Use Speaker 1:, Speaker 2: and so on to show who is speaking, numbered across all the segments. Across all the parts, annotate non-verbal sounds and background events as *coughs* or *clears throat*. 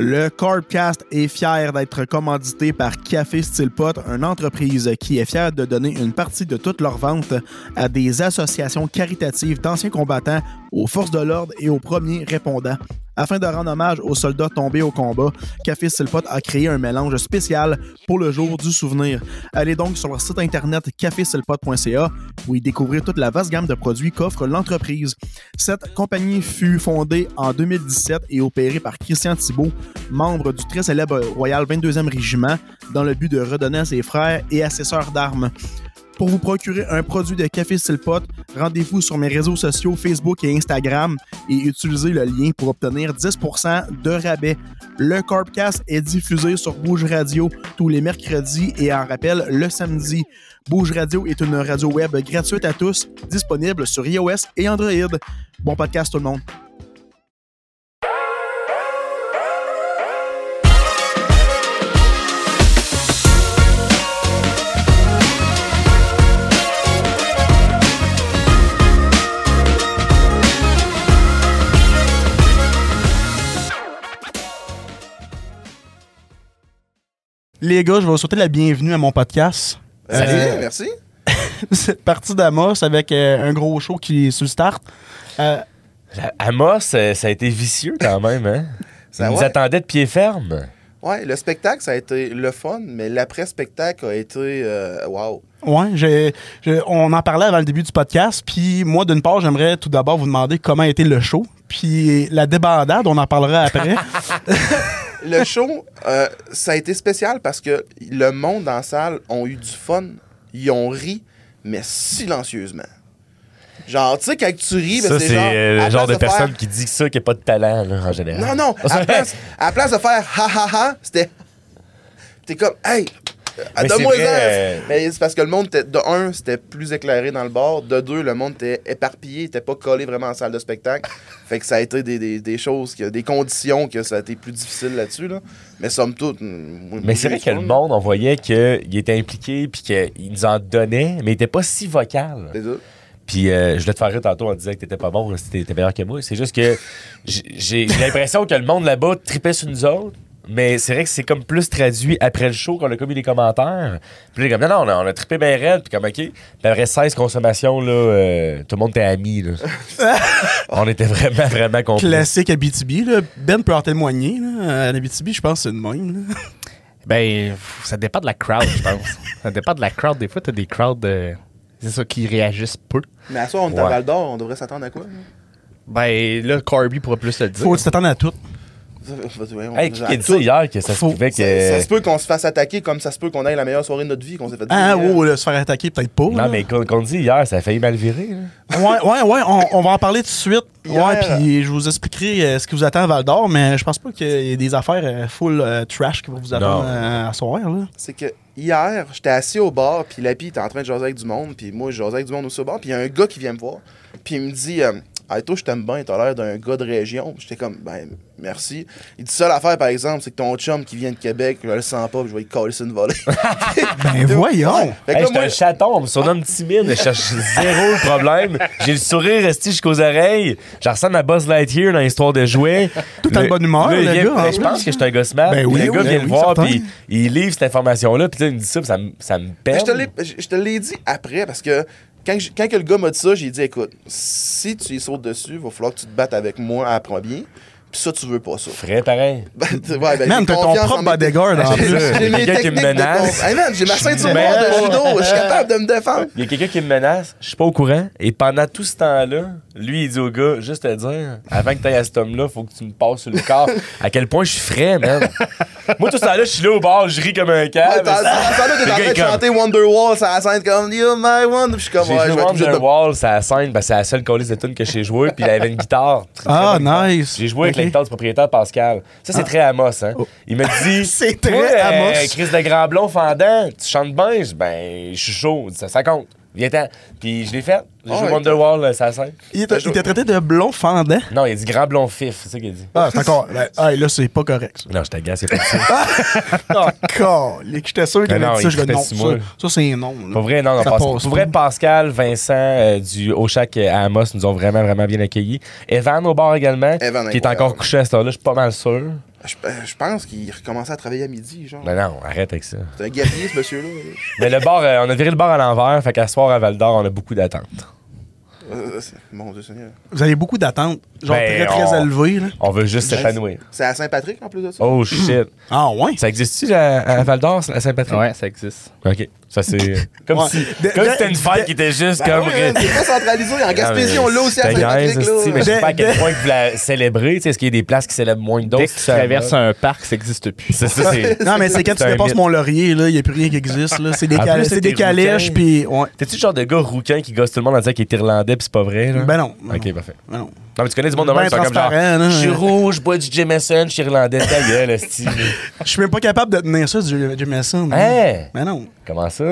Speaker 1: Le Carbcast est fier d'être commandité par Café Style Pot, une entreprise qui est fière de donner une partie de toutes leurs ventes à des associations caritatives d'anciens combattants, aux forces de l'ordre et aux premiers répondants. Afin de rendre hommage aux soldats tombés au combat, Café Silpot a créé un mélange spécial pour le jour du souvenir. Allez donc sur leur site internet cafésilpot.ca où y découvrir toute la vaste gamme de produits qu'offre l'entreprise. Cette compagnie fut fondée en 2017 et opérée par Christian Thibault, membre du très célèbre Royal 22e Régiment, dans le but de redonner à ses frères et à ses sœurs d'armes. Pour vous procurer un produit de Café Silpot, rendez-vous sur mes réseaux sociaux Facebook et Instagram et utilisez le lien pour obtenir 10% de rabais. Le Corpcast est diffusé sur Bouge Radio tous les mercredis et en rappel le samedi. Bouge Radio est une radio web gratuite à tous, disponible sur iOS et Android. Bon podcast tout le monde. Les gars, je vais vous souhaiter la bienvenue à mon podcast. *laughs*
Speaker 2: Salut,
Speaker 3: Euh,
Speaker 2: merci.
Speaker 1: Cette partie d'Amos avec euh, un gros show qui est sur le start. Euh,
Speaker 3: Amos, euh, ça a été vicieux quand même, hein?
Speaker 2: Ça,
Speaker 3: Ils nous
Speaker 2: ouais.
Speaker 3: attendaient de pied ferme.
Speaker 2: Ouais, le spectacle, ça a été le fun, mais l'après-spectacle a été. euh, Wow.
Speaker 1: Ouais, j'ai- j'ai- on en parlait avant le début du podcast. Puis moi, d'une part, j'aimerais tout d'abord vous demander comment a été le show. Puis la débandade, on en parlera
Speaker 3: *laughs*
Speaker 1: après. *laughs*
Speaker 2: Le show, euh, ça a été spécial parce que le monde en salle ont eu du fun, ils ont ri, mais silencieusement. Genre, tu sais, quand tu ris, ben,
Speaker 3: ça,
Speaker 2: c'est
Speaker 3: c'est
Speaker 2: genre.
Speaker 3: euh,
Speaker 2: à
Speaker 3: le genre de
Speaker 2: place faire-
Speaker 3: personne qui dit ça, qui n'a pas de talent, là, en général.
Speaker 2: Non, non, à
Speaker 3: *laughs*
Speaker 2: la place, à la place de faire ha ha ha, c'était. *laughs* T'es comme, hey,
Speaker 3: Mais
Speaker 2: donne-moi
Speaker 3: c'est
Speaker 2: un.
Speaker 3: vrai, euh,
Speaker 2: Mais c'est parce que le monde, était- de un, c'était plus éclairé dans le bord. De deux, le monde était éparpillé, était pas collé vraiment en salle de
Speaker 3: *laughs*
Speaker 2: spectacle. Fait que ça a été des, des, des choses, que, des conditions que ça a été plus difficile là-dessus. Là. Mais somme toute.
Speaker 3: Mais c'est vrai que le monde, on voyait qu'il était impliqué, puis qu'il nous en donnait, mais il n'était pas si vocal.
Speaker 2: C'est ça.
Speaker 3: Puis euh, je voulais te faire rire tantôt en disant que t'étais pas bon, c'était t'étais meilleur que moi. C'est juste que j'ai- j'ai j'ai l'impression que le monde là-bas tripait sur nous autres. Mais c'est vrai que c'est comme plus traduit après le show qu'on a commis les commentaires. Puis là, il est comme, non, non, on a, on a trippé bien raide. Puis comme, OK, puis après 16 consommations, là, euh, tout le monde était amis. Là.
Speaker 4: *laughs*
Speaker 3: on était vraiment, vraiment complices.
Speaker 1: Classique Abitibi. Là. Ben peut en témoigner. Là. À l'Abitibi, je pense que c'est le même. là.
Speaker 4: Ben, ça dépend de la crowd, je pense. ça dépend de la crowd. Des fois, t'as des crowds, euh, c'est ça, qui réagissent peu.
Speaker 2: Mais à soi, on est à
Speaker 3: Ouais.
Speaker 2: Val d'Or, on devrait s'attendre à quoi? là?
Speaker 4: Ben, là, Corby pourra plus le dire.
Speaker 1: Faut que tu t'attendes à tout.
Speaker 2: Ouais, on-
Speaker 3: Hey, qui
Speaker 2: à
Speaker 3: a dit
Speaker 2: tout.
Speaker 3: ça hier que ça se
Speaker 1: Faut-
Speaker 3: pouvait que.
Speaker 2: Ça, ça se peut qu'on se fasse attaquer comme ça se peut qu'on ait la meilleure soirée de notre vie qu'on s'est fait
Speaker 1: Ah,
Speaker 2: dire. hein.
Speaker 1: oh, là, se faire attaquer, peut-être pas. là.
Speaker 3: Euh, Non, mais qu'on qu'on dit hier, ça a failli mal virer. là.
Speaker 1: Ouais, ouais, ouais, on, on va en parler tout de suite. Ouais,
Speaker 2: Hier.
Speaker 1: puis je vous expliquerai euh, ce qui vous attend à Val d'Or, mais je pense pas qu'il y ait des affaires euh, full euh, trash qui vont vous attendre
Speaker 3: Non.
Speaker 1: euh, à soir. Là.
Speaker 2: c'est que hier, j'étais assis au bar, puis Lapi était en train de jaser avec du monde, puis moi, je jasais avec du monde aussi au bar, puis il y a un gars qui vient me voir, puis il me dit euh, Hey, toi, je t'aime bien, t'as l'air d'un gars de région. J'étais comme Ben, merci. Il dit Seule affaire, par exemple, c'est que ton chum qui vient de Québec, je le sens pas, puis je vais lui coller sur une volée.
Speaker 1: Ben voyons!
Speaker 2: Fait que
Speaker 3: Hey,
Speaker 2: là,
Speaker 3: j'étais
Speaker 2: moi,
Speaker 3: un chaton, on me surnomme timide,
Speaker 2: *laughs*
Speaker 3: je cherche zéro le problème. J'ai le sourire resté jusqu'aux oreilles. Je ressemble à Buzz Lightyear dans l'histoire de jouets. Tout
Speaker 1: en bonne humeur, le gars, en
Speaker 3: ben, Je
Speaker 1: plus.
Speaker 3: pense que je suis un gosse mal.
Speaker 1: Ben
Speaker 3: Puis
Speaker 1: oui,
Speaker 3: le gars
Speaker 1: oui,
Speaker 3: vient
Speaker 1: oui,
Speaker 3: le voir,
Speaker 1: certain.
Speaker 3: puis il livre cette information-là, puis là, il me dit ça, puis ça, me- ça me
Speaker 2: Ben,
Speaker 3: perd.
Speaker 2: je te l'ai- je- je te l'ai dit après parce que quand, je- quand que le gars m'a dit ça, j'ai dit écoute, si tu y sautes dessus, va falloir que tu te battes avec moi à premier. Puis ça, tu veux pas ça.
Speaker 3: Frais pareil.
Speaker 2: Ben, tu- ouais, ben,
Speaker 1: Man,
Speaker 2: j'ai
Speaker 1: t'as ton
Speaker 2: confiance
Speaker 1: propre
Speaker 2: en mes- Ben,
Speaker 1: bodyguard en
Speaker 2: J'ai-
Speaker 1: plus.
Speaker 2: J'ai
Speaker 3: Quelqu'un
Speaker 2: mes
Speaker 3: qui me
Speaker 2: techniques de
Speaker 3: menace.
Speaker 2: con- Hey man, j'ai ma ceinture
Speaker 3: me
Speaker 2: noire de
Speaker 3: mêle.
Speaker 2: judo, je suis capable de me défendre.
Speaker 3: Il y a quelqu'un qui me menace, je suis pas au courant, et pendant tout ce temps-là, lui, il dit au gars, juste te dire, avant que t'ailles à cet homme-là, faut que tu me passes sur le corps. à quel point je suis frais, man. Moi, tout ce temps-là, je suis là au bar, je ris comme un câble.
Speaker 2: Ouais, t'as- t'as- t'as- T'es en train de chanter Wonderwall sur la scène comme You're my wonder. Je suis comme
Speaker 3: J'ai
Speaker 2: ouais, je
Speaker 3: joué
Speaker 2: vais être obligé de-
Speaker 3: Wonderwall, c'est la scène, ben, c'est la seule colise de tune que j'ai joué, puis il avait une guitare. Très, très
Speaker 1: Ah,
Speaker 3: bonne guitare.
Speaker 1: nice.
Speaker 3: J'ai joué avec
Speaker 1: Ok. Ah. Oh.
Speaker 3: la guitare du propriétaire Pascal. Ça, c'est très Amos, hein. Il me dit.
Speaker 1: *laughs* C'est très
Speaker 3: Ouais,
Speaker 1: Amos.
Speaker 3: euh, Chris de Grand Blond fendant, tu chantes bien? Je dis, Ben, je suis chaud. Il dit, Ça, ça compte. Viens-t'en. Puis je l'ai fait. J'ai
Speaker 2: Ah,
Speaker 3: joué
Speaker 2: ouais.
Speaker 3: Wonderwall, euh, c'est la scène.
Speaker 1: Il était- il t'a traité de blond fendant.
Speaker 3: Non, il a dit Grand Blond Fif, c'est ça qu'il a dit.
Speaker 1: Ah, c'est encore. ben, hey, là, c'est pas correct, ça.
Speaker 3: Non, je t'agace, c'est pas ça.
Speaker 1: *laughs* Encore. J'étais sûr qu'il avait
Speaker 3: Mais Ben non,
Speaker 1: dit ça.
Speaker 3: il
Speaker 1: Je vais
Speaker 3: fait
Speaker 1: non.
Speaker 3: six mois.
Speaker 1: Ça, ça c'est non. là.
Speaker 3: Pour vrai, non, non
Speaker 1: Ça
Speaker 3: Pas-
Speaker 1: passe
Speaker 3: pour vrai,
Speaker 1: pas.
Speaker 3: Pascal, Vincent euh, du Oshak à Amos nous ont vraiment, vraiment bien accueillis. Evan au bar également,
Speaker 2: Evan,
Speaker 3: qui
Speaker 2: incroyable.
Speaker 3: est encore couché à cette heure-là, je suis pas mal sûr.
Speaker 2: Je, je pense qu'il recommençait à travailler à midi, genre.
Speaker 3: Mais non, arrête avec ça.
Speaker 2: C'est un guerrier, ce monsieur-là.
Speaker 3: Mais le bar, euh, on a viré le bar à l'envers, fait qu'à soir à Val d'Or, on a beaucoup d'attentes.
Speaker 2: Euh, c'est- Mon Dieu Seigneur.
Speaker 1: Vous avez beaucoup d'attentes, genre très,
Speaker 3: Ben,
Speaker 1: très
Speaker 3: on-
Speaker 1: élevées. là.
Speaker 3: On veut juste s'épanouir.
Speaker 2: C'est à Saint-Patrick, en plus de ça. *clears throat*
Speaker 3: Oh shit.
Speaker 1: Ah, ouais.
Speaker 3: Ça existe-tu à, à Val d'Or, à Saint-Patrick?
Speaker 4: Ouais, ça existe.
Speaker 3: Ok. Ça, c'est.
Speaker 1: *laughs*
Speaker 3: Comme
Speaker 1: Ouais.
Speaker 3: si
Speaker 1: De-
Speaker 3: comme
Speaker 1: de-
Speaker 3: si c'était une fête qui était juste
Speaker 2: Ben
Speaker 3: comme. Ah,
Speaker 2: ouais, man, c'est pas centralisé. En Gaspésie, on l'a aussi à
Speaker 3: C'était
Speaker 2: Saint-Patrick,
Speaker 3: nice, hostie,
Speaker 2: là.
Speaker 3: mais je sais pas à
Speaker 1: De-
Speaker 3: quel
Speaker 1: de-
Speaker 3: point que vous la célébrez. tu sais, Est-ce qu'il y a des places qui célèbrent moins que d'autres?
Speaker 4: Dès que tu traverses un parc, ça n'existe plus.
Speaker 3: C'est
Speaker 2: *laughs*
Speaker 3: ça, c'est.
Speaker 1: Non, mais c'est quand
Speaker 3: C'est
Speaker 1: tu
Speaker 3: un
Speaker 1: dépasses
Speaker 3: mythe.
Speaker 1: mon laurier, là, il n'y a plus rien qui existe. là. C'est des,
Speaker 3: En plus,
Speaker 1: cal-
Speaker 3: c'est
Speaker 1: c'est des
Speaker 3: des
Speaker 1: calèches,
Speaker 3: rouquins.
Speaker 1: puis. Ouais.
Speaker 3: T'es-tu le genre de gars rouquin qui gosse tout le monde en disant qu'il est irlandais pis c'est pas vrai? Là?
Speaker 1: Ben non. ben
Speaker 3: Ok,
Speaker 1: non,
Speaker 3: parfait.
Speaker 1: ben non.
Speaker 3: Non, mais tu connais du monde de
Speaker 1: Ben
Speaker 3: même, c'est comme genre.
Speaker 1: transparent, là.
Speaker 3: Je suis rouge, je bois du Jameson, je suis irlandais, ta gueule, esti.
Speaker 1: Je suis même pas capable de tenir ça du Jameson.
Speaker 3: Hein?
Speaker 1: Mais Ben non.
Speaker 3: Comment ça?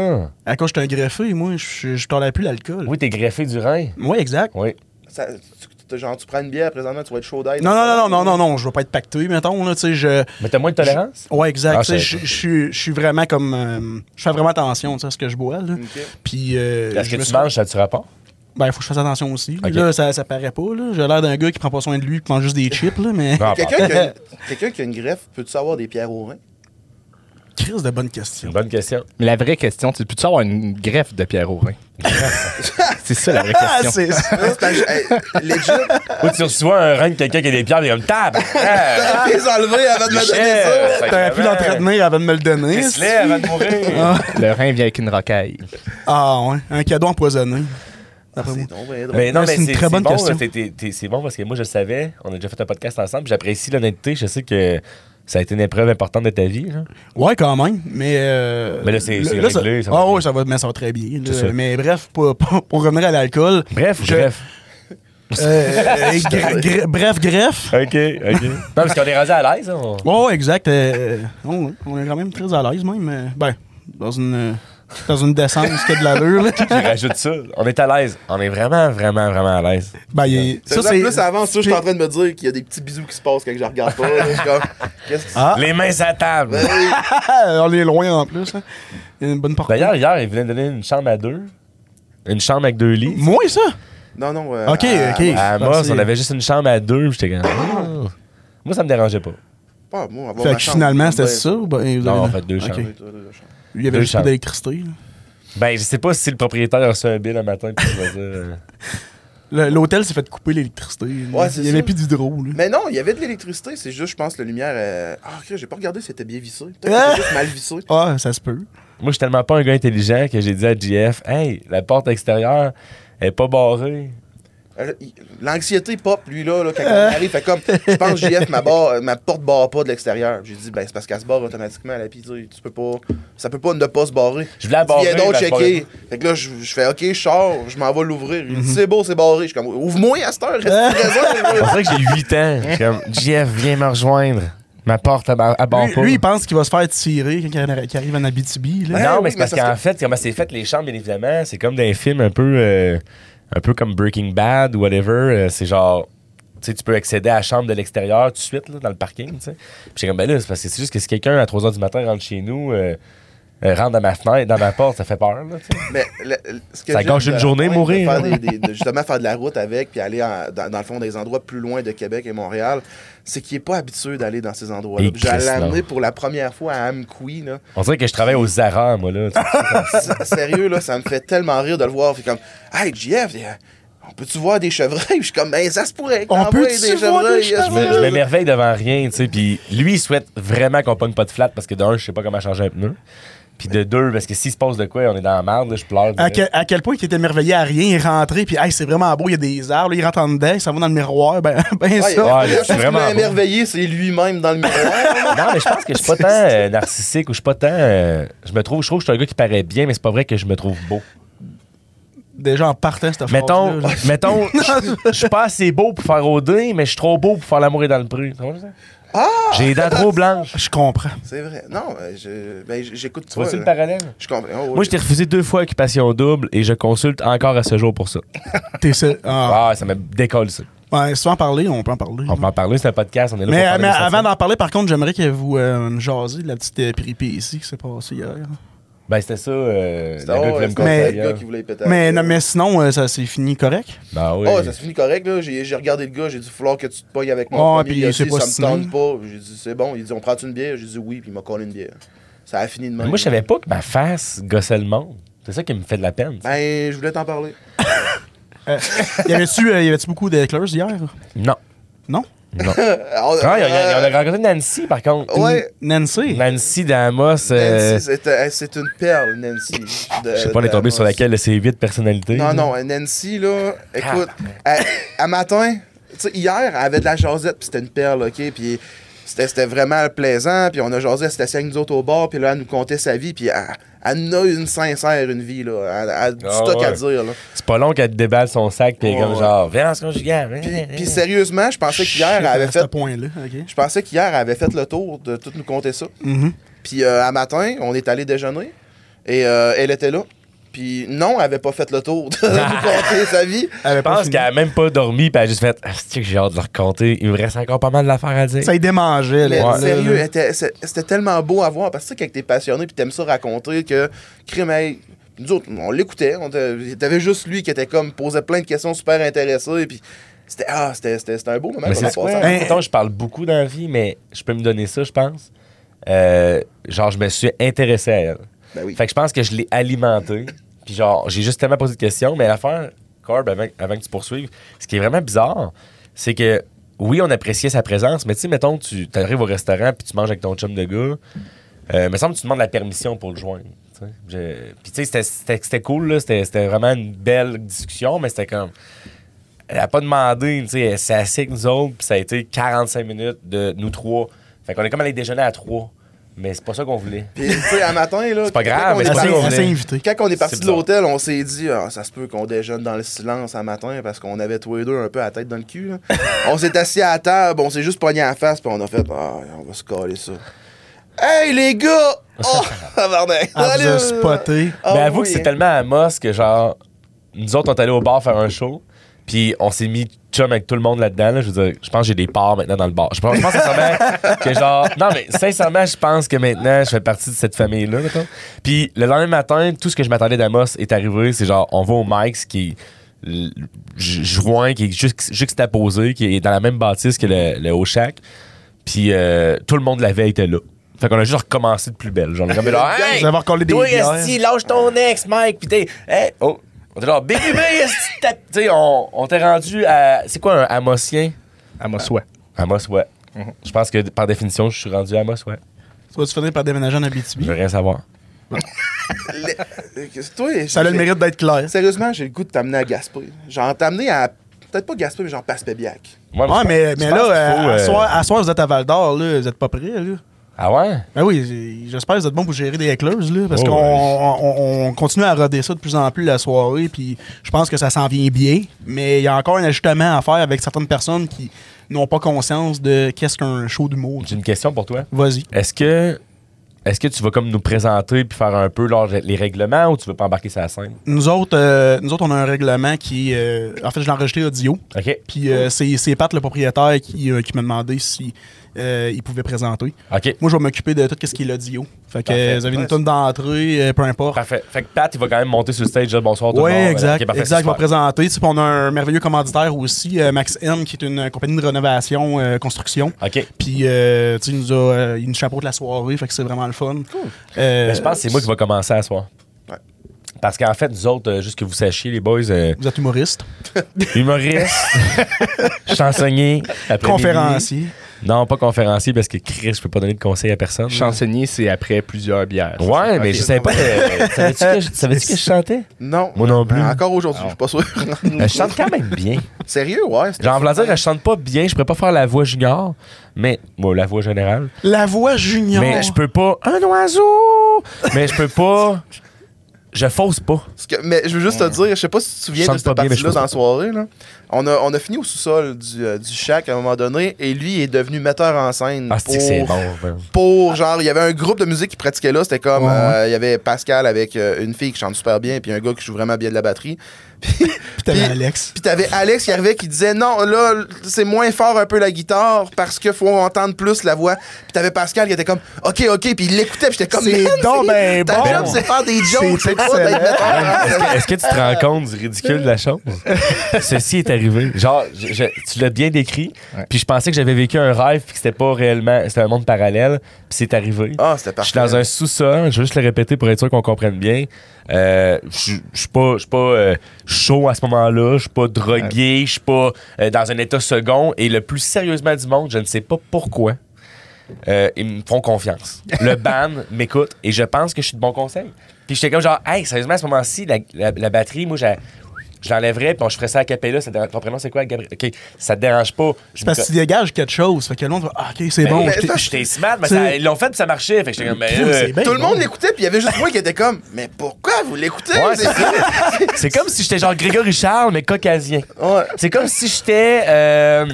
Speaker 1: À cause que je suis un greffé, moi, je je tolère plus l'alcool.
Speaker 3: Oui, t'es greffé du rein.
Speaker 1: Oui, exact.
Speaker 3: Oui.
Speaker 2: Ça- tu- tu- genre, tu prends une bière présentement, tu vas être chaud d'aide.
Speaker 1: Non, non, non, non, non, non, non, je vais pas être pacté, mettons, là, tu sais, je...
Speaker 3: Mais t'as moins de tolérance?
Speaker 1: Ouais, exact,
Speaker 3: Ah,
Speaker 1: tu sais,
Speaker 3: je-
Speaker 1: je je suis je suis vraiment comme... euh, je fais vraiment attention, tu sais, à ce que je bois, là.
Speaker 2: Ok.
Speaker 1: Puis... euh,
Speaker 3: Est-ce
Speaker 1: je
Speaker 3: que
Speaker 1: me
Speaker 3: tu
Speaker 1: suis-
Speaker 3: manges, ça tu rapport?
Speaker 1: Ben, faut que je fasse attention aussi.
Speaker 3: Ok.
Speaker 1: Là, ça, ça paraît pas, là. J'ai l'air d'un gars qui prend pas soin de lui, qui mange juste des chips, là, mais... *laughs*
Speaker 3: Non,
Speaker 2: Quelqu'un qui, a une- quelqu'un qui a une greffe, peux-tu avoir des pierres au rein?
Speaker 1: Crise de bonne
Speaker 3: C'est
Speaker 1: question.
Speaker 3: *laughs* une bonne question.
Speaker 4: Mais la vraie question, c'est peux-tu avoir une greffe de Pierre Aurin? c'est ça la vraie
Speaker 1: Ah,
Speaker 4: question.
Speaker 1: c'est... c'est-
Speaker 2: C'est parce que, hey, legit,
Speaker 3: Ou tu reçois un rein de quelqu'un qui a des pierres, il est comme table.
Speaker 2: *laughs* t'as les enlever avant de me donner ça.
Speaker 1: T'aurais pu l'entretenir avant de me le donner.
Speaker 3: se lève avant de mourir.
Speaker 1: Ah,
Speaker 4: le rein vient avec une rocaille.
Speaker 1: ah, ouais, un cadeau empoisonné.
Speaker 2: Ah,
Speaker 1: D'après moi.
Speaker 2: C'est donc bien drôle.
Speaker 3: Mais Ben non,
Speaker 1: Mais
Speaker 3: mais
Speaker 1: c'est une
Speaker 3: c'est
Speaker 1: très
Speaker 3: c'est
Speaker 1: bonne
Speaker 3: bon,
Speaker 1: question.
Speaker 3: là, t'es- t'es- t'es- c'est bon parce que moi, je le savais. On a déjà fait un podcast ensemble. J'apprécie l'honnêteté. Je sais que ça a été une épreuve importante de ta vie. là.
Speaker 1: Ouais, quand même, mais... euh,
Speaker 3: Mais là, c'est- c'est
Speaker 1: là, ça-
Speaker 3: réglé, ça va
Speaker 1: Ah
Speaker 3: bien.
Speaker 1: ouais, ça va, mais ça va très bien. là.
Speaker 3: C'est ça.
Speaker 1: Mais bref, pour, pour- pour revenir à l'alcool...
Speaker 3: Bref,
Speaker 1: Je-
Speaker 3: bref. *laughs*
Speaker 1: Euh, euh, gre- gre- bref, greffe.
Speaker 3: OK,
Speaker 1: *laughs*
Speaker 3: OK. non, parce qu'on est rendu à l'aise. hein, on-
Speaker 1: Oh, exact. euh, on, on est quand même très à l'aise, même. euh, ben, dans une, euh, dans une descente qui a de l'allure.
Speaker 3: *laughs*
Speaker 1: là.
Speaker 3: Je rajoute ça. On est à l'aise. On est vraiment, vraiment, vraiment à l'aise.
Speaker 1: Ben, il est-
Speaker 2: Ça, c'est
Speaker 1: *laughs*
Speaker 2: plus avant ça, je suis en train de me dire qu'il y a des petits bisous qui se passent quand je regarde pas. là. Je suis comme, qu'est-ce qui se
Speaker 1: Ah.
Speaker 3: Les mains à table.
Speaker 1: on est loin en plus. hein. Il y a une bonne portée.
Speaker 3: D'ailleurs, hier, ils venaient donner une chambre à deux. Une chambre avec deux lits.
Speaker 1: Moi, ça?
Speaker 2: Non, non. euh,
Speaker 1: Ok,
Speaker 2: ah,
Speaker 1: ok.
Speaker 3: À Amos,
Speaker 1: Merci.
Speaker 3: on avait juste une chambre à deux. puis J'étais comme... Ah. Moi, ça me dérangeait pas.
Speaker 2: Pas, moi, avoir
Speaker 1: fait
Speaker 2: ma Ah
Speaker 1: que
Speaker 2: chambre,
Speaker 1: finalement,
Speaker 2: ben,
Speaker 1: c'était ça? ou ben, vous
Speaker 3: Non,
Speaker 1: avez-
Speaker 3: on fait deux
Speaker 1: Ok.
Speaker 3: chambres.
Speaker 1: Il y avait
Speaker 3: Deux
Speaker 1: juste
Speaker 3: chambres.
Speaker 1: pas d'électricité. là.
Speaker 3: Ben, je sais pas si le propriétaire a reçu un bill un matin puis il va dire... euh, *laughs*
Speaker 1: Le- L'hôtel s'est fait couper l'électricité. là.
Speaker 2: Ouais, c'est
Speaker 1: il n'y avait
Speaker 2: ça.
Speaker 1: plus d'hydro. là.
Speaker 2: Mais non, il y avait de l'électricité, c'est juste, je pense, la lumière. euh, Ah, ok, j'ai pas regardé si c'était bien vissé. Peut-être que c'était juste mal vissé.
Speaker 1: Ah, ça se peut.
Speaker 3: Moi, je suis tellement pas un gars intelligent que j'ai dit à JF, hey, la porte extérieure elle est pas barrée.
Speaker 2: Euh, il- L'anxiété pop, lui, là, là, quand on arrive, fait comme, je pense, JF, ma, barre- euh, ma porte barre pas de l'extérieur. J'ai dit, ben, c'est parce qu'elle se barre automatiquement à la pizza. Tu peux pas, ça peut pas ne pas se barrer.
Speaker 3: Je voulais la
Speaker 2: Il dit,
Speaker 3: barrer,
Speaker 2: Viens donc
Speaker 3: la
Speaker 2: checker. Fait que là, je, je fais, ok, je sors, je m'en vais l'ouvrir. Il dit,
Speaker 3: Mhm.
Speaker 2: c'est beau, c'est barré. Je suis comme, ouvre-moi à cette heure,
Speaker 3: Ah.
Speaker 2: reste présent.
Speaker 3: *laughs* C'est vrai que j'ai 8 ans. Je suis comme, JF, viens me rejoindre. Ma porte à barre
Speaker 1: Lui,
Speaker 3: pas.
Speaker 1: lui, il pense qu'il va se faire tirer quand il arri- qu'il arrive en Abitibi. là.
Speaker 2: oui,
Speaker 3: Non, Ben mais c'est
Speaker 2: mais
Speaker 3: parce
Speaker 2: ça se
Speaker 3: qu'en
Speaker 2: peut.
Speaker 3: fait, comment c'est fait, les chambres, bien évidemment, c'est comme des films un peu, euh, un peu comme Breaking Bad ou whatever. euh, c'est genre, tu sais, tu peux accéder à la chambre de l'extérieur tout de suite, là, dans le parking, tu sais. Puis j'ai comme, ben là, c'est parce que c'est juste que si quelqu'un à 3 h du matin rentre chez nous, euh, euh, rentre dans ma fenêtre, dans ma porte, ça fait peur, là, tu sais.
Speaker 2: Mais le- le- ce que
Speaker 3: Ça
Speaker 2: j'aime
Speaker 3: gâche une
Speaker 2: de la
Speaker 3: journée,
Speaker 2: pointe,
Speaker 3: mourir,
Speaker 2: de faire
Speaker 3: hein.
Speaker 2: des- des-
Speaker 3: *laughs*
Speaker 2: de justement faire de la route avec, puis aller en- dans, dans le fond des endroits plus loin de Québec et Montréal, c'est qu'il n'est pas habitué d'aller dans ces endroits-là.
Speaker 3: Et
Speaker 2: Puis J'allais
Speaker 3: Christ, non.
Speaker 2: l'amener pour la première fois à Amqui. Là.
Speaker 3: On dirait que je travaille aux Zara, moi, là. tu sais.
Speaker 2: S- Sérieux, là, ça me fait tellement rire de le voir. Fait comme, hey, JF, euh, on peut-tu voir des chevreuils? Je suis comme, ben, ça se pourrait. que
Speaker 1: On
Speaker 2: t'en
Speaker 1: peut-tu
Speaker 2: voies
Speaker 1: voir des
Speaker 2: yes,
Speaker 3: Je me-
Speaker 2: yes.
Speaker 3: je m'émerveille devant rien, tu sais. Puis lui, il souhaite vraiment qu'on pogne pas de flat parce que de un, je sais pas comment changer un pneu. Puis de deux, parce que s'il se passe de quoi, on est dans la merde, là, je pleure.
Speaker 1: À quel, à quel point il était émerveillé à rien, il est rentré, puis hey, c'est vraiment beau, il y a des arbres, là, il rentre en dedans, ça va dans le miroir, ben, *laughs* ben
Speaker 2: Ouais,
Speaker 1: ça.
Speaker 2: la
Speaker 3: Ouais, c'est
Speaker 2: chose qui
Speaker 3: vraiment
Speaker 2: m'a
Speaker 3: beau.
Speaker 2: émerveillé, c'est lui-même dans le miroir.
Speaker 3: Non, mais je pense que je suis pas tant euh, narcissique ou je suis pas tant. euh, je me trouve, je trouve que je suis un gars qui paraît bien, mais c'est pas vrai que je me trouve beau.
Speaker 1: Déjà en partant, cette
Speaker 3: Mettons,
Speaker 1: phrase-là, là. *laughs*
Speaker 3: mettons, je je suis pas assez beau pour faire OD, mais je suis trop beau pour faire l'amour et dans le pré.
Speaker 1: Ah!
Speaker 3: J'ai les dents trop blanches.
Speaker 1: Je comprends.
Speaker 2: c'est vrai. Non, euh, je- ben, j- j'écoute
Speaker 3: Tu
Speaker 2: toi.
Speaker 3: vois-tu
Speaker 2: là.
Speaker 3: le parallèle?
Speaker 2: Je comprends. Oh,
Speaker 3: Moi,
Speaker 2: oui.
Speaker 3: je t'ai refusé deux fois Occupation Double et je consulte encore à ce jour pour ça.
Speaker 1: T'es seul. Ah.
Speaker 3: Ah, ça me décolle ça.
Speaker 1: Ouais, si tu veux en parler, on peut en parler.
Speaker 3: On peut en parler, c'est un podcast, on est là
Speaker 1: mais
Speaker 3: pour
Speaker 1: mais
Speaker 3: parler de ça.
Speaker 1: euh, avant d'en parler, par contre, j'aimerie que vous euh, me jasiez de la petite euh, péripétie qui s'est passée hier.
Speaker 3: Ben, Ben, c'était ça. euh,
Speaker 2: C'était
Speaker 3: le gars qui voulait me
Speaker 1: Mais-
Speaker 2: le
Speaker 3: contrôler.
Speaker 2: gars qui voulait péter.
Speaker 1: Mais, non, mais sinon, euh, ça s'est fini correct.
Speaker 3: Ben oui.
Speaker 2: Oh, ça se finit correct, là. J'ai j'ai regardé le gars, j'ai dit, falloir que tu te pognes avec
Speaker 1: Ah,
Speaker 2: moi.
Speaker 1: puis
Speaker 2: il a
Speaker 1: il s'est
Speaker 2: dit,
Speaker 1: pas
Speaker 2: ça me
Speaker 1: stiné.
Speaker 2: tente pas. J'ai dit, c'est bon. Il dit, on prend une bière? J'ai dit, oui, puis il m'a collé une bière. Ça a fini de
Speaker 3: Mais
Speaker 2: même.
Speaker 3: moi, je savais pas que ma face gossait le monde. C'est ça qui me fait de la peine. tu sais.
Speaker 2: Ben, je voulais t'en parler.
Speaker 1: Euh, Y avait-tu euh, y avait-tu beaucoup d'éclairs hier?
Speaker 3: Non.
Speaker 1: Non?
Speaker 3: Non.
Speaker 2: On
Speaker 3: Ah, il y a- il y en a rencontré Nancy, par contre.
Speaker 2: Euh, Ouais.
Speaker 1: Nancy?
Speaker 3: Euh, Nancy d'Amos. euh,
Speaker 2: Nancy, c'est- euh, c'est une perle, Nancy.
Speaker 3: Je sais pas, on est tombé sur laquelle de ces huit personnalités.
Speaker 2: Non, non, euh, Nancy, là,
Speaker 3: Ah,
Speaker 2: écoute, à, à matin, tu sais, hier, elle avait de la jasette, puis c'était une perle, OK? Puis c'était c'était vraiment plaisant, puis on a jasé, c'était cinq nous autres au bord, puis là, elle nous contait sa vie, puis elle, elle en a une sincère, une vie, là. Elle, elle a du
Speaker 3: Ah
Speaker 2: stock à
Speaker 3: ouais.
Speaker 2: dire, là.
Speaker 3: C'est pas long qu'elle te déballe son sac, pis elle est
Speaker 2: Ouais,
Speaker 3: comme
Speaker 2: ouais.
Speaker 3: genre, viens, on conjugale.
Speaker 2: Puis, puis sérieusement, je pensais qu'hier, elle avait
Speaker 1: À ce
Speaker 2: fait...
Speaker 1: point-là, OK.
Speaker 2: Je pensais qu'hier, elle avait fait le tour de tout nous compter ça.
Speaker 1: Mhm.
Speaker 2: Puis euh, à matin, on est allé déjeuner et euh, elle était là. Puis non, elle avait pas fait le tour de *laughs* nous compter sa vie.
Speaker 1: Elle avait
Speaker 3: Je
Speaker 1: pas
Speaker 3: pense
Speaker 1: fini.
Speaker 3: qu'elle a même pas dormi, pis elle a juste fait, ah, c'est que j'ai hâte de le raconter. Il me reste encore pas mal d'affaires à dire.
Speaker 1: Ça y démangeait,
Speaker 2: Mais
Speaker 1: là. là,
Speaker 2: sérieux,
Speaker 1: là.
Speaker 2: était- c'est- c'était tellement beau à voir parce que tu sais, quand t'es passionné puis t'aimes ça raconter que crime, hey, nous autres, on l'écoutait. on t'a- T'avais juste lui qui était comme posait plein de questions super intéressées. Puis c'était ah, c'était c'était- c'était un beau moment.
Speaker 3: Mais
Speaker 2: qu'on
Speaker 3: c'est
Speaker 2: a
Speaker 3: quoi?
Speaker 2: passé.
Speaker 1: Ben,
Speaker 3: Mettons, je parle beaucoup dans la vie, mais je peux me donner ça, je pense. Euh, genre, je me suis intéressé à elle.
Speaker 2: Ben oui.
Speaker 3: Fait que je pense que je l'ai alimenté. Puis genre, j'ai juste tellement posé de questions. Mais l'affaire, Corb, avant, avant que tu poursuives, ce qui est vraiment bizarre, c'est que oui, on appréciait sa présence, mais tu sais, mettons, tu arrives au restaurant puis tu manges avec ton chum de gars. Euh, me semble que tu demandes la permission pour le joindre. tu sais. Je- Puis tu sais, c'était- c'était c'était cool, là, c'était c'était vraiment une belle discussion, mais c'était comme. Elle a pas demandé, tu sais, elle s'est assise avec nous autres, puis ça a été 45 minutes de nous trois. Fait qu'on est comme allé déjeuner à trois, mais c'est pas ça qu'on voulait.
Speaker 2: Puis tu sais, à matin là.
Speaker 3: C'est pas
Speaker 2: quand
Speaker 3: grave,
Speaker 2: on
Speaker 3: mais
Speaker 2: est
Speaker 3: c'est
Speaker 2: parti-
Speaker 1: Elle
Speaker 3: pas
Speaker 1: s'est- elle s'est
Speaker 3: qu'on
Speaker 1: invitée.
Speaker 2: Quand on est parti de
Speaker 3: C'est bizarre.
Speaker 2: l'hôtel, on s'est dit, Ah, ça se peut qu'on déjeune dans le silence un matin parce qu'on avait tous les deux un peu la tête dans le
Speaker 3: *laughs*
Speaker 2: cul. là. on s'est assis à la table, on s'est juste pogné à la face, puis on a fait, ah, on va se coller ça. Hey les
Speaker 3: *laughs*
Speaker 2: gars! Oh, *laughs* tabarnak!
Speaker 1: Elle Ah, vous a
Speaker 2: Allez!
Speaker 1: spoté.
Speaker 2: Ah
Speaker 3: mais Ah, Ben, avoue
Speaker 2: oui,
Speaker 3: que c'est
Speaker 2: hein.
Speaker 3: tellement à Moss que, genre, nous autres, on est allés au bar faire un show, puis on s'est mis chum avec tout le monde là-dedans. là. Je veux dire, je pense que j'ai des parts maintenant dans le bar. Je pense, je pense sincèrement que, genre, non, mais sincèrement, je pense que maintenant, je fais partie de cette famille-là, mettons. Puis le lendemain matin, tout ce que je m'attendais d'Amos est arrivé. C'est genre, on va au Mike's qui est l- ju- joint, qui est juste juxtaposé, qui est dans la même bâtisse que le, le Oshak. Puis euh, tout le monde la veille était là. Fait qu'on a juste recommencé de plus belle. Genre, on a comme, genre, *laughs* Hey!
Speaker 1: Vous avez recollé des
Speaker 3: Toi,
Speaker 1: bières.
Speaker 3: esti, lâche ton ex, Mike. Puis t'es. Hey, oh. On était genre, bébé, esti, t'as- Tu sais, on, on t'est rendu à. C'est quoi un Amosien? Mm-hmm.
Speaker 4: À mon souhait.
Speaker 3: Amos, ouais. Je pense que par définition, je suis rendu à Amos, ouais.
Speaker 1: Tu vas-tu finir par déménager en
Speaker 3: Je
Speaker 1: Abitibi?
Speaker 3: veux rien savoir.
Speaker 2: Le- euh, Toi,
Speaker 1: Ça a le
Speaker 2: j'ai-
Speaker 1: mérite d'être clair.
Speaker 2: Sérieusement, j'ai le goût de t'amener à Gaspé. Genre, t'amener à. Peut-être pas Gaspé, mais genre Passepébiac.
Speaker 3: Moi,
Speaker 1: Ouais,
Speaker 3: je-
Speaker 1: mais,
Speaker 3: je
Speaker 1: mais là,
Speaker 3: pense qu'il
Speaker 1: euh,
Speaker 3: faut,
Speaker 1: à,
Speaker 3: euh,
Speaker 1: soir, à soir, vous êtes à Val d'Or, là. Vous êtes pas prêts, là.
Speaker 3: Ah ouais?
Speaker 1: Ben oui, j'ai- j'espère que vous êtes bon pour gérer des éclairs, là. Parce
Speaker 3: Oh,
Speaker 1: qu'on
Speaker 3: ouais.
Speaker 1: on- on continue à roder ça de plus en plus la soirée, puis je pense que ça s'en vient bien. Mais il y a encore un ajustement à faire avec certaines personnes qui n'ont pas conscience de qu'est-ce qu'un show d'humour.
Speaker 3: J'ai une question pour toi.
Speaker 1: Vas-y.
Speaker 3: Est-ce que. Est-ce que tu vas comme nous présenter puis faire un peu genre, les règlements ou tu veux pas embarquer sur la scène?
Speaker 1: Nous autres, euh, nous autres, on a un règlement qui. euh, en fait, je l'ai enregistré audio.
Speaker 3: OK.
Speaker 1: Puis euh, c'est c'est Pat, le propriétaire, qui, euh, qui m'a demandé si euh, il pouvait présenter.
Speaker 3: OK.
Speaker 1: Moi, je vais m'occuper de tout ce qui est l'audio. Fait que
Speaker 3: Parfait.
Speaker 1: euh, vous avez une
Speaker 2: Ouais,
Speaker 1: tonne d'entrée, euh, peu importe.
Speaker 3: Parfait. Fait que Pat, il va quand même monter sur le stage, dire bonsoir tout le
Speaker 1: Oui,
Speaker 3: monde.
Speaker 1: exact.
Speaker 3: OK, parfait,
Speaker 1: exact,
Speaker 3: c'est
Speaker 1: je vais
Speaker 3: super.
Speaker 1: présenter. Tu sais, puis on a un merveilleux commanditaire aussi, euh, Max M, qui est une compagnie de rénovation, euh, construction.
Speaker 3: OK.
Speaker 1: Puis, euh, tu sais, il nous a euh, il nous chapeaute la soirée, fait que c'est vraiment le fun. Euh,
Speaker 3: Mais Ben, je pense que c'est moi qui va commencer à soir.
Speaker 2: Ouais.
Speaker 3: Parce qu'en fait, nous autres, euh, juste que vous sachiez, les boys, euh,
Speaker 1: Vous êtes humoriste, *laughs*
Speaker 3: humoristes, chansonnier, après-midi.
Speaker 1: conférencier.
Speaker 3: Non, pas conférencier, parce que Chris, je peux pas donner de conseils à personne.
Speaker 4: Chansonnier, c'est après plusieurs bières.
Speaker 3: Ouais, mais
Speaker 4: Ok.
Speaker 3: je savais pas. euh, Savais-tu que, je- savais-tu que je chantais?
Speaker 2: Non.
Speaker 3: Moi non plus.
Speaker 2: Encore aujourd'hui, je suis pas sûr.
Speaker 3: *laughs* Euh, je chante quand même bien.
Speaker 2: Sérieux, ouais. c'était-
Speaker 3: Genre, en voulant dire que je chante pas bien, je pourrais pas faire la voix junior, mais. Bon, la voix générale.
Speaker 1: La voix junior.
Speaker 3: Mais je peux pas. Un oiseau! Mais je peux pas. Je fausse pas.
Speaker 2: Parce que- mais je veux juste te dire, je sais pas si tu te souviens
Speaker 3: Je
Speaker 2: de
Speaker 3: chante
Speaker 2: cette
Speaker 3: pas bien, mais
Speaker 2: partie-là
Speaker 3: je
Speaker 2: dans
Speaker 3: chante
Speaker 2: la soirée. Là. On, a, on a fini au sous-sol du, euh, du shack à un moment donné et lui est devenu metteur en scène.
Speaker 3: Ah, c'est que c'est
Speaker 2: pour-
Speaker 3: bon. man.
Speaker 2: pour genre il y avait un groupe de musique qui pratiquait là c'était comme
Speaker 1: Ouais,
Speaker 2: euh, il y avait Pascal avec euh, une fille qui chante super bien puis un gars qui joue vraiment bien de la batterie
Speaker 1: Puis t'avais Alex.
Speaker 2: Puis t'avais Alex qui arrivait qui disait non, là, c'est moins fort un peu la guitare parce qu'il faut entendre plus la voix. Puis t'avais Pascal qui était comme OK, OK. Puis il l'écoutait. Puis j'étais comme
Speaker 1: C'est
Speaker 2: Man,
Speaker 1: donc
Speaker 2: c'est-
Speaker 1: ben
Speaker 2: Ta
Speaker 1: bon.
Speaker 2: job, c'est faire des jokes.
Speaker 1: C'est
Speaker 2: C'est pas d'être
Speaker 1: excellent.
Speaker 2: metteur en
Speaker 3: Est-ce que, est-ce que tu te rends compte du ridicule de la chose? Ceci est arrivé. Genre, je- je- tu l'as bien décrit,
Speaker 4: Ouais.
Speaker 3: puis je pensais que j'avais vécu un rêve, puis que c'était pas réellement, c'était un monde parallèle, puis c'est arrivé.
Speaker 2: Ah, c'était
Speaker 3: Je
Speaker 2: parfait.
Speaker 3: suis dans un sous-sol, je vais juste le répéter pour être sûr qu'on comprenne bien. Euh, je je suis pas, je suis pas euh, chaud à ce moment-là, je suis pas drogué, je suis pas euh, dans un état second. Et le plus sérieusement du monde, je ne sais pas pourquoi, euh, ils me font confiance. Le ban m'écoute et je pense que je suis de bon conseil. Puis j'étais comme genre, hey, sérieusement, à ce moment-ci, la, la- la batterie, moi, j'ai- Je l'enlèverais, puis je ferais ça à Capella. Ça te dérange- Ton prénom, c'est quoi, Gabriel? OK, ça te dérange pas. Je
Speaker 1: Parce que tu dégages quelque chose. Fait que le monde va, ah, OK,
Speaker 3: Ben
Speaker 1: c'est bon.
Speaker 2: mais
Speaker 1: je t'ai-
Speaker 2: ça,
Speaker 3: J'étais smart, mais
Speaker 1: C'est-
Speaker 3: ça- ils l'ont fait, puis ça marchait. Fait que j'étais comme, ben,
Speaker 1: Crime,
Speaker 3: euh,
Speaker 1: c'est bien
Speaker 2: Tout le
Speaker 1: bon.
Speaker 2: monde l'écoutait, puis il y avait juste moi qui était comme Mais pourquoi vous l'écoutez
Speaker 3: Ouais,
Speaker 2: C'est-
Speaker 3: c'est C'est comme si j'étais genre Grégory Charles, mais caucasien.
Speaker 2: Ouais.
Speaker 3: C'est comme si j'étais. euh,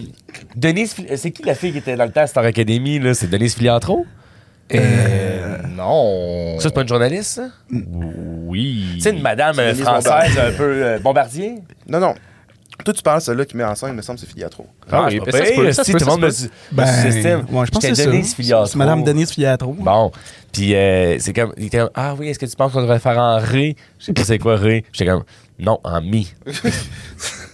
Speaker 3: Denise. Fil- C'est qui la fille qui était dans le temps à Star Academy, là? C'est Denise Filiatro?
Speaker 4: Euh, *laughs* non.
Speaker 3: Ça, c'est pas une journaliste, ça?
Speaker 4: Oui.
Speaker 3: Tu sais, une madame euh,
Speaker 2: Denise
Speaker 3: française
Speaker 2: Bombardier.
Speaker 3: un peu euh, bombardier.
Speaker 2: Non, non. Toi, tu parles, celui-là qui met en scène, il me semble, c'est Filiatro.
Speaker 3: Ah,
Speaker 4: Ah oui,
Speaker 3: c'est pas
Speaker 4: ça se
Speaker 3: pire,
Speaker 4: peut, ça
Speaker 3: si,
Speaker 4: se
Speaker 3: tout
Speaker 4: peut,
Speaker 3: le
Speaker 4: ça
Speaker 3: monde me
Speaker 4: se
Speaker 3: su- me sous-estime.
Speaker 1: Ben, ouais, je pense que
Speaker 3: J'étais
Speaker 1: c'est ça.
Speaker 3: Denise Filiatro.
Speaker 1: C'est Madame Denise Filiatro.
Speaker 3: Bon. Puis, euh, c'est comme. Il était comme, Ah oui, est-ce que tu penses qu'on devrait faire en ré? Je sais pas c'est quoi ré. J'étais comme. Non, en mi.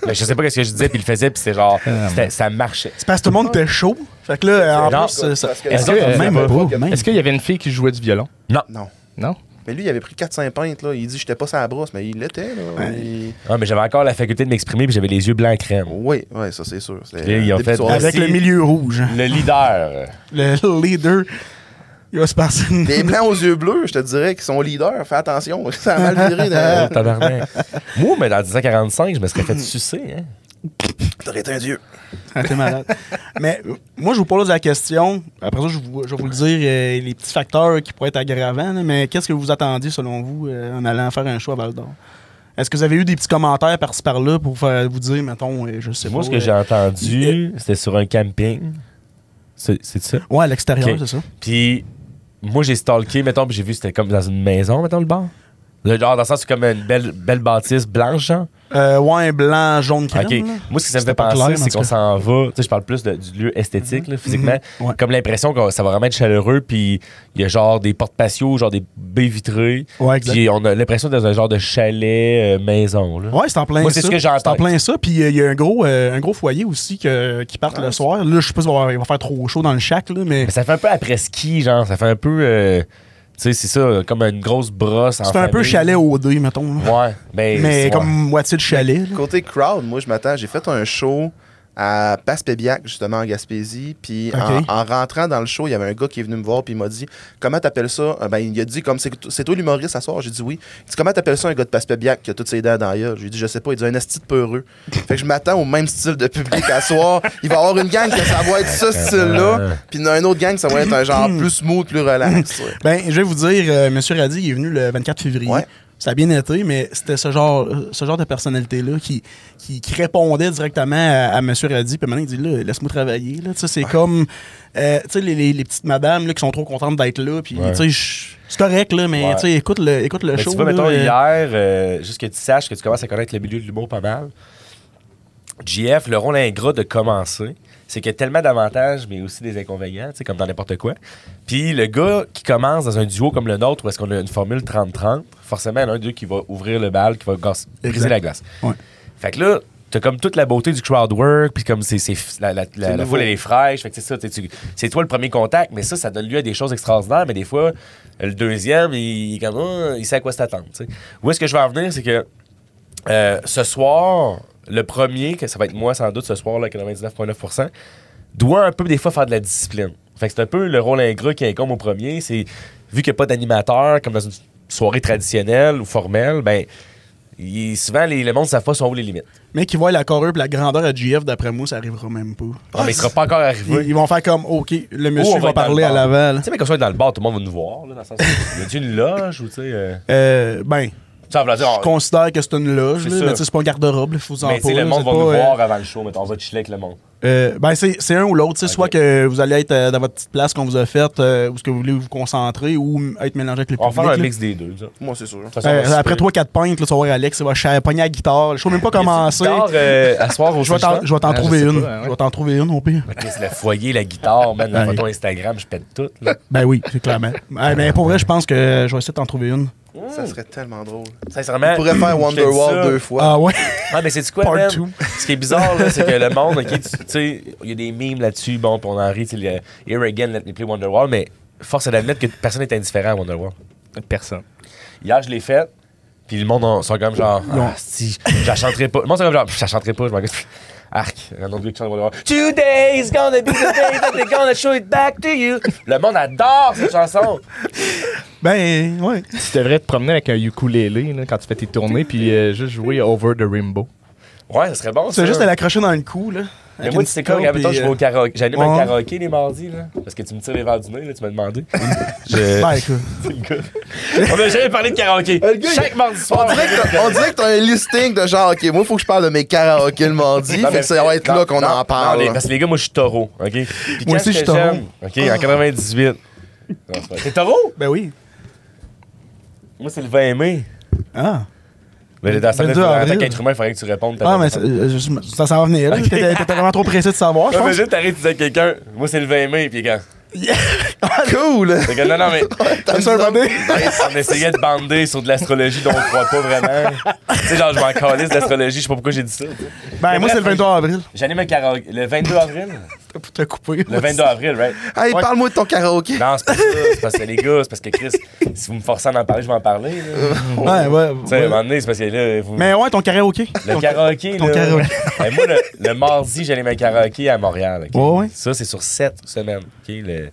Speaker 3: mais je sais pas qu'est-ce que je disais, puis il le faisait, puis c'était genre. c'était- Ça marchait.
Speaker 1: C'est parce que tout le monde était chaud. Fait que là, en
Speaker 3: Non,
Speaker 1: plus, euh, ça- ça.
Speaker 2: parce que-
Speaker 1: Est-ce
Speaker 3: Est-ce que-
Speaker 1: que- Même
Speaker 3: Est-ce
Speaker 1: pas. même
Speaker 4: Est-ce qu'il y avait une fille qui jouait du violon?
Speaker 2: Non.
Speaker 4: Non?
Speaker 2: Mais lui, il avait pris 4-5 pintes, là. Il dit J'étais pas sa brosse, mais il l'était, là. Il-
Speaker 3: Ah, mais j'avais encore la faculté de m'exprimer, puis j'avais les yeux blancs crème.
Speaker 2: Oui, oui, ça, c'est sûr. C'est-
Speaker 3: Puis, ils ont
Speaker 2: début
Speaker 3: fait-
Speaker 2: de soirée.
Speaker 3: Avec-
Speaker 1: Avec le milieu rouge.
Speaker 3: Le leader.
Speaker 1: Le *laughs* leader. Il va se passer une- *laughs*
Speaker 2: Les blancs aux yeux bleus, je te dirais qu'ils sont leaders. Fais attention, *laughs* ça a mal viré.
Speaker 3: *laughs* Oh,
Speaker 2: derrière.
Speaker 3: tabarnak. Moi, mais dans 10h45, je me serais fait sucer. Hein?
Speaker 2: T'aurais été un dieu.
Speaker 1: Ah, t'es malade. Mais euh, moi, je vous pose la question. Après ça, je, vous- je vais vous le dire, euh, les petits facteurs qui pourraient être aggravants. là, mais qu'est-ce que vous attendiez, selon vous, euh, en allant faire un show à Val d'Or? Est-ce que vous avez eu des petits commentaires par-ci par-là pour faire- vous dire, mettons, euh, je sais
Speaker 3: Moi,
Speaker 1: pas.
Speaker 3: ce que
Speaker 1: euh,
Speaker 3: j'ai entendu, c'était sur un camping. C'est c'est ça?
Speaker 1: Ouais, à l'extérieur,
Speaker 3: Ok.
Speaker 1: c'est ça.
Speaker 3: Puis, moi, j'ai stalké, mettons, puis j'ai vu, c'était comme dans une maison, mettons, le bar. Le- Genre, dans le sens, c'est comme une belle, belle bâtisse blanche, genre.
Speaker 1: Euh, ouais, blanc, jaune, crème.
Speaker 3: OK.
Speaker 1: là.
Speaker 3: Moi, ce que ça me
Speaker 1: C'était
Speaker 3: fait
Speaker 1: pas clair,
Speaker 3: penser,
Speaker 1: en
Speaker 3: c'est
Speaker 1: tout
Speaker 3: qu'on
Speaker 1: cas.
Speaker 3: s'en va. Tu sais, je parle plus de- du lieu esthétique, là, physiquement.
Speaker 1: Mhm. Ouais.
Speaker 3: Comme l'impression que ça va vraiment être chaleureux, puis il y a genre des portes patios, genre des baies vitrées.
Speaker 1: Ouais, exact.
Speaker 3: Puis on a l'impression d'être dans un genre de chalet euh, maison, là.
Speaker 1: Ouais, c'est en plein
Speaker 3: Moi,
Speaker 1: ça.
Speaker 3: c'est ce que j'ai en
Speaker 1: C'est en
Speaker 3: tête.
Speaker 1: plein ça. Puis euh, il y a un gros, euh, un gros foyer aussi que- qui part le soir. Là, je sais pas si on va- il va faire trop chaud dans le shack, là, mais.
Speaker 3: Mais ça fait un peu après ski, genre. Ça fait un peu. euh, tu sais, c'est ça, comme une grosse brosse. en
Speaker 1: C'est un peu
Speaker 3: famille.
Speaker 1: chalet au dé, mettons. là.
Speaker 3: Ouais. Mais,
Speaker 1: mais
Speaker 3: ouais.
Speaker 1: comme moitié de chalet. là.
Speaker 2: Côté crowd, moi, je m'attends. J'ai fait un show à Passepébiac, justement, en Gaspésie. Puis en-
Speaker 1: Ok.
Speaker 2: en, rentrant dans le show, il y avait un gars qui est venu me voir, puis il m'a dit Comment t'appelles ça Euh, Ben, il a dit comme C'est c'est toi l'humoriste à soir J'ai dit oui. Il dit Comment t'appelles ça un gars de Passepébiac qui a toutes ses dents dans la gueule? J'ai dit Je sais pas. Il dit Un esti de
Speaker 1: *laughs*
Speaker 2: peureux. fait que je m'attends au même style de public à soir. Il va y avoir une gang que ça va être ce style-là, puis il y en a un autre gang que ça va être un genre plus smooth, plus relax. ouais.
Speaker 1: Ben, je vais vous dire, euh, Monsieur Radi il est venu le 24 février.
Speaker 2: Ouais.
Speaker 1: Ça a bien été, mais c'était ce genre, euh, ce genre de personnalité-là qui, qui, qui répondait directement à, à Monsieur Radi. Puis maintenant, il dit là, laisse-moi travailler. Là. Tu sais, C'est comme euh, tu sais, les, les, les petites madames là, qui sont trop contentes d'être là. Puis
Speaker 3: Ouais.
Speaker 1: tu sais, je- c'est correct, là, mais
Speaker 3: Ouais.
Speaker 1: tu sais, écoute le, écoute le
Speaker 3: Mais
Speaker 1: show.
Speaker 3: tu vois,
Speaker 1: là,
Speaker 3: mettons,
Speaker 1: euh,
Speaker 3: hier, euh, juste que tu saches que tu commences à connaître le milieu de l'humour pas mal. JF, le rôle ingrat de commencer, c'est qu'il y a tellement d'avantages, mais aussi des inconvénients, tu sais, comme dans n'importe quoi. Puis le gars qui commence dans un duo comme le nôtre, où est-ce qu'on a une formule 30-30, forcément, il y en a un d'eux qui va ouvrir le bal, qui va gosse- briser
Speaker 1: Exact.
Speaker 3: la glace.
Speaker 1: Ouais.
Speaker 3: Fait que là, t'as comme toute la beauté du crowd work, puis comme c'est, c'est- la, la- la- la
Speaker 2: nouveau.
Speaker 3: foule, elle est fraîche. Fait que c'est ça, tu sais, tu- c'est toi le premier contact, mais ça, ça donne lieu à des choses extraordinaires. Mais des fois, le deuxième, il, il, est comme, Ah, il sait à quoi s'attendre. tu sais. Où est-ce que je veux en venir, c'est que euh, ce soir, le premier, que ça va être moi sans doute ce soir, là, 99,9%, doit un peu des fois faire de la discipline. Fait que c'est un peu le rôle ingrat qui incombe au premier. C'est vu qu'il n'y a pas d'animateur, comme dans une soirée traditionnelle ou formelle, ben il- souvent les, le monde ne savent pas sont où les limites.
Speaker 1: Mais qui voient la choreur et la grandeur à GF, d'après moi, ça arrivera même pas.
Speaker 3: Ah, mais il sera pas encore
Speaker 1: Ils,
Speaker 3: arrivé.
Speaker 1: ils vont faire comme OK, le
Speaker 3: Ou
Speaker 1: monsieur
Speaker 3: on
Speaker 1: va,
Speaker 3: être dans
Speaker 1: parler à
Speaker 3: le bar.
Speaker 1: Laval.
Speaker 3: Tu sais, mais quand on est dans le bar, tout le monde va nous voir. Là, dans le sens, où- y a-tu une loge ou tu sais. euh,
Speaker 1: Euh, ben,
Speaker 3: Ça veut dire,
Speaker 1: Je
Speaker 3: oh,
Speaker 1: considère que c'est une loge,
Speaker 3: C'est
Speaker 1: là,
Speaker 3: ça.
Speaker 1: mais tu sais, c'est pas un garde-robe, là, je vous en
Speaker 3: mais tu
Speaker 1: pas,
Speaker 3: sais,
Speaker 1: là,
Speaker 3: le monde
Speaker 1: c'est
Speaker 3: va nous
Speaker 1: pas, euh,
Speaker 3: voir avant le show, mettons, on va chiller avec le monde.
Speaker 1: Euh, ben c'est c'est un ou l'autre, tu sais, soit que vous allez être euh, dans votre petite place qu'on vous a faite, euh, ou ce que vous voulez vous concentrer, ou m- être mélangé avec le
Speaker 3: On va
Speaker 1: public.
Speaker 3: faire un
Speaker 1: là.
Speaker 3: mix des deux, ça. De
Speaker 2: Moi, c'est sûr.
Speaker 3: toute façon, on
Speaker 1: Euh,
Speaker 3: va se-
Speaker 1: après 3-4 pintes, là, tu vas voir Alex, il va ch- pogner à la guitare. Je sais même
Speaker 3: *laughs*
Speaker 1: pas commencer.
Speaker 3: Guitare, euh, à soir, au
Speaker 1: Je vais t'en- je vais t'en
Speaker 4: Ah, je
Speaker 1: trouver
Speaker 4: sais
Speaker 1: une.
Speaker 4: pas, hein, ouais.
Speaker 1: Je vais t'en trouver une, au pire.
Speaker 3: Chris, le foyer, la guitare, man, la
Speaker 1: Ouais.
Speaker 3: photo Instagram, je pète tout. Là.
Speaker 1: Ben oui, c'est clairement. Ouais, mais pour vrai, je pense que je vais essayer de t'en trouver une.
Speaker 2: Ça serait tellement drôle.
Speaker 3: Sincèrement.
Speaker 2: On pourrait faire
Speaker 3: je te dis
Speaker 2: Wonderwall
Speaker 3: ça.
Speaker 2: deux fois.
Speaker 1: Ah ouais? *laughs*
Speaker 3: Ah, mais c'est-tu quoi,
Speaker 1: Part
Speaker 3: man?
Speaker 1: two.
Speaker 3: Ce qui est bizarre, là, c'est que le
Speaker 1: *laughs*
Speaker 3: monde, ok, tu tu sais, il y a des memes là-dessus, bon, pour on en rit, tu sais, le Here Again, Let Me Play Wonderwall, mais force est d'admettre que personne n'est indifférent à Wonderwall.
Speaker 4: Personne.
Speaker 3: Hier, je l'ai fait, puis le monde, on, sont comme genre, ah, si, je la chanterai pas. Le monde, sont comme genre, je la chanterai pas, je m'en *laughs* gueule. Arc, un autre gars qui chante Wonderwall. Today is gonna be the day that they're gonna show it back to you. Le monde adore cette chanson.
Speaker 1: Ben ouais.
Speaker 4: Tu devrais te promener avec un ukulélé là, quand tu fais tes tournées, puis euh, juste jouer Over the Rainbow.
Speaker 3: Ouais, ce serait bon.
Speaker 1: Tu vas
Speaker 3: ça.
Speaker 1: juste à l'accrocher dans le cou, là.
Speaker 3: Mais
Speaker 1: avec
Speaker 3: moi,
Speaker 1: une
Speaker 3: tu sais
Speaker 1: petite
Speaker 3: quoi,
Speaker 1: corde,
Speaker 3: regarde, mettons,
Speaker 1: puis,
Speaker 3: je vais au
Speaker 1: euh,
Speaker 3: karaoké. J'anime
Speaker 1: ouais.
Speaker 3: un karaoké les mardis, là. Parce que tu me tires les verres du nez, là, tu
Speaker 1: *laughs*
Speaker 3: m'as demandé. Je-
Speaker 1: Ben écoute.
Speaker 3: C'est le gars. On n'a jamais parlé de karaoké.
Speaker 2: Euh, le gars,
Speaker 3: Chaque mardi soir.
Speaker 2: On dirait que t'as- on dirait que t'as un listing de genre, OK, moi, il faut que je parle de mes karaokés le mardi.
Speaker 3: Non,
Speaker 2: fait
Speaker 3: mais-
Speaker 2: que ça va être
Speaker 3: non,
Speaker 2: là qu'on
Speaker 3: non,
Speaker 2: en parle.
Speaker 3: non, les- parce que les gars, moi, je suis taureau. OK? Puis quand
Speaker 1: aussi, je suis
Speaker 3: j'étais
Speaker 1: taureau. Ah.
Speaker 3: jeune, OK, en 98. Non, c'est pas- T'es taureau?
Speaker 1: Ben oui.
Speaker 3: Moi, c'est le 20 mai.
Speaker 1: Ah.
Speaker 3: Mais dans ça,
Speaker 1: 22
Speaker 3: en tant
Speaker 1: avril.
Speaker 3: qu'être humain, il faudrait que tu répondes.
Speaker 1: Ah, mais c'est- euh, je- je- ça s'en va venir. là. T'étais t'étais vraiment trop pressé de savoir, je pense.
Speaker 3: Imagine, t'arrives, tu dis à quelqu'un, moi, c'est le 20 mai, puis quand.
Speaker 1: *laughs*
Speaker 2: Cool!
Speaker 3: Fait que non, non, mais.
Speaker 2: T'as
Speaker 1: ça, un bébé?
Speaker 3: On essayait de bander sur de l'astrologie dont on croit pas vraiment. tu sais, genre, je m'en calisse de l'astrologie, je sais pas pourquoi j'ai dit ça. tu sais.
Speaker 1: Ben moi, c'est le 23 avril.
Speaker 3: J'anime un karaoké. Le 22 avril?
Speaker 1: Pour te couper.
Speaker 3: Le 22 avril, right?
Speaker 2: Hey, parle-moi de ton karaoké.
Speaker 3: Non, c'est pas ça. C'est parce que les gars, c'est parce que Chris, si vous me forcez à en parler, je vais en parler.
Speaker 1: Ouais,
Speaker 3: là.
Speaker 1: ouais.
Speaker 3: Tu sais, à un
Speaker 1: ouais.
Speaker 3: moment donné, c'est parce que là, vous-
Speaker 1: Mais ouais, ton karaoké.
Speaker 3: le
Speaker 1: Ton-
Speaker 3: karaoké,
Speaker 1: ton
Speaker 3: là.
Speaker 1: karaoké.
Speaker 3: Ben, moi, le, le mardi, j'allais un karaoké à Montréal. ok?
Speaker 1: Ouais, ouais.
Speaker 3: Ça, c'est sur sept semaines. ok? Le-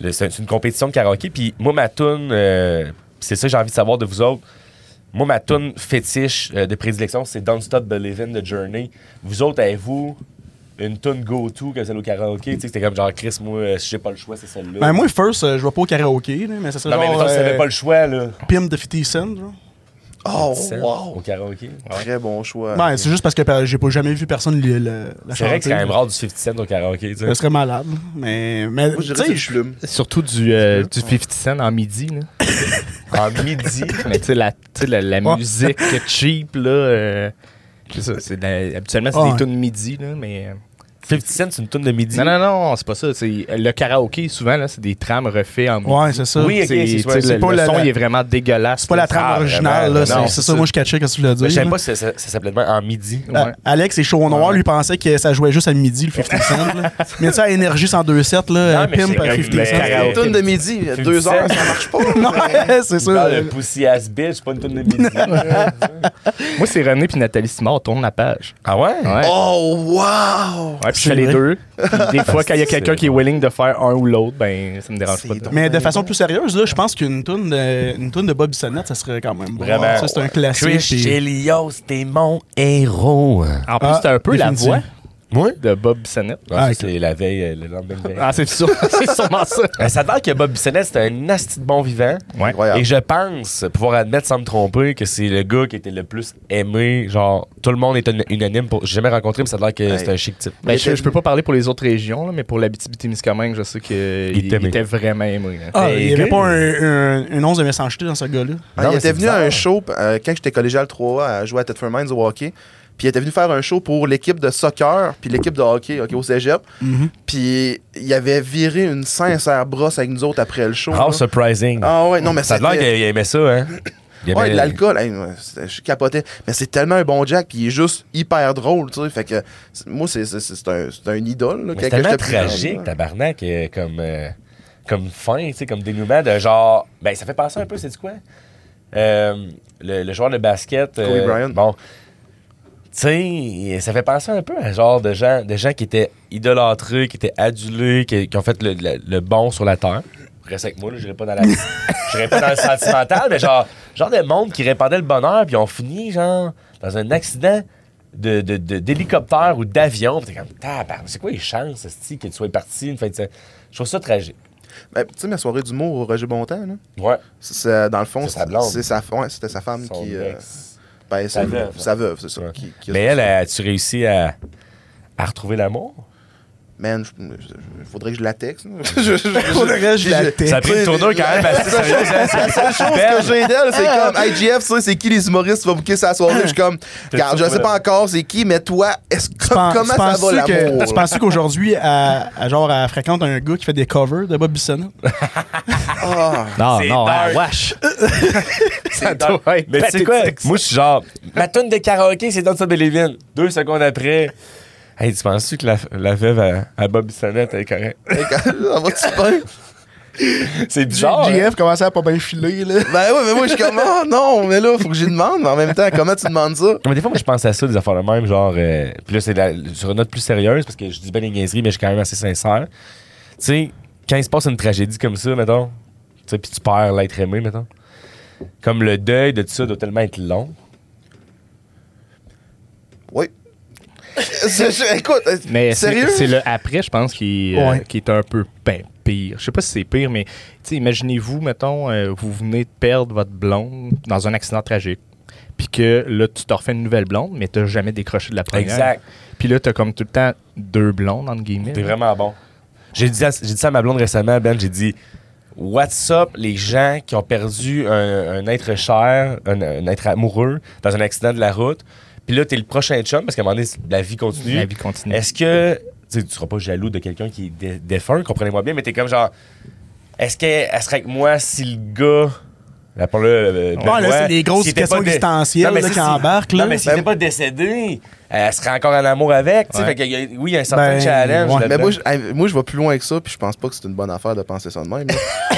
Speaker 3: le- c'est c'est une compétition de karaoké. Puis moi, ma toune, euh, c'est ça que j'ai envie de savoir de vous autres. Moi, ma toune fétiche euh, de prédilection, c'est Don't Stop Believin' de Journey. Vous autres, avez-vous une toune go-to que celle au karaoké? Tu sais, c'était comme genre, Chris, moi, euh, si j'ai pas le choix, c'est celle-là.
Speaker 1: Ben moi, first, euh, je vais pas au karaoké, là, mais ça serait
Speaker 3: non, mais
Speaker 1: genre
Speaker 3: mettons, si t'avais
Speaker 1: euh,
Speaker 3: pas le choix, là.
Speaker 1: Pim de 50 Cent. genre.
Speaker 2: Oh,
Speaker 3: Au
Speaker 2: wow!
Speaker 3: karaoké.
Speaker 2: Très bon choix.
Speaker 1: Ben, c'est juste parce que euh, j'ai pas jamais vu personne le- le- la
Speaker 3: C'est vrai que c'est quand même
Speaker 1: chanter.
Speaker 3: rare du 50 cent au karaoké, tu sais.
Speaker 1: Ça serait malade. Mais, mais
Speaker 2: Moi, je
Speaker 1: tu
Speaker 2: dirais que
Speaker 1: sais,
Speaker 2: c'est
Speaker 1: je-
Speaker 2: plume.
Speaker 4: Surtout du, euh, du 50 Cent en
Speaker 1: *laughs*
Speaker 4: midi. Là.
Speaker 3: En midi.
Speaker 4: Mais tu sais, la, tu sais, la, la
Speaker 1: Ouais.
Speaker 4: musique cheap, là. euh, c'est ça, c'est de la- habituellement, c'est
Speaker 1: Ouais.
Speaker 4: des tunes midi, là, mais. euh,
Speaker 3: 50 cent, c'est une toune de midi.
Speaker 4: Non, non, non, c'est pas ça. c'est- Le karaoké, souvent, là, c'est des trames refaits en midi.
Speaker 1: Ouais, c'est ça.
Speaker 3: Oui, ok,
Speaker 4: C'est-
Speaker 3: c'est-
Speaker 4: tu sais,
Speaker 3: ouais,
Speaker 1: c'est
Speaker 4: le,
Speaker 1: pas
Speaker 4: le
Speaker 1: la-
Speaker 4: son,
Speaker 1: la-
Speaker 4: il est vraiment dégueulasse.
Speaker 1: c'est pas la trame
Speaker 3: Ah,
Speaker 1: originale,
Speaker 3: vraiment,
Speaker 1: là.
Speaker 3: non,
Speaker 1: C'est c'est
Speaker 4: c'est
Speaker 1: ça, moi, je catchais qu'est-ce que tu voulais dire.
Speaker 3: Mais je savais
Speaker 1: là.
Speaker 3: pas si ça, ça s'appelait de même en midi.
Speaker 1: Ah,
Speaker 4: Ouais.
Speaker 1: Alex et Chaud Noir, lui, pensait que ça jouait juste à midi, le 50 Cent.
Speaker 3: *laughs*
Speaker 1: là. Mais tu sais, à Énergie 102.7, là,
Speaker 3: Non, mais
Speaker 1: Pimp
Speaker 3: c'est
Speaker 1: à
Speaker 3: vrai,
Speaker 1: 50
Speaker 3: mais-
Speaker 1: Cent.
Speaker 2: Une toune de midi,
Speaker 3: Tu
Speaker 2: deux
Speaker 3: sais.
Speaker 2: heures, ça marche pas.
Speaker 1: *laughs* Non, ouais, *laughs* c'est
Speaker 3: Dans
Speaker 1: ça.
Speaker 3: le pussy ass bitch, pas une toune de midi.
Speaker 4: Moi, c'est René puis Nathalie Simard, on tourne la page.
Speaker 3: ah ouais?
Speaker 4: Ouais.
Speaker 2: Oh, wow!
Speaker 4: Ouais, puis
Speaker 1: C'est
Speaker 4: je fais les
Speaker 1: vrai.
Speaker 4: deux. Puis
Speaker 1: *laughs*
Speaker 4: des fois, quand il y a quelqu'un
Speaker 3: C'est
Speaker 4: qui est willing de faire un ou l'autre, ben, ça me dérange
Speaker 2: C'est
Speaker 4: pas.
Speaker 2: drôle.
Speaker 1: Mais de façon plus sérieuse, là, je pense qu'une toune de, une toune de Bobby Sonnette, ça serait quand même bon.
Speaker 3: Vraiment.
Speaker 1: Ça, c'est un classique.
Speaker 3: Chris
Speaker 1: puis-
Speaker 3: Chelios, t'es mon héros.
Speaker 4: En plus,
Speaker 1: Ah,
Speaker 4: c'est un peu la
Speaker 1: définitivement.
Speaker 4: voix
Speaker 3: Moi?
Speaker 4: de Bob Bissonnette.
Speaker 3: Ah,
Speaker 1: Ah,
Speaker 3: ça, C'est la veille, euh, le lendemain de veille.
Speaker 4: Ah, *laughs* c'est sûr, c'est sûrement ça.
Speaker 3: Euh, ça a l'air que Bob Bissonnette, c'était un asti de bon vivant.
Speaker 4: Ouais.
Speaker 2: Incroyable.
Speaker 3: Et je pense pouvoir admettre sans me tromper que c'est le gars qui était le plus aimé. Genre, tout le monde est un- unanime. Pour... J'ai jamais rencontré, mais ça a l'air que
Speaker 2: Hey.
Speaker 3: c'est un chic type.
Speaker 4: Ben, je, je peux pas parler pour les autres régions, là, mais pour l'Abitibi-Témiscamingue, je sais qu'il
Speaker 3: Il était aimé.
Speaker 4: était vraiment aimé. là.
Speaker 1: Ah,
Speaker 3: Hey,
Speaker 1: il n'y avait
Speaker 3: good.
Speaker 1: pas un, un- une once de méchanceté dans ce gars-là.
Speaker 2: Ah,
Speaker 3: Non,
Speaker 2: il
Speaker 3: mais
Speaker 2: était
Speaker 3: c'est
Speaker 2: venu à un show euh, quand j'étais collégial 3 à jouer à Tetford Mines au hockey. Puis il était venu faire un show pour l'équipe de soccer puis l'équipe de hockey ok, au cégep. Puis il avait viré une sincère brosse avec nous autres après le show.
Speaker 3: How
Speaker 2: là.
Speaker 3: surprising.
Speaker 2: Ah ouais, non, mais
Speaker 3: ça a
Speaker 2: c'était...
Speaker 3: l'air qu'il aimait ça, hein? Il aimait-
Speaker 2: Ouais, de l'alcool, hey, moi, c'était- je capotais. Mais c'est tellement un bon Jack, puis il est juste hyper drôle, tu sais. Fait que c'est- moi, c'est, c'est, c'est un, c'est un idole. là,
Speaker 3: Mais
Speaker 2: que-
Speaker 3: C'est
Speaker 2: que
Speaker 3: tellement
Speaker 2: j'étais plus jeune,
Speaker 3: tragique,
Speaker 2: là.
Speaker 3: tabarnak, euh, comme, euh, comme fin, tu sais, comme dénouement de genre. Ben, ça fait penser un peu, c'est quoi? Euh, le, le joueur de basket. euh,
Speaker 2: Kobe Bryant.
Speaker 3: Bon. Tu sais, ça fait penser un peu à genre de gens, de gens qui étaient idolâtrés, qui étaient adulés, qui, qui ont fait le, le- le bon sur la terre. Reste avec moi, là, j'irai
Speaker 2: *laughs*
Speaker 3: pas dans la. j'irai pas dans le sentimental, mais genre, genre de monde qui répandait le bonheur, puis ils ont fini, genre, dans un accident de- de- de- d'hélicoptère ou d'avion. Puis T'es comme, tabarnak, c'est quoi les chances, esti, que tu sois parti une fin de semaine? Je trouve ça tragique.
Speaker 2: Ben, tu sais, ma soirée d'humour au Roger Bontemps, là,
Speaker 3: Ouais.
Speaker 2: c'est- c'est- dans le fond,
Speaker 3: C'est sa blonde.
Speaker 2: c'est sa, ouais, c'était sa femme
Speaker 3: Son
Speaker 2: qui. euh,
Speaker 3: ex.
Speaker 2: ben,
Speaker 3: Sa
Speaker 2: son-
Speaker 3: veuve.
Speaker 2: sa veuve, c'est ça.
Speaker 3: Ouais.
Speaker 2: qui- qui a-
Speaker 3: Mais elle, as-tu réussi à, à retrouver l'amour?
Speaker 2: Man, je- je- je- faudrait que je la texte. là. *laughs* Je- je-
Speaker 1: Faudrait que je la
Speaker 2: je-
Speaker 1: texte.
Speaker 3: Ça a pris une tournure quand même assez sérieuse. hein? C'est-
Speaker 2: La seule chose que j'ai d'elle, c'est comme IGF, tu sais, c'est qui les humoristes qui vont booker sa soirée? Je suis comme, regarde, je sais pas encore c'est qui, mais toi, est-ce que,
Speaker 1: Pen-
Speaker 2: comment ça
Speaker 1: penses-tu
Speaker 2: va l'amour?
Speaker 1: que- Tu
Speaker 2: *laughs*
Speaker 1: penses qu'aujourd'hui, à, à genre, elle fréquente un gars qui fait des covers de Bob Bissonnette?
Speaker 2: Ah,
Speaker 4: Non,
Speaker 3: C'est
Speaker 4: non,
Speaker 3: dark. *laughs*
Speaker 4: hein, wesh. ça doit être
Speaker 3: Mais tu sais quoi?
Speaker 4: pathétique, ça.
Speaker 3: Moi, je suis genre, ma tonne de karaoké, c'est Don't Believin. Deux secondes après. Hey, tu penses-tu que la, la veuve à, à Bob Bissonnette est correcte? *laughs*
Speaker 2: ça va super.
Speaker 3: C'est bizarre. hein?
Speaker 1: commençait à pas bien filer, là.
Speaker 2: Ben ouais, mais moi, je suis comme, ah, non, mais là, faut que j'y demande, mais en même temps, comment tu demandes ça?
Speaker 3: Mais des fois, moi, je pense à ça, des affaires de même, genre. euh, puis là, c'est la- sur une note plus sérieuse, parce que je dis ben des niaiseries, mais je suis quand même assez sincère. Tu sais, quand il se passe une tragédie comme ça, mettons, tu sais, puis tu perds l'être aimé, mettons, comme le deuil de tout ça doit tellement être long.
Speaker 2: Oui. Je- je- écoute, euh,
Speaker 4: Mais c'est-
Speaker 2: sérieux?
Speaker 4: C'est le après, je pense, qui, euh,
Speaker 1: Ouais.
Speaker 4: qui est un peu ben, pire. Je sais pas si c'est pire, mais tu sais, imaginez-vous, mettons, euh, vous venez de perdre votre blonde dans un accident tragique. Puis que là, tu te refais une nouvelle blonde, mais t'as jamais décroché de la première.
Speaker 3: Exact.
Speaker 4: Puis là, t'as comme tout le temps deux blondes, entre guillemets.
Speaker 3: T'es vraiment bon. J'ai dit, à- j'ai dit ça à ma blonde récemment, Ben, j'ai dit What's up, les gens qui ont perdu un, un être cher, un, un être amoureux dans un accident de la route. Puis là, t'es le prochain chum, parce qu'à un moment donné, la vie continue.
Speaker 4: La vie continue.
Speaker 3: Est-ce que tu sais, tu seras pas jaloux de quelqu'un qui est dé- défunt, comprenez-moi bien, mais t'es comme genre Est-ce qu'elle elle serait avec moi si le gars. Là, pour le, euh, Benoît,
Speaker 1: là, c'est des grosses
Speaker 3: s'il était
Speaker 1: questions
Speaker 3: pas dé-
Speaker 1: existentielles,
Speaker 3: Non, mais
Speaker 1: là,
Speaker 3: si-
Speaker 1: qui
Speaker 3: si-
Speaker 1: embarquent, là.
Speaker 3: Non, mais s'il n'était pas décédé, elle serait encore en amour avec. tu sais.
Speaker 4: Ouais.
Speaker 3: Fait qu'il y a- oui, il y a un certain
Speaker 1: Ben,
Speaker 3: challenge.
Speaker 1: ouais.
Speaker 3: là-dedans.
Speaker 2: Mais moi je, hey, moi, je vais plus loin que ça, puis je pense pas que c'est une bonne affaire de penser ça de même. là.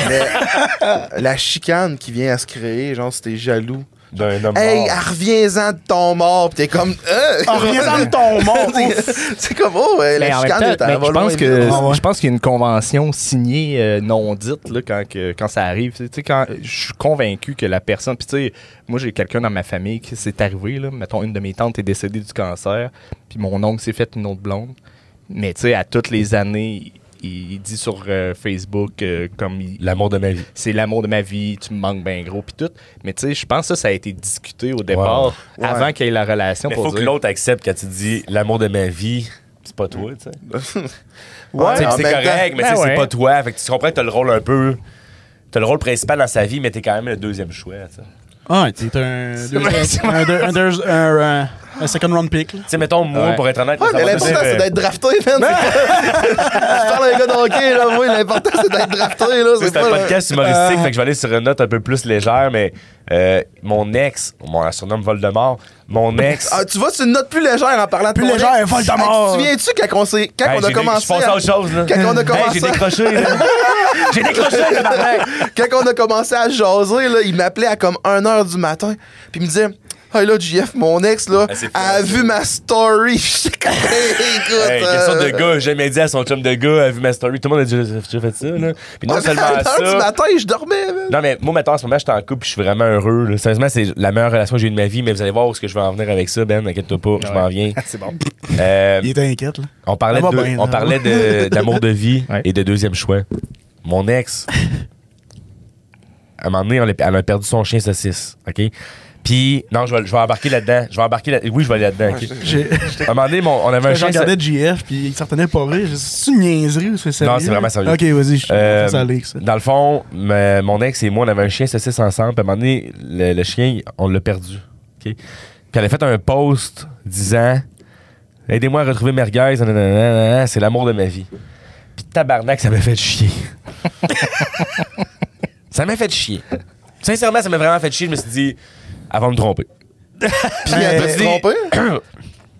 Speaker 2: mais la chicane qui vient à se créer, genre, si t'es jaloux.
Speaker 3: d'un homme
Speaker 2: Hey,
Speaker 3: mort.
Speaker 2: ah, reviens-en de ton mort, pis t'es comme. Euh,
Speaker 1: Ah, reviens-en de ton mort,
Speaker 2: C'est- *laughs* C'est comme, oh, ouais,
Speaker 4: Mais
Speaker 2: la
Speaker 4: en même
Speaker 2: chicane
Speaker 4: temps,
Speaker 2: est à
Speaker 4: mais
Speaker 2: va
Speaker 4: je
Speaker 2: loin,
Speaker 4: pense que
Speaker 1: Ah ouais.
Speaker 4: je pense qu'il y a une convention signée euh, non dite là, quand que- quand ça arrive. Tu sais, quand je suis convaincu que la personne, puis tu sais, moi j'ai quelqu'un dans ma famille qui s'est arrivé là, mettons une de mes tantes est décédée du cancer, puis mon oncle s'est fait une autre blonde. Mais tu sais, à toutes les années, il, il dit sur euh, Facebook euh, comme il-
Speaker 3: L'amour de ma vie.
Speaker 4: c'est l'amour de ma vie, tu me manques bien gros, puis tout. Mais tu sais, je pense que ça, ça a été discuté au départ,
Speaker 2: Ouais.
Speaker 4: avant qu'il y ait la relation.
Speaker 3: Il
Speaker 4: pour
Speaker 3: faut que
Speaker 4: dire-
Speaker 3: l'autre accepte quand tu dis l'amour de ma vie. C'est pas toi, tu sais.
Speaker 2: Ouais,
Speaker 3: Tu sais,
Speaker 2: en
Speaker 3: c'est
Speaker 2: même temps-
Speaker 3: correct, mais tu sais,
Speaker 4: Ben
Speaker 3: c'est
Speaker 4: ouais.
Speaker 3: pas toi. Fait que tu comprends que t'as le rôle un peu. T'as le rôle principal dans sa vie, mais t'es quand même le deuxième choix, tu sais.
Speaker 1: Ah, t'es un. deuxième-
Speaker 4: vrai, c'est
Speaker 1: un deux- un deux- un, euh, un second round pick, là.
Speaker 3: Tu sais, mettons, moi,
Speaker 4: Ouais.
Speaker 3: pour être honnête,
Speaker 2: Ouais,
Speaker 3: ça
Speaker 2: mais
Speaker 3: va
Speaker 2: l'important,
Speaker 3: dire,
Speaker 2: c'est
Speaker 3: euh,
Speaker 2: d'être drafté, man. C'est- je parle à un gars de hockey, là. Moi, l'important, c'est d'être drafté, là. Ah.
Speaker 3: C'est un
Speaker 2: pas-
Speaker 3: podcast humoristique,
Speaker 1: Euh.
Speaker 3: fait que je vais aller sur une note un peu plus légère, mais euh, mon ex, mon surnomme Voldemort, mon ex.
Speaker 2: Ah, tu vois, c'est une note plus légère en parlant de
Speaker 1: Plus
Speaker 2: ton
Speaker 1: légère,
Speaker 2: ex.
Speaker 1: Voldemort.
Speaker 2: Hey, Tu te souviens-tu quand on, s'est- quand
Speaker 3: Hey,
Speaker 2: on
Speaker 3: j'ai
Speaker 2: a
Speaker 3: dé- Je
Speaker 2: commencé
Speaker 3: pense
Speaker 2: à-
Speaker 3: à autre chose, là.
Speaker 2: Quand on a
Speaker 3: Hey,
Speaker 2: commencé
Speaker 3: j'ai
Speaker 2: à-
Speaker 3: décroché,
Speaker 2: *laughs*
Speaker 3: là. J'ai décroché, le bordel.
Speaker 2: quand on a commencé à jaser, là, il m'appelait à comme 1h du matin, puis il me disait Hey là, JF, mon ex, là,
Speaker 3: Ah, c'est fou,
Speaker 2: a
Speaker 3: hein,
Speaker 2: vu
Speaker 3: ça.
Speaker 2: ma story. *laughs* J'étais comme, Hey, écoute.
Speaker 3: Hey, quelle
Speaker 2: euh,
Speaker 3: sorte de gars, j'ai jamais dit à son chum de gars, a vu ma story, tout le monde a dit, j'ai déjà fait ça, là. Puis
Speaker 2: *laughs*
Speaker 3: non seulement
Speaker 2: à 1h du
Speaker 3: ça.
Speaker 2: matin, je dormais. man.
Speaker 3: Non, mais moi, maintenant, en ce moment, je suis en couple, puis je suis vraiment heureux. là. Sérieusement, c'est la meilleure relation que j'ai eue de ma vie, mais vous allez voir où est-ce que je vais en venir avec ça, Ben, inquiète-toi pas, je m'en viens.
Speaker 4: *laughs* c'est bon.
Speaker 3: Euh,
Speaker 1: Il était inquiète, là.
Speaker 3: on parlait,
Speaker 1: Ça va
Speaker 3: de,
Speaker 1: bien, hein?
Speaker 3: on
Speaker 1: non?
Speaker 3: parlait de- d'amour de vie
Speaker 4: Ouais.
Speaker 3: et de deuxième choix. Mon ex, à un moment donné, on l'a- elle a perdu son chien saucisse, OK? Puis, non, je vais, je vais embarquer là-dedans. Je vais embarquer là- Oui, je vais aller là-dedans, OK?
Speaker 1: J'ai- *laughs*
Speaker 3: À un moment donné, mon- on avait un
Speaker 1: Je
Speaker 3: chien...
Speaker 1: regardais JF, puis il s'en tenait pas vrai. Je c'est une niaiserie ou c'est sérieux?
Speaker 3: Non, c'est vraiment sérieux.
Speaker 1: Ok, vas-y, je suis
Speaker 3: Euh,
Speaker 1: allé avec ça.
Speaker 3: Dans le fond, me- mon ex et moi, on avait un chien saucisse ensemble. Puis à un moment donné, le, le chien, on l'a perdu. OK? Puis elle a fait un post disant Aidez-moi à retrouver Merguez, nanana, c'est l'amour de ma vie. Puis tabarnak, ça m'a fait chier. *laughs* ça m'a fait chier. Sincèrement, ça m'a vraiment fait chier. Je me suis dit Elle va me tromper.
Speaker 2: Puis il a
Speaker 1: Mais-
Speaker 2: dit trompé.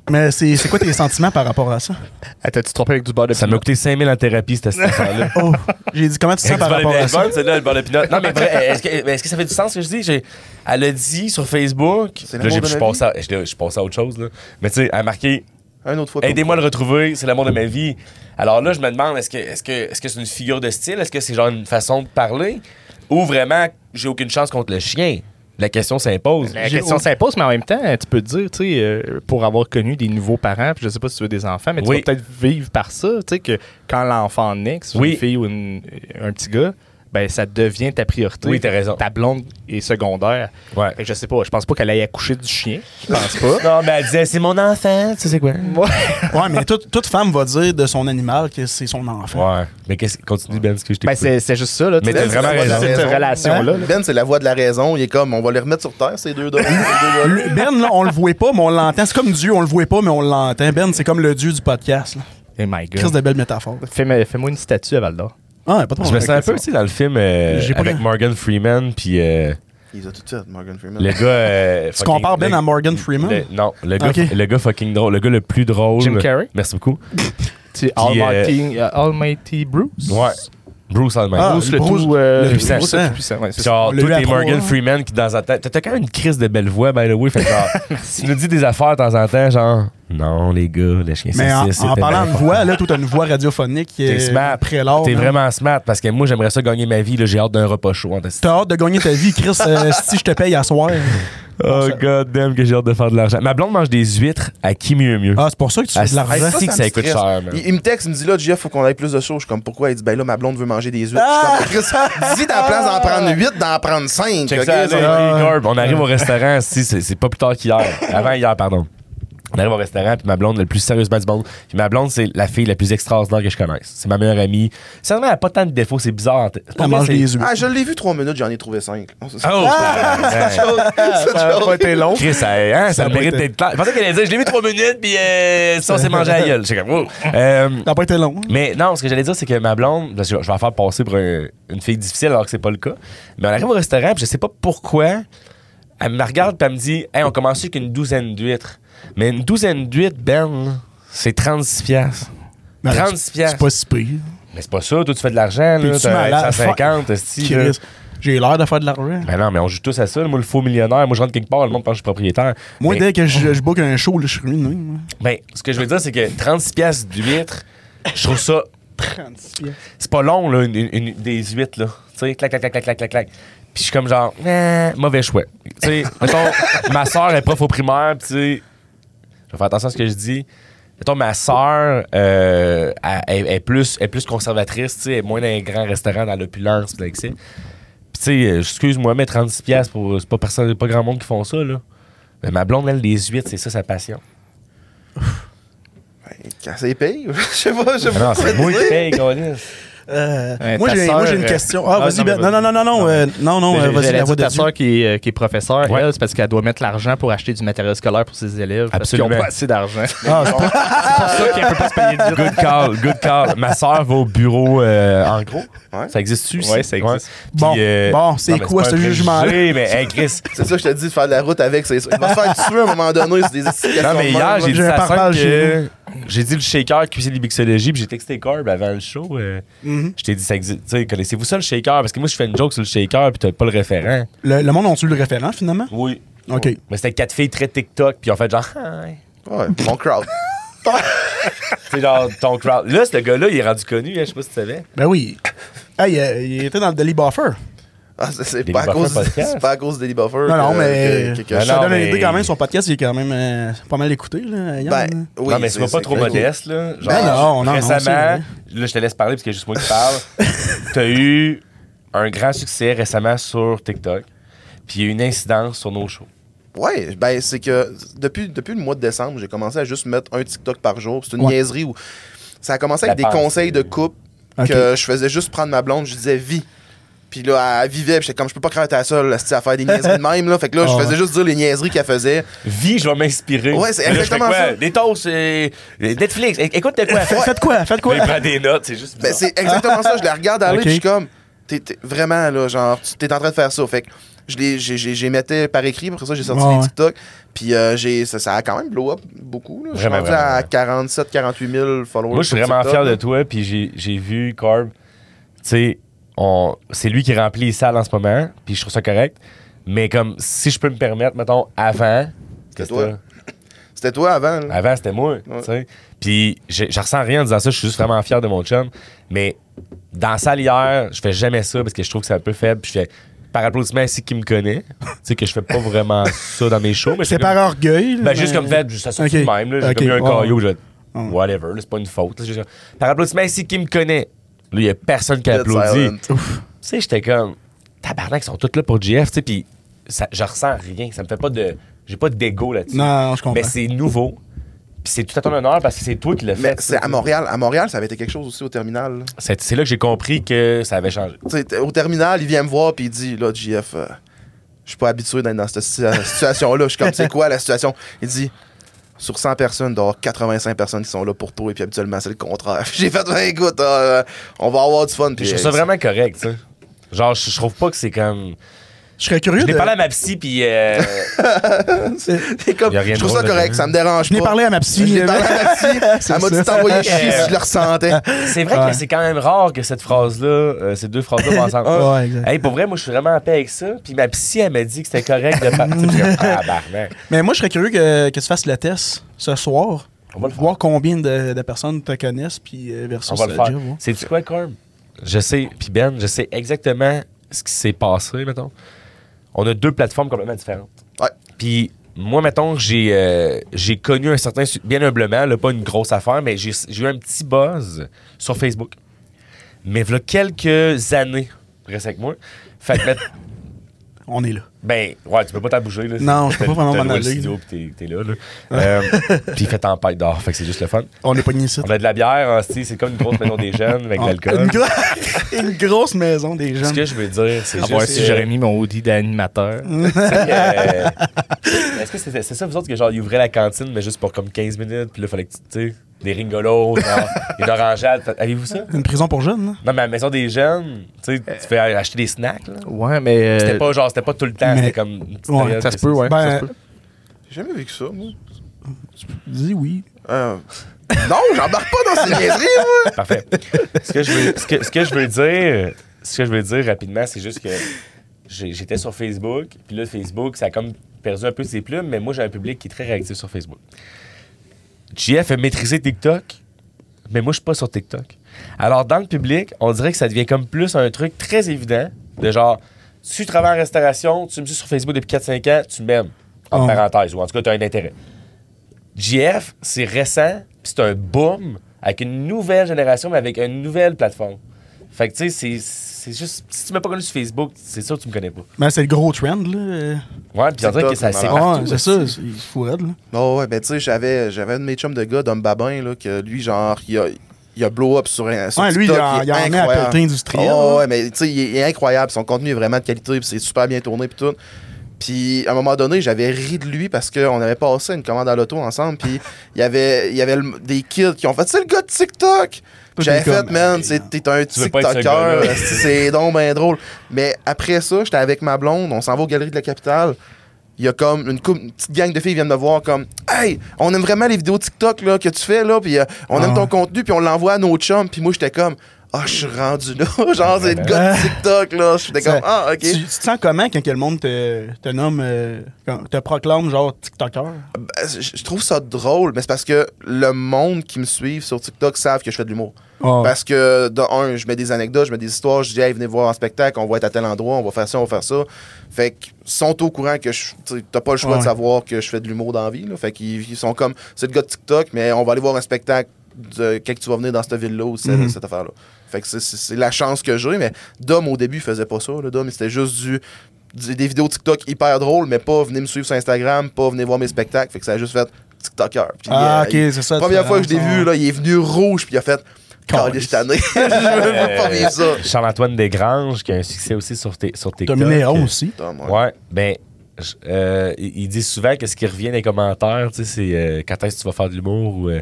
Speaker 1: Mais c'est c'est quoi
Speaker 3: *laughs*
Speaker 1: tes sentiments par rapport à ça?
Speaker 4: Ah, T'as-tu trompé avec du beurre de
Speaker 3: Ça
Speaker 4: pinot?
Speaker 3: m'a coûté 5000 en thérapie, cette affaire-là.
Speaker 1: Oh, j'ai dit comment tu te sens
Speaker 3: Avec
Speaker 1: par
Speaker 3: du
Speaker 1: rapport
Speaker 3: beurre de
Speaker 1: à ça?
Speaker 3: pinot, celle-là, le beurre de pinot. Non, mais vrai, est-ce que, est-ce que ça fait du sens ce que je dis? J'ai- elle a dit sur Facebook.
Speaker 2: C'est
Speaker 3: Là,
Speaker 2: l'amour
Speaker 3: j'ai-
Speaker 2: de
Speaker 3: je
Speaker 2: ma
Speaker 3: passe à, je, je passe à autre chose, là. Mais tu sais, elle a marqué
Speaker 2: Un autre photo.
Speaker 3: Aidez-moi à le retrouver, c'est l'amour de ma vie. Alors là, je me demande, est-ce que, est-ce que, est-ce que c'est une figure de style? Est-ce que c'est genre une façon de parler? Ou vraiment, j'ai aucune chance contre le chien? La question s'impose.
Speaker 4: La question s'impose, mais en même temps, tu peux te dire, tu sais, euh, pour avoir connu des nouveaux parents, puis je sais pas si tu veux des enfants, mais
Speaker 3: Oui.
Speaker 4: tu vas peut-être vivre par ça, tu sais, que quand l'enfant naît, que ce soit
Speaker 3: Oui.
Speaker 4: une fille ou une- un petit gars, ben ça devient ta priorité.
Speaker 3: Oui, t'as raison.
Speaker 4: Ta blonde est secondaire.
Speaker 3: Ouais.
Speaker 4: Fait que je sais pas, je pense pas qu'elle aille accoucher du chien. Je pense pas.
Speaker 3: *laughs* Non, mais elle disait, c'est mon enfant, tu sais quoi?
Speaker 1: Ouais, mais toute, toute femme va dire de son animal que c'est son enfant.
Speaker 3: Ouais. Mais qu'est-ce continue, Ben, ce que je t'ai
Speaker 4: *laughs* Ben, c'est c'est juste ça, là. tu
Speaker 3: Mais
Speaker 4: sais,
Speaker 3: t'as
Speaker 4: cette-
Speaker 3: vraiment raison.
Speaker 4: Cette relation-là. là.
Speaker 2: Ben, c'est la voix de la raison. Il est comme, on va les remettre sur terre, ces deux deux- ces deux gars-là.
Speaker 1: Le- Ben, là, on le voit pas, mais on l'entend. C'est comme Dieu, on le voit pas, mais on l'entend. Ben, c'est comme le Dieu du podcast. là.
Speaker 4: Eh my
Speaker 1: Crise
Speaker 4: God.
Speaker 1: de belle métaphore.
Speaker 4: Fais-moi fais-moi une statue à Val d'Or.
Speaker 1: Ah, pas de
Speaker 3: Je me
Speaker 1: problème.
Speaker 3: sens un peu, tu sais, dans le film euh,
Speaker 1: J'ai pas
Speaker 3: avec
Speaker 1: le-
Speaker 3: Morgan Freeman, puis euh,
Speaker 2: Ils ont tout fait, Morgan Freeman.
Speaker 3: le gars. euh,
Speaker 1: Tu
Speaker 3: fucking-
Speaker 1: compares Ben
Speaker 3: le-
Speaker 1: à Morgan Freeman?
Speaker 3: le- Non, le gars,
Speaker 1: Ok.
Speaker 3: le gars fucking drôle, le gars le plus drôle.
Speaker 4: Jim Carrey?
Speaker 3: Merci beaucoup.
Speaker 4: Tu
Speaker 3: Puis, euh,
Speaker 4: Almighty, euh, Almighty Bruce?
Speaker 3: Ouais. Bruce Almighty.
Speaker 1: Ah,
Speaker 4: Bruce, le
Speaker 1: Bruce-
Speaker 4: tout euh,
Speaker 1: le puissant.
Speaker 4: Bruce le tout puissant. ouais,
Speaker 3: Puis
Speaker 4: c'est ça.
Speaker 1: On
Speaker 3: genre,
Speaker 1: l'a
Speaker 3: tout
Speaker 1: eu à
Speaker 3: est
Speaker 1: trois,
Speaker 3: Morgan
Speaker 1: hein.
Speaker 3: Freeman qui, dans sa tête. T'as t'as quand même une crise de belle voix, by the way. Fait que *laughs* genre, tu nous dis des affaires de temps en temps, genre, non, les gars, le chien
Speaker 1: Mais en,
Speaker 3: saucisse,
Speaker 1: en
Speaker 3: c'est
Speaker 1: parlant de
Speaker 3: tellement
Speaker 1: voix, là, toi, t'as une voix radiophonique qui
Speaker 3: T'es
Speaker 1: est
Speaker 3: smart.
Speaker 1: après l'or.
Speaker 3: T'es
Speaker 1: man.
Speaker 3: vraiment smart parce que moi, j'aimerais ça gagner ma vie. là, J'ai hâte d'un repas chaud. en esti.
Speaker 1: T'as hâte de gagner ta vie, Chris, euh, si je te paye à soir.
Speaker 3: Oh, god damn, que j'ai hâte de faire de l'argent. Ma blonde mange des huîtres à qui mieux mieux.
Speaker 1: Ah, c'est pour ça que tu fais de
Speaker 3: Ah,
Speaker 1: l'argent.
Speaker 2: ça,
Speaker 3: si que
Speaker 2: me
Speaker 3: ça coûte
Speaker 2: stresse.
Speaker 3: cher, man.
Speaker 2: Il, il me texte, il me dit là, Jeff, faut qu'on aille plus de choses. Je suis comme, pourquoi? Il dit, ben là, ma blonde veut manger des huîtres. Je suis comme, Chris, dis ta place d'en prendre 8, d'en prendre 5.
Speaker 3: Ah! Check ça, Ah. là, les gars, On arrive au restaurant, si, c'est c'est pas plus tard qu'hier. Avant hier, pardon. On arrive au restaurant, puis ma blonde, le plus sérieusement du monde. Puis ma blonde, c'est la fille la plus extraordinaire que je connaisse. C'est ma meilleure amie. Sérieusement, elle a pas tant de défauts, c'est bizarre. C'est pas
Speaker 1: Elle
Speaker 3: vrai,
Speaker 1: mange
Speaker 3: c'est-
Speaker 1: des huiles.
Speaker 2: Ah, je l'ai vu 3 minutes, j'en ai trouvé 5.
Speaker 3: Oh!
Speaker 1: Ah,
Speaker 3: Ah,
Speaker 4: Ça a pas été long.
Speaker 3: Chris, ça, hein, ça,
Speaker 1: Ça a pas
Speaker 3: mérite
Speaker 1: été-
Speaker 3: d'être clair. Je pensais qu'elle allait dire, je l'ai vu trois minutes, puis euh, ça, on s'est mangé à la gueule. J'étais comme, wow. Euh,
Speaker 1: Ça n'a pas été long. hein?
Speaker 3: Mais non, ce que j'allais dire, c'est que ma blonde, parce que je vais la faire passer pour un- une fille difficile alors que c'est pas le cas. Mais on arrive au restaurant, puis je sais pas pourquoi. Elle me regarde, puis elle me dit Hey, on commence avec une douzaine d'huîtres. Mais une douzaine d'huîtres, Ben, c'est 36$. piastres.
Speaker 1: Mais
Speaker 3: 36
Speaker 1: C'est pas si pire.
Speaker 3: Mais c'est pas ça, toi, tu fais de l'argent, là.
Speaker 1: T'es-tu
Speaker 3: T'as
Speaker 1: malade?
Speaker 3: 150, esti, là.
Speaker 1: Chris, j'ai l'air de faire de l'argent.
Speaker 3: Ben non, mais on joue tous à ça. là. Moi, le faux millionnaire, moi, je rentre quelque part, le monde pense que je suis propriétaire.
Speaker 1: Moi,
Speaker 3: Ben,
Speaker 1: dès que je, je book un show, là, je suis ruiné. moi.
Speaker 3: Ben, ce que je veux dire, c'est que 36$ piastres d'huîtres, je trouve ça. C'est pas long, là, une- une- des huîtres, là. Tu sais, clac, clac, clac, clac, clac, clac, clac. Puis je suis comme genre, Eh, mauvais choix. Tu sais, mettons, ma soeur est prof au primaire, puis tu sais, je vais faire attention à ce que je dis. Mettons, ma soeur est, est plus, est plus conservatrice, tu sais, elle est moins dans les grands restaurants, dans l'opulence, puis l'excès. Puis tu sais, euh, excuse-moi, mais 36$ piastres pour. C'est pas, personne, pas grand monde qui font ça, là. Mais ma blonde, elle, les huîtres, c'est ça sa passion.
Speaker 2: Quand c'est payé, *laughs* je sais pas, je sais
Speaker 3: Ah Non,
Speaker 2: pas.
Speaker 3: c'est moi qui paye, Colis.
Speaker 1: Euh,
Speaker 4: Ouais,
Speaker 1: moi,
Speaker 4: ta
Speaker 1: j'ai
Speaker 4: sœur,
Speaker 1: moi, j'ai une
Speaker 4: euh,
Speaker 1: question. Ah,
Speaker 4: ah,
Speaker 1: vas-y,
Speaker 4: non,
Speaker 1: Ben. Non,
Speaker 4: mais
Speaker 1: non,
Speaker 4: vas-y.
Speaker 1: non, non, non, euh, non, non,
Speaker 4: Mais
Speaker 1: euh,
Speaker 4: j'ai-
Speaker 1: vas-y,
Speaker 4: j'allais
Speaker 1: la
Speaker 4: dire,
Speaker 1: voix de
Speaker 4: ta
Speaker 1: Dieu.
Speaker 4: soeur qui est, euh, qui est professeure,
Speaker 3: Ouais.
Speaker 4: elle, c'est parce qu'elle doit mettre l'argent pour acheter du matériel scolaire pour ses élèves. Parce qu'ils
Speaker 3: Absolument.
Speaker 4: n'ont pas
Speaker 1: *laughs*
Speaker 4: assez d'argent.
Speaker 1: Ah, c'est pas-
Speaker 4: C'est pour ça qu'elle peut pas se payer du
Speaker 3: Good call, good call. Ma soeur va au bureau euh, en gros.
Speaker 2: Ouais.
Speaker 3: Ça existe-tu?
Speaker 4: Ouais, ça existe.
Speaker 3: Puis,
Speaker 1: Bon,
Speaker 3: euh,
Speaker 1: bon, c'est
Speaker 3: non, mais
Speaker 1: quoi
Speaker 3: pas
Speaker 1: ce
Speaker 3: un
Speaker 1: jugement-là?
Speaker 3: préjugé, mais hey, Chris.
Speaker 2: C'est ça que je te dis, de faire de la route avec, c'est ça. Il va se faire tuer à un moment donné, c'est des explications.
Speaker 3: Non, mais hier, j'ai dit
Speaker 1: J'ai un
Speaker 3: à Sam
Speaker 1: pare-balles
Speaker 3: que... J'ai dit le shaker, cuisine des mixologies, puis j'ai texté Corb avant le show. euh,
Speaker 1: Mhm.
Speaker 3: Je t'ai dit, ça existe. Tu sais, connaissez-vous ça, le shaker? Parce que moi, je fais une joke sur le shaker, puis t'as pas le référent.
Speaker 1: Le le monde a-tu le référent, finalement?
Speaker 3: Oui.
Speaker 1: OK.
Speaker 3: Mais c'était quatre filles très TikTok, puis en fait, genre... Hi.
Speaker 2: Ouais, mon crowd.
Speaker 3: Tu sais, genre, ton crowd. Là, ce gars-là, il est rendu connu, hein, je sais pas si tu savais.
Speaker 1: Ben oui. Hey, euh, il était dans le Daily Buffer.
Speaker 2: Ah, c'est- c'est
Speaker 3: Daily
Speaker 2: pas, à
Speaker 3: Buffer
Speaker 2: cause-
Speaker 3: podcast.
Speaker 2: c'est pas à cause de Daily Buffer.
Speaker 1: Non, non,
Speaker 2: que-
Speaker 1: mais.
Speaker 2: que- que- que-
Speaker 3: Ben
Speaker 1: je te
Speaker 3: non,
Speaker 1: donne une
Speaker 3: mais-
Speaker 1: idée quand même, son podcast, il est quand même euh, pas mal écouté, là. Yann,
Speaker 2: Ben,
Speaker 1: hein.
Speaker 2: oui,
Speaker 3: non, mais sois
Speaker 2: c'est-
Speaker 3: pas
Speaker 2: c'est
Speaker 3: trop
Speaker 2: vrai.
Speaker 3: modeste, là. Genre,
Speaker 1: Ben non, non, non, c'est
Speaker 3: récemment,
Speaker 1: vrai.
Speaker 3: là, je te laisse parler parce que c'est juste moi
Speaker 2: *laughs*
Speaker 3: qui parle. T'as eu un grand succès récemment sur TikTok. Puis il y a eu une incidence sur nos shows.
Speaker 2: Ouais, ben c'est que depuis, depuis le mois de décembre, j'ai commencé à juste mettre un TikTok par jour. C'est une
Speaker 1: Ouais.
Speaker 2: niaiserie où ça a commencé
Speaker 3: La
Speaker 2: avec des
Speaker 3: passe,
Speaker 2: conseils de
Speaker 3: euh,
Speaker 2: couple
Speaker 1: Ok.
Speaker 2: que je faisais juste prendre ma blonde, je disais vie. Puis là, elle vivait, puis j'étais comme je peux pas croire que t'es la seule esti, à faire des niaiseries de même là. Fait que là,
Speaker 1: Ah
Speaker 2: je
Speaker 1: ouais.
Speaker 2: faisais juste dire les niaiseries qu'elle faisait.
Speaker 3: Vie, je vais m'inspirer.
Speaker 2: Ouais, c'est
Speaker 3: Et là, je fais
Speaker 2: exactement
Speaker 3: quoi?
Speaker 2: ça.
Speaker 3: Des toasts, euh, Netflix. É- Écoute,
Speaker 2: *laughs*
Speaker 3: t'as quoi?
Speaker 1: Faites quoi? Faites quoi?
Speaker 3: Il prend des notes, c'est juste.
Speaker 2: Ben
Speaker 3: bizarre.
Speaker 2: c'est exactement ça, je la regarde
Speaker 1: *laughs*
Speaker 2: aller,
Speaker 1: Ok.
Speaker 2: puis je suis comme t'es t'es- vraiment là, genre tu- t'es en train de faire ça. Fait que je les j'ai- j'ai- j'ai mettais par écrit, pour ça j'ai sorti
Speaker 1: Ouais,
Speaker 2: les
Speaker 1: ouais.
Speaker 2: TikTok. Puis euh, j'ai ça, ça a quand même blow up beaucoup là. Je suis
Speaker 3: Vraiment,
Speaker 2: rendu
Speaker 3: vraiment,
Speaker 2: à
Speaker 3: ouais.
Speaker 2: 47 48 000 followers.
Speaker 3: Moi, je suis
Speaker 2: sur
Speaker 3: vraiment
Speaker 2: TikTok,
Speaker 3: fier
Speaker 2: là.
Speaker 3: de toi. Puis j'ai- j'ai vu Corb. Tu sais, on- c'est lui qui remplit les salles en ce moment. Puis je trouve ça correct. Mais comme, si je peux me permettre, mettons, avant.
Speaker 2: C'était toi. C'était toi avant. là.
Speaker 3: Avant, c'était moi. tu sais. Puis, je je ressens rien en disant ça. Je suis juste vraiment fier de mon chum. Mais dans la salle hier, je fais jamais ça parce que je trouve que c'est un peu faible. Puis je fais, par applaudissement ici qui me connaît. *laughs* tu sais que je fais pas vraiment ça dans mes shows. mais je
Speaker 1: C'est
Speaker 3: fais
Speaker 1: par
Speaker 3: comme-
Speaker 1: orgueil. là,
Speaker 3: Ben, juste
Speaker 1: mais-
Speaker 3: comme fait, ça sort
Speaker 1: Ok.
Speaker 3: tout de même. là. J'ai
Speaker 1: Ok,
Speaker 3: comme eu un
Speaker 1: ouais.
Speaker 3: caillot, je whatever, là, c'est pas une faute. là. J'ai juste- Par applaudissement ici qui me connaît. Là, il y a personne qui
Speaker 2: Dead
Speaker 3: applaudit.
Speaker 2: silent.
Speaker 3: Tu sais, j'étais comme, tabarnak, ils sont tous là pour GF, tu sais, puis ça- je ressens rien. Ça me fait pas de. J'ai pas d'ego là-dessus.
Speaker 1: Non, non, je comprends.
Speaker 3: Mais c'est nouveau. Puis c'est tout à ton honneur parce que c'est toi qui l'as
Speaker 2: Mais
Speaker 3: fait.
Speaker 2: c'est à Montréal. À Montréal, ça avait été quelque chose aussi au terminal. là.
Speaker 3: C'est c'est là que j'ai compris que ça avait changé.
Speaker 2: Tu sais, t- au terminal, il vient me voir puis il dit Là, JF, euh, je suis pas habitué d'être dans cette situa- *laughs* situation-là. Je suis comme, c'est quoi la situation Il dit Sur 100 personnes, d'avoir 85 personnes qui sont là pour toi, et puis habituellement, c'est le contraire. *laughs* J'ai fait Ben, écoute, euh, on va avoir du fun. Puis
Speaker 3: Puis je trouve
Speaker 2: euh,
Speaker 3: ça vraiment correct, tu sais. Genre, je je trouve pas que c'est comme.
Speaker 1: Je serais
Speaker 3: Je
Speaker 1: curieux
Speaker 3: l'ai
Speaker 1: de...
Speaker 3: parlé à ma psy, puis euh,
Speaker 2: *laughs* c'est comme-
Speaker 3: y a rien
Speaker 2: je trouve
Speaker 3: de
Speaker 2: ça
Speaker 3: drôle
Speaker 2: correct,
Speaker 3: là-dedans.
Speaker 2: ça me dérange
Speaker 1: Je n'ai
Speaker 2: pas. *laughs*
Speaker 1: parlé à ma psy.
Speaker 2: J'ai
Speaker 1: euh,
Speaker 2: parlé à ma psy,
Speaker 1: *laughs* C'est
Speaker 2: elle m'a dit
Speaker 1: ça.
Speaker 2: t'envoyer chier
Speaker 3: Euh,
Speaker 2: si je le
Speaker 3: *laughs*
Speaker 2: ressentais.
Speaker 3: c'est vrai
Speaker 1: Ouais.
Speaker 3: que c'est quand même rare que cette phrase-là, euh, ces deux phrases-là vont ensemble.
Speaker 1: Ouais, exact.
Speaker 3: Hey, pour vrai, moi, je suis vraiment en paix avec ça. Puis ma psy, elle m'a dit que c'était correct de partir. Puis, ah, bah, man.
Speaker 1: Mais moi, je serais curieux que, que tu fasses le test ce soir.
Speaker 3: On va le faire.
Speaker 1: Voir combien de, de personnes te connaissent, puis euh, versus
Speaker 3: On va le
Speaker 1: euh,
Speaker 3: faire.
Speaker 1: Jeff, ouais.
Speaker 3: C'est-tu quoi, Corb? Je sais, puis Ben, je sais exactement ce qui s'est passé, mettons. On a deux plateformes complètement différentes.
Speaker 2: Ouais.
Speaker 3: Puis moi, mettons, j'ai euh, j'ai connu un certain, su- bien humblement, là, pas une grosse affaire, mais j'ai j'ai eu un petit buzz sur Facebook. Mais voilà quelques années, reste avec moi. Fait que, met-
Speaker 1: On est là.
Speaker 3: ben, ouais, tu peux pas t'en bouger. Là,
Speaker 1: Non,
Speaker 3: C'est-
Speaker 1: je peux pas vraiment
Speaker 3: t'as
Speaker 1: m'en
Speaker 3: loué le
Speaker 1: aller.
Speaker 3: studio, puis t'es t'es là. là.
Speaker 1: *laughs*
Speaker 3: Euh, puis il fait tempête dehors, fait que c'est juste le fun.
Speaker 1: On est pogné ici.
Speaker 3: On a de la bière, hein, c'est c'est comme une grosse maison des jeunes avec de l'alcool.
Speaker 1: Ah, Une, gro- *laughs* une grosse maison des
Speaker 3: Ce
Speaker 1: jeunes.
Speaker 3: que je veux dire, c'est
Speaker 4: À
Speaker 3: juste
Speaker 4: voir si
Speaker 1: euh,
Speaker 3: que-
Speaker 4: j'aurais mis mon hoodie d'animateur.
Speaker 1: Mm. *laughs*
Speaker 3: Euh, Est-ce que c'est c'est ça, vous autres, que genre, ils ouvraient la cantine, mais juste pour comme 15 minutes, puis là, fallait que tu, tu sais, des
Speaker 1: *laughs*
Speaker 3: ringolos, genre, une orangeade. Fait- Avez-vous ça?
Speaker 1: Une prison pour jeunes, hein? là.
Speaker 3: Non, mais à la maison des jeunes, tu sais, tu fais acheter des snacks, là.
Speaker 4: Ouais, mais. euh,
Speaker 3: C'était pas genre, c'était pas tout le temps,
Speaker 1: mais-
Speaker 3: c'était comme. une petite
Speaker 1: Ouais,
Speaker 3: période
Speaker 4: Ça se
Speaker 3: précise.
Speaker 4: peut, ouais.
Speaker 1: Ben,
Speaker 4: ça se peut.
Speaker 2: J'ai jamais vécu ça, moi.
Speaker 1: Dis oui.
Speaker 2: Euh, non, j'embarque pas dans ces niaiseries, moi.
Speaker 3: Parfait. Ce que je veux, ce que, ce que je veux dire, ce que je veux dire rapidement, c'est juste que j'ai- j'étais sur Facebook, puis là Facebook, ça a comme perdu un peu ses plumes, mais moi j'ai un public qui est très réactif sur Facebook. JF a maîtrisé TikTok, mais moi je suis pas sur TikTok. Alors dans le public, on dirait que ça devient comme plus un truc très évident de genre si tu travailles en restauration, tu me suis sur Facebook depuis 4-5 ans, tu m'aimes. En
Speaker 1: Oh.
Speaker 3: parenthèse, ou en tout cas, tu as un intérêt. JF, c'est récent, puis c'est un boom avec une nouvelle génération, mais avec une nouvelle plateforme. Fait que, tu sais, c'est- c'est juste. Si tu m'as pas connu sur Facebook, c'est sûr que tu me connais pas.
Speaker 1: Mais Ben, c'est le gros trend, là.
Speaker 3: Ouais, puis on dirait que ça c'est
Speaker 2: Ouais,
Speaker 1: Ah,
Speaker 3: partout.
Speaker 1: c'est ça. c'est- Il faut raide, là.
Speaker 2: Non, ouais, ben tu sais, j'avais, j'avais un de mes chums de gars, d'homme babin, là, que lui, genre, il a, il a blow up sur un. Sur
Speaker 1: Ouais, lui, il
Speaker 2: TikTok,
Speaker 1: en- il en
Speaker 2: est
Speaker 1: met à
Speaker 2: incroyable.
Speaker 1: pelleter industriel,
Speaker 2: Oh,
Speaker 1: là.
Speaker 2: ouais, mais tu sais, il est, il est incroyable. Son contenu est vraiment de qualité, puis c'est super bien tourné, puis tout. Puis à un moment donné, j'avais ri de lui parce qu'on avait passé une commande à l'auto ensemble, puis il y avait, il y avait le- des kids qui ont fait C'est le gars de TikTok! Puis J'avais
Speaker 1: des gars,
Speaker 2: fait,
Speaker 1: mais-
Speaker 2: man, c'est- t'es un
Speaker 3: veux pas être ce
Speaker 2: TikToker,
Speaker 3: gars-là.
Speaker 2: c'est donc ben drôle. Mais après ça, j'étais avec ma blonde, on s'en va aux Galeries de la Capitale. Il y a comme une, couple- une petite gang de filles qui viennent me voir comme Hey, on aime vraiment les vidéos TikTok là, que tu fais là, puis euh, on aime
Speaker 1: Ah
Speaker 2: ton
Speaker 1: ouais.
Speaker 2: contenu, puis on l'envoie à nos chums. Puis moi, j'étais comme Ah, je suis rendu là. *laughs* Genre, c'est le gars de TikTok là. J'étais
Speaker 1: Ah. Ça-
Speaker 2: comme Ah, ok.
Speaker 1: Tu, tu te sens comment quand que le monde te, te nomme, euh, quand- te proclame, genre, TikToker?
Speaker 2: Ben, je je trouve ça drôle, mais c'est parce que le monde qui me suivent sur TikTok savent que je fais de l'humour.
Speaker 1: Oh.
Speaker 3: Ben,
Speaker 2: Parce que, de un, je mets des anecdotes, je mets des histoires, je dis, hey, venez voir un spectacle, on va être à tel endroit, on va faire ça, on va faire ça. Fait qu'ils sont au courant que je- tu sais, t'as pas le choix
Speaker 1: Ouais.
Speaker 2: de savoir que je fais de l'humour dans la vie. là. Fait qu'ils ils sont comme, c'est le gars de TikTok, mais on va aller voir un spectacle de, quand tu vas venir dans cette ville-là ou cette,
Speaker 1: Mhm.
Speaker 2: cette affaire-là. Fait que c'est- c'est c'est la chance que j'ai, mais Dom, au début, il faisait pas ça. là. Dom, c'était juste du, du- des vidéos TikTok hyper drôles, mais pas venez me suivre sur Instagram, pas venez voir mes spectacles. Fait que ça a juste fait TikToker. Puis,
Speaker 1: Ah,
Speaker 2: euh,
Speaker 1: ok, c'est ça.
Speaker 2: Première
Speaker 1: tu
Speaker 2: fois que je l'ai
Speaker 1: fais-
Speaker 2: vu, là, il est venu rouge, puis il a fait Calé, je suis tanné. *laughs* Je veux pas vivre ça.
Speaker 3: Charles-Antoine Desgranges, qui a un succès aussi sur, tes- sur TikTok.
Speaker 1: Dominéron aussi.
Speaker 2: Putain, moi.
Speaker 3: Ouais, ben, je- euh, il il dit souvent que ce qui revient dans les commentaires, tu sais, c'est euh, quand est-ce que tu vas faire de l'humour ou euh,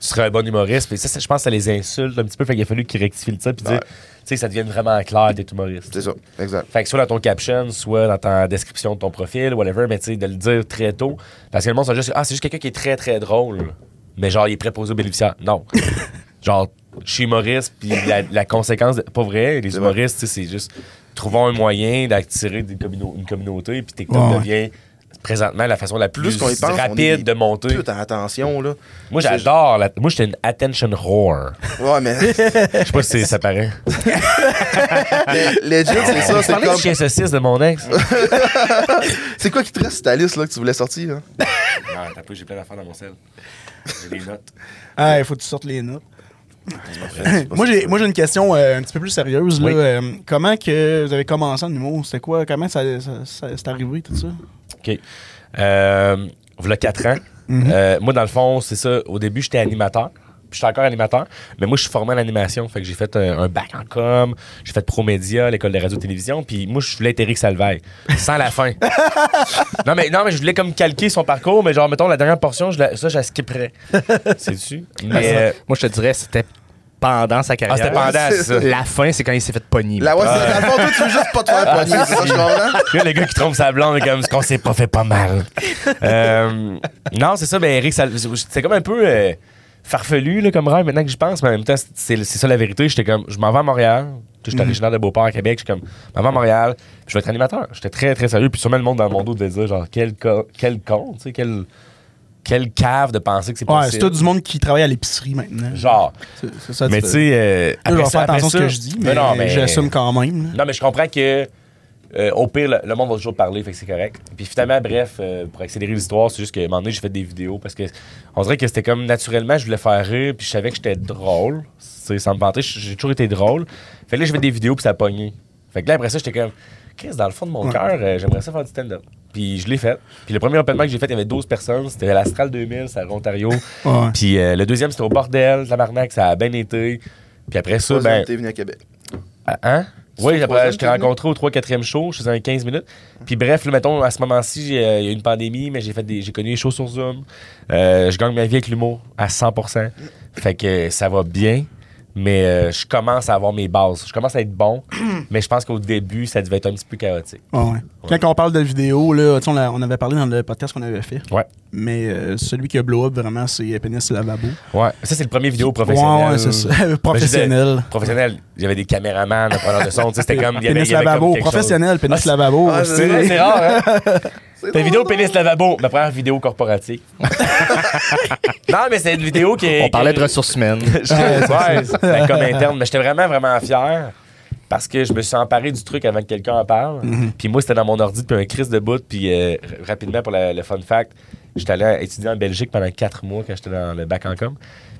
Speaker 3: tu seras un bon humoriste. Puis ça, ça, je pense que ça les insulte un petit peu. Fait qu'il a fallu qu'ils rectifient le titre puis dire,
Speaker 2: Ouais.
Speaker 3: tu sais, que ça devienne vraiment clair d'être humoriste.
Speaker 2: C'est ça, exact.
Speaker 3: Fait que soit dans ton caption, soit dans ta description de ton profil, whatever, mais tu sais, de le dire très tôt. Parce que le monde, c'est juste, ah, c'est juste quelqu'un qui est très, très drôle, mais genre, il est préposé aux bénéficiaires.
Speaker 2: *laughs*
Speaker 3: Non. genre, je suis humoriste, puis la, la conséquence, de- pas vrai, les
Speaker 2: C'est vrai.
Speaker 3: humoristes, tu sais, c'est juste, trouvons un moyen d'attirer des communau- une communauté, puis TikTok
Speaker 1: Ouais, ouais.
Speaker 3: devient présentement la façon la
Speaker 2: Plus
Speaker 3: plus,
Speaker 2: qu'on y pense, on est
Speaker 3: rapide de monter.
Speaker 2: Putain, attention, là.
Speaker 3: Moi, j'adore. La... Moi, j'étais une attention whore.
Speaker 2: Ouais,
Speaker 3: *laughs*
Speaker 2: mais
Speaker 3: Je sais pas si c'est- ça paraît.
Speaker 2: mais legit, c'est ça.
Speaker 3: Je
Speaker 2: C'est
Speaker 3: parlais du
Speaker 2: comme.
Speaker 3: chien saucisse de mon ex.
Speaker 2: C'est quoi qui te reste sur ta liste, là, que tu voulais sortir, hein? là?
Speaker 3: Non, t'as peu, j'ai plein d'affaires dans mon sel. J'ai des notes.
Speaker 1: Ah, il faut que tu sortes les notes. moi, j'ai, moi, j'ai une question euh, un petit peu plus sérieuse. là.
Speaker 3: Oui.
Speaker 1: Euh, comment que vous avez commencé en humour? C'était quoi? Comment ça, ça- ça- c'est arrivé, tout ça?
Speaker 3: OK. Euh, voilà 4 ans. Euh, moi, dans le fond, c'est ça. Au début, j'étais animateur. Puis j'étais encore animateur. Mais moi, je suis formé en animation. Fait que j'ai fait un, un bac en com. J'ai fait Promédia, l'école de radio-télévision. Puis moi, je voulais être Eric Salvaille. Sans la fin. non, mais, non, mais je voulais comme calquer son parcours. Mais genre, mettons, la dernière portion, je la- ça, je la skipperais. C'est-tu? Mais, euh,
Speaker 4: Moi, je te dirais, c'était pendant sa carrière.
Speaker 3: ah, c'était pendant, c'est ça.
Speaker 4: La fin, c'est quand il s'est fait pogner.
Speaker 2: La ouais, c'est dans le fond, toi, tu veux juste pas te faire
Speaker 3: Ah,
Speaker 2: pogner, c'est ça, je
Speaker 3: *laughs*
Speaker 2: comprends?
Speaker 3: Là, le gars qui trompe sa blonde, comme ce qu'on s'est pas fait pas mal. Euh, non, c'est ça, mais Eric, ça- c'est comme un peu euh, farfelu là, comme rêve maintenant que j'y pense, mais en même temps, c'est- c'est c'est ça la vérité. J'étais comme, je m'en vais à Montréal. Je
Speaker 1: Mhm.
Speaker 3: suis originaire de Beauport, à Québec. Je suis comme, je m'en vais à Montréal, puis je vais être animateur. J'étais très, très sérieux. Puis sûrement, le monde dans mon dos devait dire, genre, quel, co- quel con, tu sais, quel, quel cave de penser que c'est
Speaker 1: Ouais, c'est
Speaker 3: possible.
Speaker 1: tout du monde qui travaille à l'épicerie maintenant.
Speaker 3: Genre.
Speaker 1: C'est- c'est ça,
Speaker 3: Mais tu sais, euh,
Speaker 1: Là, je
Speaker 3: après
Speaker 1: vais faire
Speaker 3: ça, après
Speaker 1: attention à ce
Speaker 3: ça-
Speaker 1: que je dis,
Speaker 3: Non,
Speaker 1: mais,
Speaker 3: non, mais-
Speaker 1: j'assume quand même. là.
Speaker 3: non, mais je comprends que, euh, au pire, le, le monde va toujours parler, fait que c'est correct. Puis finalement, bref, euh, pour accélérer l'histoire, c'est juste qu'à un moment donné, j'ai fait des vidéos parce que on dirait que c'était comme naturellement, je voulais faire rire, puis je savais que j'étais drôle. Tu sais, sans me vanter, j- j'ai toujours été drôle. Fait que là, j'ai fait des vidéos, puis ça a pogné. Fait que là, après ça, j'étais comme, Chris, dans le fond de mon cœur, euh, j'aimerais ça faire du stand-up. Puis je l'ai fait. Puis le premier open mic que j'ai fait, il y avait 12 personnes. C'était à l'Astral 2000, c'est à Ontario.
Speaker 1: Ouais.
Speaker 3: Puis euh, le deuxième, c'était au Bordel, Tabarnak, ça a bien été. Puis après ça, ben.
Speaker 2: Troisième, T'es venu à Québec.
Speaker 3: Ah, Hein? Oui,
Speaker 2: au
Speaker 3: après,
Speaker 2: troisième
Speaker 3: je t'ai
Speaker 2: cabinet?
Speaker 3: rencontré au 3-4e show, je faisais un 15 minutes. Puis bref, là, mettons, à ce moment-ci, euh, il y a eu une pandémie, mais j'ai fait des, j'ai connu les shows sur Zoom. Euh, je gagne ma vie avec l'humour à 100%. Fait que ça va bien, mais euh, je commence à avoir mes bases. Je commence à être *clears throat* bon, mais je pense qu'au début, ça devait être un petit peu chaotique.
Speaker 1: Ouais, ouais. Quand on parle de vidéo, là, tu sais, on, l'a- on avait parlé dans le podcast qu'on avait fait,
Speaker 3: Ouais.
Speaker 1: mais euh, celui qui a blow up vraiment, c'est euh, Pénis Lavabo.
Speaker 3: Ouais. Ça, c'est le premier vidéo professionnel.
Speaker 1: Ouais, ouais, c'est ça. *laughs*
Speaker 3: Ben, je
Speaker 1: professionnel.
Speaker 3: disais, professionnel. Il y avait des caméramans, un preneur de son. tu sais, C'était comme. il y avait-
Speaker 1: Pénis
Speaker 3: il y avait comme
Speaker 1: Lavabo.
Speaker 3: quelque chose.
Speaker 1: Professionnel, Pénis Lavabo.
Speaker 2: ah,
Speaker 1: tu
Speaker 2: c'est-
Speaker 1: sais.
Speaker 3: Ouais, C'est rare, hein?
Speaker 2: *laughs* C'est
Speaker 3: Ta
Speaker 2: drôle,
Speaker 3: vidéo
Speaker 2: non?
Speaker 3: pénis lavabo, ma première
Speaker 2: *laughs*
Speaker 3: vidéo corporative. non, mais c'est une vidéo qui est.
Speaker 4: On parlait de
Speaker 3: qui-
Speaker 4: ressources
Speaker 1: *laughs*
Speaker 4: humaines.
Speaker 3: Ouais, c'est- ben, comme interne. Mais j'étais vraiment, vraiment fier parce que je me suis emparé du truc avant que quelqu'un en parle.
Speaker 2: Mm-hmm.
Speaker 3: Puis moi, c'était dans mon ordi depuis un crise de bout. Puis euh, r- rapidement, pour la- le fun fact, j'étais allé étudier en Belgique pendant quatre mois quand j'étais dans le bac en com.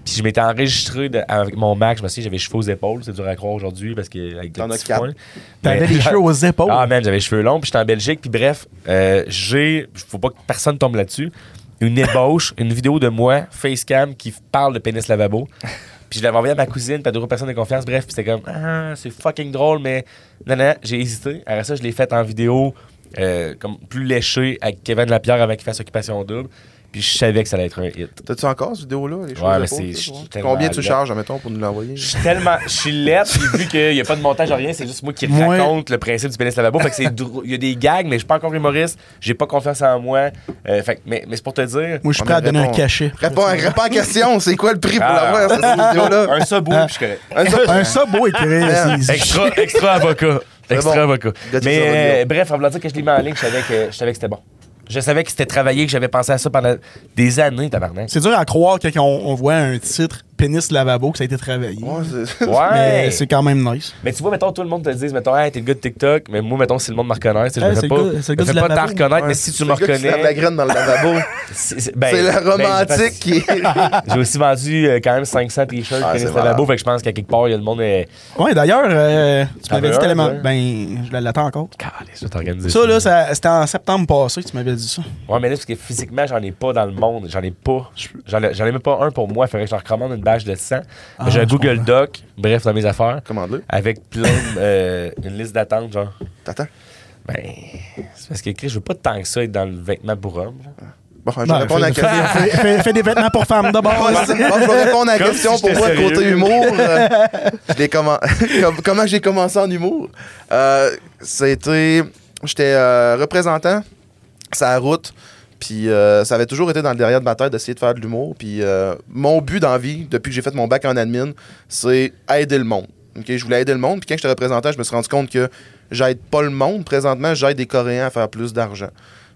Speaker 3: Puis je m'étais enregistré de- avec mon Mac. Je me suis dit, j'avais les cheveux aux épaules. C'est dur à croire aujourd'hui parce que avec des
Speaker 2: T'en as
Speaker 3: petits
Speaker 2: quatre.
Speaker 3: points.
Speaker 1: T'avais
Speaker 3: Mais- *laughs*
Speaker 1: les cheveux aux épaules.
Speaker 3: ah, man, j'avais les cheveux longs, puis j'étais en Belgique, puis bref, euh, j'ai. Faut pas que personne tombe là-dessus. Une ébauche, une vidéo de moi, facecam, qui parle de pénis lavabo.
Speaker 1: *laughs*
Speaker 3: Puis je l'avais envoyé à ma cousine, pas d'autres personnes de confiance. Bref, puis c'était comme, ah, c'est fucking drôle, mais. Non, non, j'ai hésité. Après ça, je l'ai fait en vidéo, euh, comme plus léché, avec Kevin Lapierre avant qu'il fasse Occupation Double. Puis je savais que ça allait être un hit.
Speaker 2: T'as-tu encore cette vidéo-là, les choses
Speaker 3: Ouais,
Speaker 2: de
Speaker 3: mais
Speaker 2: pauvres,
Speaker 3: c'est-
Speaker 2: ça,
Speaker 3: je
Speaker 2: ouais?
Speaker 3: suis tellement
Speaker 2: Combien tu
Speaker 3: laid.
Speaker 2: charges, admettons, pour nous l'envoyer?
Speaker 3: Je suis tellement. Je suis laid, puis vu qu'il n'y a pas de montage, rien, c'est juste moi qui
Speaker 1: Ouais.
Speaker 3: raconte le principe du pénis lavabo. Fait que c'est drôle. Il y a des gags, mais je suis pas encore humoriste. J'ai pas confiance en moi. Euh, fait que- mais mais c'est pour te dire.
Speaker 1: Moi, je suis
Speaker 2: On
Speaker 1: prêt à
Speaker 2: avait
Speaker 1: donner un
Speaker 2: bon-
Speaker 1: cachet.
Speaker 3: *laughs*
Speaker 2: Réponds réponds à la question, c'est quoi le prix pour
Speaker 3: Ah.
Speaker 2: l'avoir, cette
Speaker 3: *laughs*
Speaker 2: vidéo-là?
Speaker 3: Un sabou,
Speaker 1: Ah.
Speaker 3: puis je suis correct.
Speaker 2: Un seul-
Speaker 1: Un sub
Speaker 3: *laughs*
Speaker 1: beau écrit.
Speaker 3: Extra, *laughs* extra avocat. Extra
Speaker 2: bon.
Speaker 3: avocat.
Speaker 2: Gars, tu
Speaker 3: Mais
Speaker 2: nous en
Speaker 3: euh,
Speaker 2: as dit.
Speaker 3: bref, en voulant dire que je l'ai mis en ligne, je savais que, je savais que c'était bon. Je savais que c'était travaillé, que j'avais pensé à ça pendant des années, tabarnak.
Speaker 1: C'est dur à croire que quand on, on voit un titre Pénis Lavabo que ça a été travaillé.
Speaker 2: Ouais,
Speaker 1: Mais
Speaker 2: c'est-
Speaker 3: Ouais.
Speaker 1: c'est quand même nice.
Speaker 3: Mais tu vois, mettons, tout le monde te dit, mettons, hey, t'es le gars de TikTok, mais moi, mettons, si le monde me reconnaît, tu sais, je
Speaker 1: Ah,
Speaker 3: me
Speaker 1: c'est
Speaker 3: fais
Speaker 1: le
Speaker 3: pas,
Speaker 1: gars- c'est
Speaker 3: je
Speaker 1: le gars
Speaker 3: me fais
Speaker 1: du
Speaker 3: pas tant
Speaker 1: lavabo.
Speaker 2: *laughs*
Speaker 3: reconnaître, mais si tu me
Speaker 2: C'est le gars qui se lave
Speaker 3: reconnais.
Speaker 2: la graine dans le lavabo.
Speaker 3: C'est c'est- ben,
Speaker 2: Ah c'est
Speaker 3: ben,
Speaker 2: le
Speaker 3: ben,
Speaker 2: romantique qui est...
Speaker 3: J'ai aussi vendu euh, quand même 500 t-shirts
Speaker 2: Ah,
Speaker 3: Pénis
Speaker 2: c'est
Speaker 3: Lavabo, fait que je pense qu'à quelque part, il y a le monde. Euh,
Speaker 1: Ouais, d'ailleurs, euh, tu
Speaker 3: T'en
Speaker 1: m'avais
Speaker 3: veux
Speaker 1: dit
Speaker 3: un,
Speaker 1: tellement.
Speaker 3: toi?
Speaker 1: Ben, je l'attends encore.
Speaker 3: Calais, je vais t'organiser.
Speaker 1: Ça, là, ça- c'était en septembre passé que tu m'avais dit ça.
Speaker 3: Ouais, mais là, parce que physiquement, j'en ai pas dans le monde. J'en ai pas. J'en ai, j'en ai même pas un pour moi. Faudrait que je leur commande une bâche de 100. Mais J'ai un
Speaker 1: Ah, je
Speaker 3: Google Doc, bref, dans mes affaires.
Speaker 2: *laughs* Commande-le.
Speaker 3: Avec plein de, euh, une liste d'attente, genre.
Speaker 2: T'attends.
Speaker 3: Ben, c'est parce que, Chris, je veux pas tant que ça être dans le vêtement pour homme. genre.
Speaker 2: Bon, je vais
Speaker 1: Non,
Speaker 2: répondre à la
Speaker 1: fais-
Speaker 2: question.
Speaker 1: fais, fais- fais des vêtements pour femmes d'abord.
Speaker 2: Bon, je vais répondre à la
Speaker 3: Comme
Speaker 2: question
Speaker 3: si
Speaker 2: pour
Speaker 3: j'étais
Speaker 2: moi,
Speaker 3: sérieux.
Speaker 2: côté humour. euh, je l'ai commen- *laughs* Comme- comment j'ai commencé en humour? Euh, C'était. J'étais euh, représentant, ça la route. Puis euh, ça avait toujours été dans le derrière de ma tête d'essayer de faire de l'humour. Puis euh, mon but dans la vie, depuis que j'ai fait mon bac en admin, c'est aider le monde. Ok, Je voulais aider le monde. Puis quand j'étais représentant, je me suis rendu compte que j'aide pas le monde présentement, j'aide des Coréens à faire plus d'argent.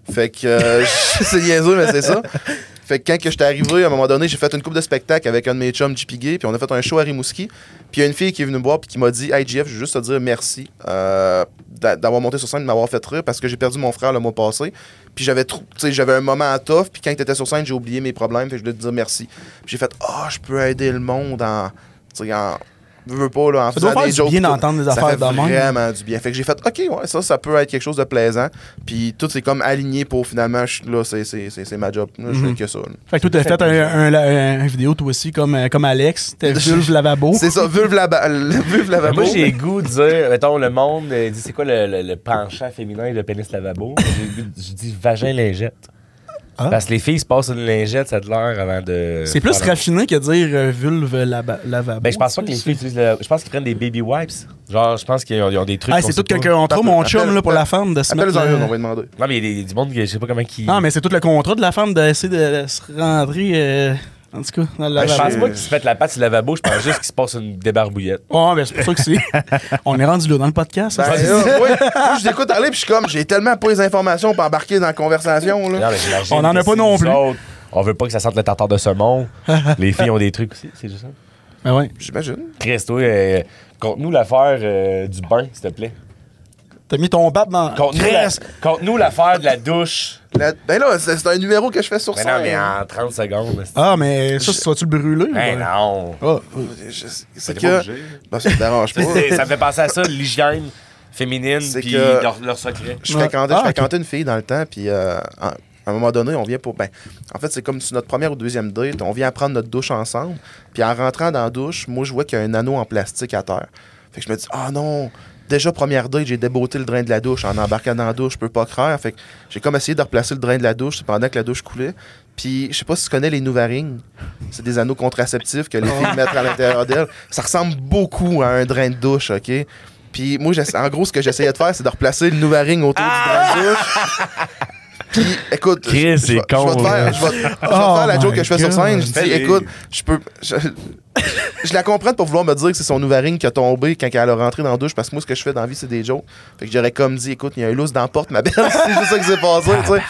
Speaker 2: Fait que euh, *laughs* c'est niaiseux, mais c'est ça. Fait que quand que j'étais arrivé, à un moment donné, j'ai fait une coupe de spectacle avec un de mes chums, JP Gay, puis on a fait un show à Rimouski. Puis il y a une fille qui est venue me voir puis qui m'a dit Hey Jeff, je veux juste te dire merci euh, d'a- d'avoir monté sur scène, de m'avoir fait rire parce que j'ai perdu mon frère le mois passé. Puis j'avais trop- tu sais, j'avais un moment à tough, puis quand t'étais sur scène, j'ai oublié mes problèmes, fait que je voulais te dire merci. Puis j'ai fait Ah, je peux aider le monde en. Tu sais, en. Veux, veux pas, là, en
Speaker 1: Ça doit
Speaker 2: faisant
Speaker 1: faire
Speaker 2: des
Speaker 1: du
Speaker 2: jokes
Speaker 1: bien
Speaker 2: tout.
Speaker 1: d'entendre des
Speaker 2: Ça
Speaker 1: affaires
Speaker 2: fait
Speaker 1: de même.
Speaker 2: vraiment du bien. Fait que j'ai fait, OK, ouais, ça, ça peut être quelque chose de plaisant. Puis tout, c'est comme aligné pour finalement, je suis là, c'est- c'est c'est- c'est ma job. Là, Je
Speaker 1: Mhm.
Speaker 2: fais que ça. là.
Speaker 1: Fait que toi, t'as fait un, un, un- un vidéo, toi aussi, comme, euh, comme Alex.
Speaker 3: *laughs*
Speaker 1: T'as Vulve Lavabo.
Speaker 2: C'est ça, vulve la ba- *laughs* le- vulve
Speaker 3: Ben,
Speaker 2: lavabo.
Speaker 3: moi, j'ai le goût de dire, mettons, le monde euh, dit c'est quoi le, le- le penchant féminin de pénis lavabo? J'ai le goût de- Je dis vagin lingette.
Speaker 1: Ah.
Speaker 3: Parce que les filles se passent une lingette, ça de l'heure avant de.
Speaker 1: C'est plus
Speaker 3: faire leur-
Speaker 1: raffiné que dire euh, Vulve lava- Lavabo.
Speaker 3: Ben, je pense pas que
Speaker 1: tu
Speaker 3: les
Speaker 1: sais,
Speaker 3: filles utilisent le- Je pense qu'ils prennent des baby wipes. Genre, je pense qu'ils ont, ils ont des
Speaker 1: c'est-
Speaker 3: trucs.
Speaker 1: Ah,
Speaker 3: qu'on
Speaker 1: c'est
Speaker 3: sait
Speaker 1: tout
Speaker 3: pas.
Speaker 1: quelqu'un. On trouve mon
Speaker 2: Appelle-
Speaker 1: chum là, pour
Speaker 2: appelle-
Speaker 1: la femme de se mettre. euh,
Speaker 2: Appelle-en
Speaker 1: le-
Speaker 2: une, on va lui demander.
Speaker 3: Non, mais il y a des- du monde que je sais pas comment qui.
Speaker 1: Non, mais c'est tout le contrat de la femme d'essayer de se rentrer. euh, En tout cas, dans le
Speaker 3: Ben, je
Speaker 1: lavabo.
Speaker 3: pense pas qu'ils se mettent la patte sur le lavabo, je pense juste qu'ils se passent une débarbouillette.
Speaker 1: Ouais, ben, c'est pour ça que
Speaker 3: *laughs*
Speaker 1: c'est. on est rendu là dans le podcast.
Speaker 2: Ben,
Speaker 1: ça.
Speaker 2: là, ouais. Moi, je t'écoute aller, puis je suis comme, j'ai tellement pas les informations pour embarquer dans la conversation. Là.
Speaker 3: Non, mais j'imagine
Speaker 1: On en a
Speaker 3: que
Speaker 1: pas
Speaker 3: si
Speaker 1: non
Speaker 3: nous
Speaker 1: plus.
Speaker 3: autres, on veut pas que ça sente le tartare
Speaker 1: *laughs*
Speaker 3: de saumon. les filles ont des trucs aussi, c'est juste ça.
Speaker 1: Ben ouais.
Speaker 2: J'imagine.
Speaker 3: Chris, toi, euh, conte-nous l'affaire euh, du bain, s'il te plaît.
Speaker 1: T'as mis ton bat dans.
Speaker 3: Conte-nous la-
Speaker 1: Chris!
Speaker 3: conte-nous l'affaire de la douche.
Speaker 2: La- Ben là, c'est c'est un numéro que je fais sur
Speaker 3: Mais
Speaker 2: scène.
Speaker 3: non, mais en 30 secondes. c'est-
Speaker 1: Ah, mais ça, sois-tu le brûlé? ou
Speaker 3: Ben
Speaker 1: ben?
Speaker 3: non.
Speaker 1: Ah,
Speaker 2: Je- C'est
Speaker 3: T'es
Speaker 2: que.
Speaker 3: pas obligé.
Speaker 2: Ben, ça me dérange pas.
Speaker 3: *laughs* C'est- ça me fait penser à ça, l'hygiène féminine,
Speaker 2: C'est
Speaker 3: puis
Speaker 2: que-
Speaker 3: leur, leur secret.
Speaker 2: je
Speaker 1: Ouais.
Speaker 2: fréquentais,
Speaker 1: Ah,
Speaker 2: je
Speaker 1: ok.
Speaker 2: fréquentais une fille dans le temps, puis euh, à à un moment donné, on vient pour. Ben, en fait, c'est comme sur notre première ou deuxième date, on vient prendre notre douche ensemble, puis en rentrant dans la douche, moi, je vois qu'il y a un anneau en plastique à terre. Fait que je me dis, ah non, déjà première date, j'ai débotté le drain de la douche en embarquant dans la douche, je peux pas croire. Fait que j'ai comme essayé de replacer le drain de la douche pendant que la douche coulait. Puis, je sais pas si tu connais les Nouvarings. C'est des anneaux contraceptifs que les filles mettent à l'intérieur d'elles. Ça ressemble beaucoup à un drain de douche, OK? Puis moi, j'essa- en gros, ce que j'essayais de faire, c'est de replacer le Nouvaring autour du drain de douche. Puis, écoute,
Speaker 3: Chris,
Speaker 2: je- je
Speaker 3: c'est
Speaker 2: vais-
Speaker 3: con,
Speaker 2: je vais te
Speaker 3: là.
Speaker 4: hein.
Speaker 2: faire, je vais, je vais
Speaker 3: *laughs*
Speaker 2: te
Speaker 1: Oh
Speaker 2: faire la joke
Speaker 1: my
Speaker 2: que je fais sur scène. Je
Speaker 3: Fais-le.
Speaker 2: dis, écoute, je peux... Je, je la comprends pour vouloir me dire que c'est son Nouvaring qui a tombé quand elle a rentré dans la douche, parce que moi, ce que je fais dans la vie, c'est des jokes. Fait que j'aurais comme dit, écoute, il y a un lousse dans la porte, ma belle. *laughs* c'est juste ça qui s'est passé, tu sais.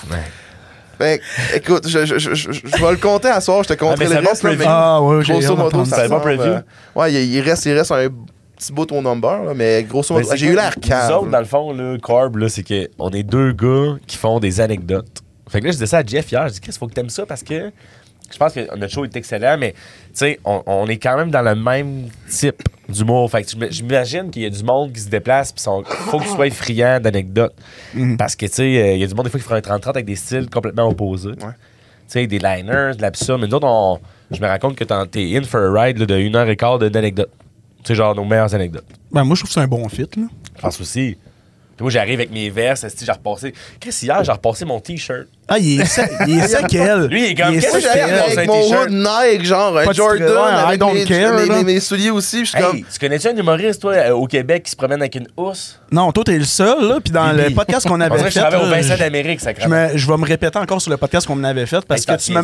Speaker 2: Ben, écoute, je, je, je, je- je vais le compter à soir, je te compterai
Speaker 3: Ah, mais ça
Speaker 2: le
Speaker 3: va
Speaker 2: reste. là,
Speaker 3: plus
Speaker 2: mais
Speaker 3: vite.
Speaker 1: ah ouais, j'ai
Speaker 2: grosso
Speaker 1: hâte
Speaker 2: modo,
Speaker 1: d'entendre
Speaker 2: ça
Speaker 3: ça. Va
Speaker 2: ressemble,
Speaker 3: plus
Speaker 2: euh,
Speaker 3: vite.
Speaker 2: Ouais, il, il reste, il reste un petit bout au number, là, mais grosso modo,
Speaker 3: Ben, c'est
Speaker 2: j'ai
Speaker 3: quoi,
Speaker 2: eu l'air
Speaker 3: Nous autres,
Speaker 2: calme.
Speaker 3: dans le fond, le Corb, là, c'est qu'on est deux gars qui font des anecdotes. Fait que là, je disais ça à Jeff hier. Je dis, Chris, faut que t'aimes ça parce que je pense que notre show est excellent, mais tu sais, on, on est quand même dans le même type d'humour. Fait que j'im- j'imagine qu'il y a du monde qui se déplace, puis sont- faut que tu sois friand d'anecdotes.
Speaker 2: Mm-hmm.
Speaker 3: Parce que tu sais, euh, il y a du monde des fois qui fera un 30-30 avec des styles complètement opposés. Tu sais, des liners, de l'absurde. Mais nous autres, on- je me raconte que t'en- t'es in for a ride là, de une heure et quart de- d'anecdotes. Tu sais, genre nos meilleures anecdotes.
Speaker 1: Ben, moi, je trouve que c'est un bon fit, là.
Speaker 3: Je pense aussi. Puis moi, j'arrive avec mes verses, esti, j'ai repassé. Chris, hier, j'ai repassé mon t-shirt.
Speaker 1: Ah, il est sec, il est
Speaker 3: *laughs*
Speaker 1: sec, elle.
Speaker 3: Lui, il est comme,
Speaker 1: Il est
Speaker 3: qu'est-ce
Speaker 1: sec,
Speaker 3: que j'avais
Speaker 1: elle.
Speaker 3: dans
Speaker 2: avec
Speaker 3: un
Speaker 2: mon
Speaker 3: t-shirt.
Speaker 2: hood Nike, genre un
Speaker 1: Pas de
Speaker 2: Jordan,
Speaker 1: stress, ouais, I
Speaker 2: avec
Speaker 1: don't
Speaker 2: mes,
Speaker 1: care,
Speaker 2: mes-
Speaker 1: là.
Speaker 2: mes- mes souliers aussi, puis je suis comme...
Speaker 3: Hey, tu connais-tu un humoriste, toi, euh, au Québec, qui se promène avec une housse?
Speaker 1: Non, toi, t'es le seul, là. Puis dans le
Speaker 3: Bibi.
Speaker 1: podcast qu'on
Speaker 3: On dirait
Speaker 1: avait
Speaker 3: que je
Speaker 1: fait.
Speaker 3: travaille au
Speaker 1: là,
Speaker 3: Vincent
Speaker 1: je-
Speaker 3: d'Amérique, ça
Speaker 1: ben, euh, je, me- je vais me répéter encore sur le podcast qu'on avait fait parce que tu m'as.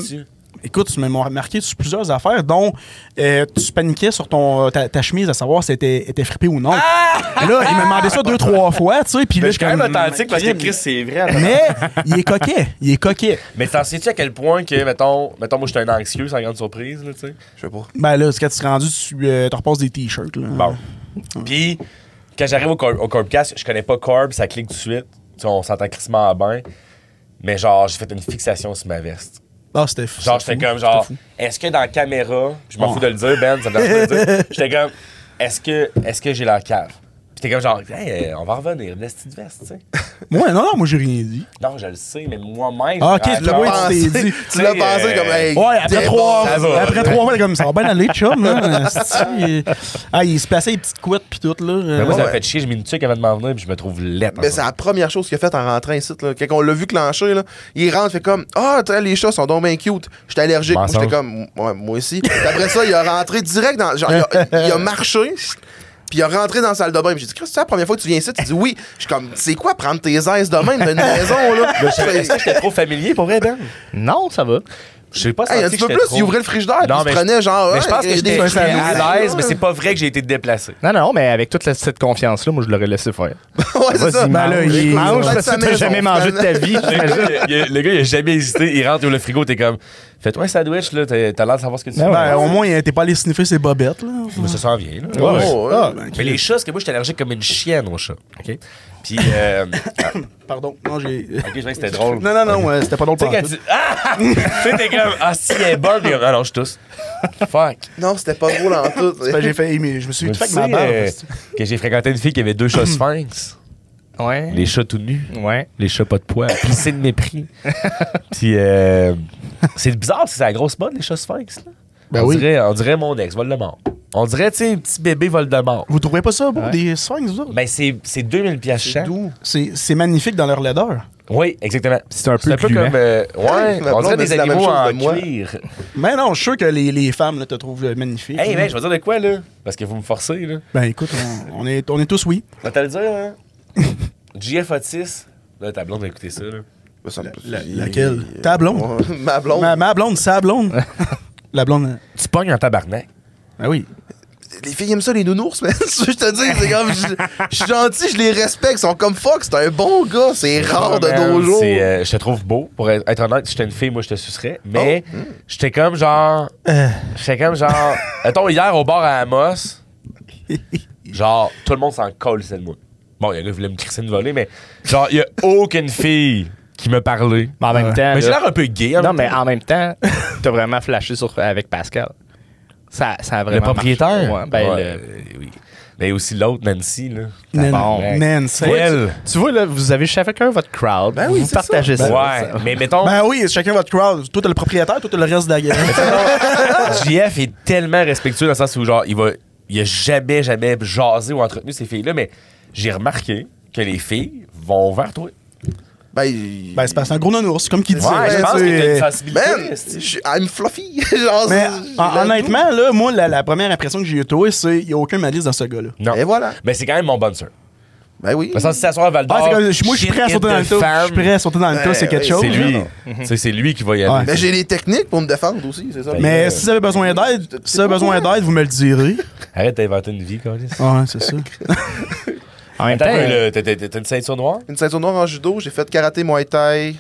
Speaker 1: Écoute, tu m'as marqué sur plusieurs affaires, dont euh, tu paniquais sur ton, euh, ta, ta chemise à savoir si elle était, était fripée ou non. Et Là, il m'a demandé ça deux, trois fois, tu sais. Puis là,
Speaker 3: Ah! Je suis quand même
Speaker 1: comme,
Speaker 3: authentique parce que Chris, c'est vrai.
Speaker 1: Mais il est coquet. Il est coquet.
Speaker 3: Mais t'en sais-tu à quel point que, mettons, mettons moi, j'étais un anxieux, sans grande surprise, là, tu sais?
Speaker 2: Je sais pas.
Speaker 1: Ben là, c'est quand tu es rendu, tu euh, te repasses des t-shirts. là.
Speaker 3: Bon. Puis, quand j'arrive au, Corb- au Corbcast, je connais pas Corb, ça clique tout de suite. Tu sais, on s'entend crissement à bain. Mais genre, j'ai fait une fixation sur ma veste.
Speaker 1: Ah, c'était fou.
Speaker 3: Genre,
Speaker 1: c'était
Speaker 3: j'étais
Speaker 1: fou,
Speaker 3: comme, genre,
Speaker 1: c'était fou.
Speaker 3: est-ce que dans la caméra, je m'en
Speaker 1: Bon.
Speaker 3: fous de le dire, Ben, ça me dérange pas de
Speaker 1: *laughs*
Speaker 3: le dire. J'étais comme, est-ce que, est-ce que j'ai la cave? Puis t'es comme, genre, hey, euh, on va revenir, de la petite veste, tu sais.
Speaker 1: Moi, non, non, moi, j'ai rien dit.
Speaker 3: Non, je le sais, mais moi-même.
Speaker 1: Ah, ok,
Speaker 3: en
Speaker 1: tu l'as
Speaker 3: classe,
Speaker 1: pas
Speaker 2: Pensé-
Speaker 1: t'es dit.
Speaker 2: *laughs* tu l'as
Speaker 3: Tu sais,
Speaker 2: pensé
Speaker 3: euh,
Speaker 2: comme... Hey,
Speaker 1: Ouais, après
Speaker 2: t'es
Speaker 1: trois,
Speaker 2: bon,
Speaker 3: ça va.
Speaker 1: après trois mois, comme ça va bien aller, chum.
Speaker 3: *laughs*
Speaker 1: Là. Asti, il- Ah, il se plaçait les petites couettes pis tout, là.
Speaker 3: Mais Ben, moi,
Speaker 1: Ouais.
Speaker 3: ça
Speaker 2: ouais.
Speaker 3: me fait chier, j'ai mis une tuque avant de m'en venir, puis je me trouve laide. en
Speaker 2: Mais
Speaker 3: ce
Speaker 2: c'est la première chose qu'il a faite en rentrant ici. Là. Quand on l'a vu clencher, là, il rentre, fait comme Ah, t'as- les chats sont donc bien cute. J'étais allergique. Moi,
Speaker 3: Mensonge.
Speaker 2: j'étais comme Ouais, Moi aussi. Puis après ça, il a rentré direct dans. Genre, il, a,
Speaker 1: *laughs*
Speaker 2: il a marché. Puis il a rentré dans la salle de bain. Puis J'ai dit, Chris, c'est la première fois que tu viens ici. Tu dis oui. Je suis comme, c'est quoi prendre tes aises de même d'une maison, là?
Speaker 3: moment. Est-ce que j'étais trop familier pour vrai, Ben?
Speaker 4: Non, ça va.
Speaker 3: Je sais pas si
Speaker 2: Hey, un petit peu plus, il ouvrait le frigidaire, puis
Speaker 3: Non,
Speaker 2: il se
Speaker 3: mais-
Speaker 2: prenait genre.
Speaker 3: Mais je pense que
Speaker 2: hey,
Speaker 3: j'étais
Speaker 2: des-
Speaker 3: très à
Speaker 2: Ouais.
Speaker 3: l'aise, mais c'est pas vrai que j'ai été déplacé.
Speaker 4: Non, non, mais avec toute la- cette confiance-là, moi, je l'aurais laissé faire.
Speaker 2: Ouais, c'est ça.
Speaker 4: Vas-y,
Speaker 1: Ben là,
Speaker 4: mange.
Speaker 1: il-
Speaker 4: Mange
Speaker 2: il-
Speaker 4: parce que
Speaker 2: il-
Speaker 4: t'as jamais mangé de ta vie.
Speaker 3: Le gars, *laughs* il a- le gars, il a jamais hésité. Il rentre, il ouvre le frigo, t'es comme. Fais-toi un sandwich, là. T'as t'as l'air de savoir ce que tu
Speaker 4: Ben
Speaker 3: veux.
Speaker 4: ouais.
Speaker 1: Ben, au moins, euh, t'es pas allé sniffer ses bobettes, là.
Speaker 3: Mais ça s'en vient, là.
Speaker 2: Ouais,
Speaker 4: Ouais.
Speaker 2: ouais.
Speaker 1: Ah, ben,
Speaker 3: Mais les chats, parce que moi, j'étais allergique comme une chienne aux chats. OK? Puis, euh, ah, OK,
Speaker 1: Pardon. Non, j'ai.
Speaker 3: je sais que c'était
Speaker 1: *laughs*
Speaker 3: drôle.
Speaker 1: Non, non, non, ouais, c'était pas drôle
Speaker 3: Tu sais,
Speaker 1: pas
Speaker 3: quand tu. Ah! *laughs* tu sais, t'es comme. Ah, si, elle est bonne. puis comme, Ah non, je tousse. Fuck.
Speaker 2: Non, c'était pas drôle en tout. *laughs*
Speaker 1: Ben, J'ai fait, mais je me suis
Speaker 3: Tu
Speaker 1: fait avec
Speaker 3: sais,
Speaker 1: ma barbe.
Speaker 3: euh, que j'ai fréquenté une fille qui avait deux chats sphinx.
Speaker 4: Ouais.
Speaker 3: Les chats tout nus.
Speaker 4: Ouais.
Speaker 3: Les chats pas de poils. Plissé de mépris. Puis, euh, c'est bizarre, c'est la grosse mode, les chats sphinx. Là.
Speaker 1: Ben
Speaker 3: on,
Speaker 1: oui.
Speaker 3: dirait, on dirait mon ex, Voldemort. On dirait, tu sais, un petit bébé Voldemort.
Speaker 1: Vous trouvez pas ça beau, des swings, vous autres?
Speaker 3: Ben, c'est c'est 2000 piastres chaque.
Speaker 1: C'est c'est magnifique dans leur laideur.
Speaker 3: Oui, exactement.
Speaker 4: C'est un peu
Speaker 3: C'est un peu
Speaker 4: gluant.
Speaker 3: comme. euh, ouais,
Speaker 2: Ma
Speaker 3: on
Speaker 2: blonde
Speaker 3: dirait
Speaker 2: me dit
Speaker 3: des
Speaker 2: la même
Speaker 3: animaux
Speaker 2: chose
Speaker 3: en
Speaker 2: de moi.
Speaker 3: cuir.
Speaker 1: Mais non, je suis sûr que les, les femmes là, te trouvent euh, magnifique.
Speaker 3: Hey, mec, je vais dire de quoi, là? Parce que vous me forcez, là.
Speaker 1: Ben écoute, on, on est, on est tous oui.
Speaker 3: Je vais te le dire, *laughs* hein? JF Otis. Là, ta blonde va écouter ça, là.
Speaker 1: La- laquelle? Ta blonde?
Speaker 2: Ouais, Ma blonde.
Speaker 1: Ma, ma blonde, sa
Speaker 2: *laughs*
Speaker 1: blonde. La blonde. euh,
Speaker 3: Tu pognes en tabarnak.
Speaker 1: Ben oui.
Speaker 2: Les filles aiment ça, les nounours, mais *laughs* je te dis, c'est comme. Je je suis gentil, je les respecte. Ils sont comme fuck, c'est un bon gars, c'est rare de
Speaker 3: Man,
Speaker 2: nos jours.
Speaker 3: c'est, euh, je te trouve beau. Pour être être honnête, si j'étais une fille, moi, je te sucerais. Mais
Speaker 2: Oh.
Speaker 3: j'étais comme genre. J'étais comme *laughs* genre. Mettons, hier, au bar à *laughs* Amos, genre, tout le monde s'en colle, c'est le mot. Bon, il y en a qui voulaient me crisser une volée, mais genre, il y a aucune fille qui me parlait.
Speaker 4: Mais en même
Speaker 1: Ouais.
Speaker 4: temps.
Speaker 3: Mais j'ai
Speaker 4: là-
Speaker 3: l'air un peu gay. en
Speaker 4: Non,
Speaker 3: même
Speaker 4: mais en même temps, t'as vraiment flashé sur, avec Pascal. Ça, ça a
Speaker 3: Le
Speaker 4: vraiment.
Speaker 3: propriétaire?
Speaker 4: marché. Ouais, ben,
Speaker 3: Ouais,
Speaker 4: le-
Speaker 3: euh, oui. Mais aussi l'autre, Nancy, là.
Speaker 1: Nan,
Speaker 4: bon.
Speaker 1: Nan, c'est-
Speaker 3: Elle.
Speaker 4: Tu vois, là, vous avez chacun votre crowd.
Speaker 2: Ben oui,
Speaker 4: vous
Speaker 2: c'est ça.
Speaker 4: partagez ça.
Speaker 3: Ouais, mais mettons, *laughs*
Speaker 1: Ben oui, chacun votre crowd. Toi, t'as le propriétaire, toi, t'as le reste de la gueule.
Speaker 3: JF est tellement respectueux dans le sens où, genre, il va. Il a jamais, jamais jasé ou entretenu ces filles-là, mais j'ai remarqué que les filles vont vers toi.
Speaker 2: Ben, il-
Speaker 1: ben, c'est parce que c'est un gros nounours, comme qu'il dit.
Speaker 3: Ouais, je
Speaker 1: là,
Speaker 3: pense
Speaker 1: tu
Speaker 3: que
Speaker 1: sais,
Speaker 3: t'as une
Speaker 1: euh,
Speaker 3: sensibilité.
Speaker 2: Man, je
Speaker 3: esti.
Speaker 2: suis- I'm fluffy. *laughs* Genre,
Speaker 1: Mais
Speaker 2: c'est-
Speaker 1: hon- honnêtement, là, moi, la, la première impression que j'ai eue, toi, c'est qu'il n'y a aucun malice dans ce gars-là.
Speaker 3: Non.
Speaker 2: Et voilà.
Speaker 3: Mais c'est quand même mon bonheur.
Speaker 2: Ben oui.
Speaker 3: Parce que si ça soit à Val
Speaker 1: Ah,
Speaker 3: d'Or,
Speaker 1: c'est comme- je- moi, je suis prêt à
Speaker 3: Oh, shit
Speaker 1: sauter
Speaker 3: hit
Speaker 1: dans
Speaker 3: de
Speaker 1: le tas. Je
Speaker 3: femme,
Speaker 1: suis prêt à sauter dans le tas,
Speaker 2: Ouais,
Speaker 1: c'est quelque
Speaker 2: ouais,
Speaker 1: chose.
Speaker 3: C'est lui.
Speaker 2: Non,
Speaker 3: Tu sais, C'est lui qui va y aller.
Speaker 1: Ouais.
Speaker 2: Mais j'ai les techniques pour me défendre aussi, c'est ça.
Speaker 1: Mais
Speaker 3: Euh,
Speaker 1: si vous avez besoin d'aide, si vous avez
Speaker 2: pas
Speaker 1: besoin
Speaker 2: courant.
Speaker 1: d'aide, vous me le direz. Ah,
Speaker 3: Arrête d'inventer une vie, Carlis.
Speaker 1: Ouais, c'est ça.
Speaker 4: En même
Speaker 3: Attends,
Speaker 4: temps, euh,
Speaker 3: là, t'as- t'as t'as une ceinture noire
Speaker 2: Une ceinture noire en judo, j'ai fait karaté, muay thai,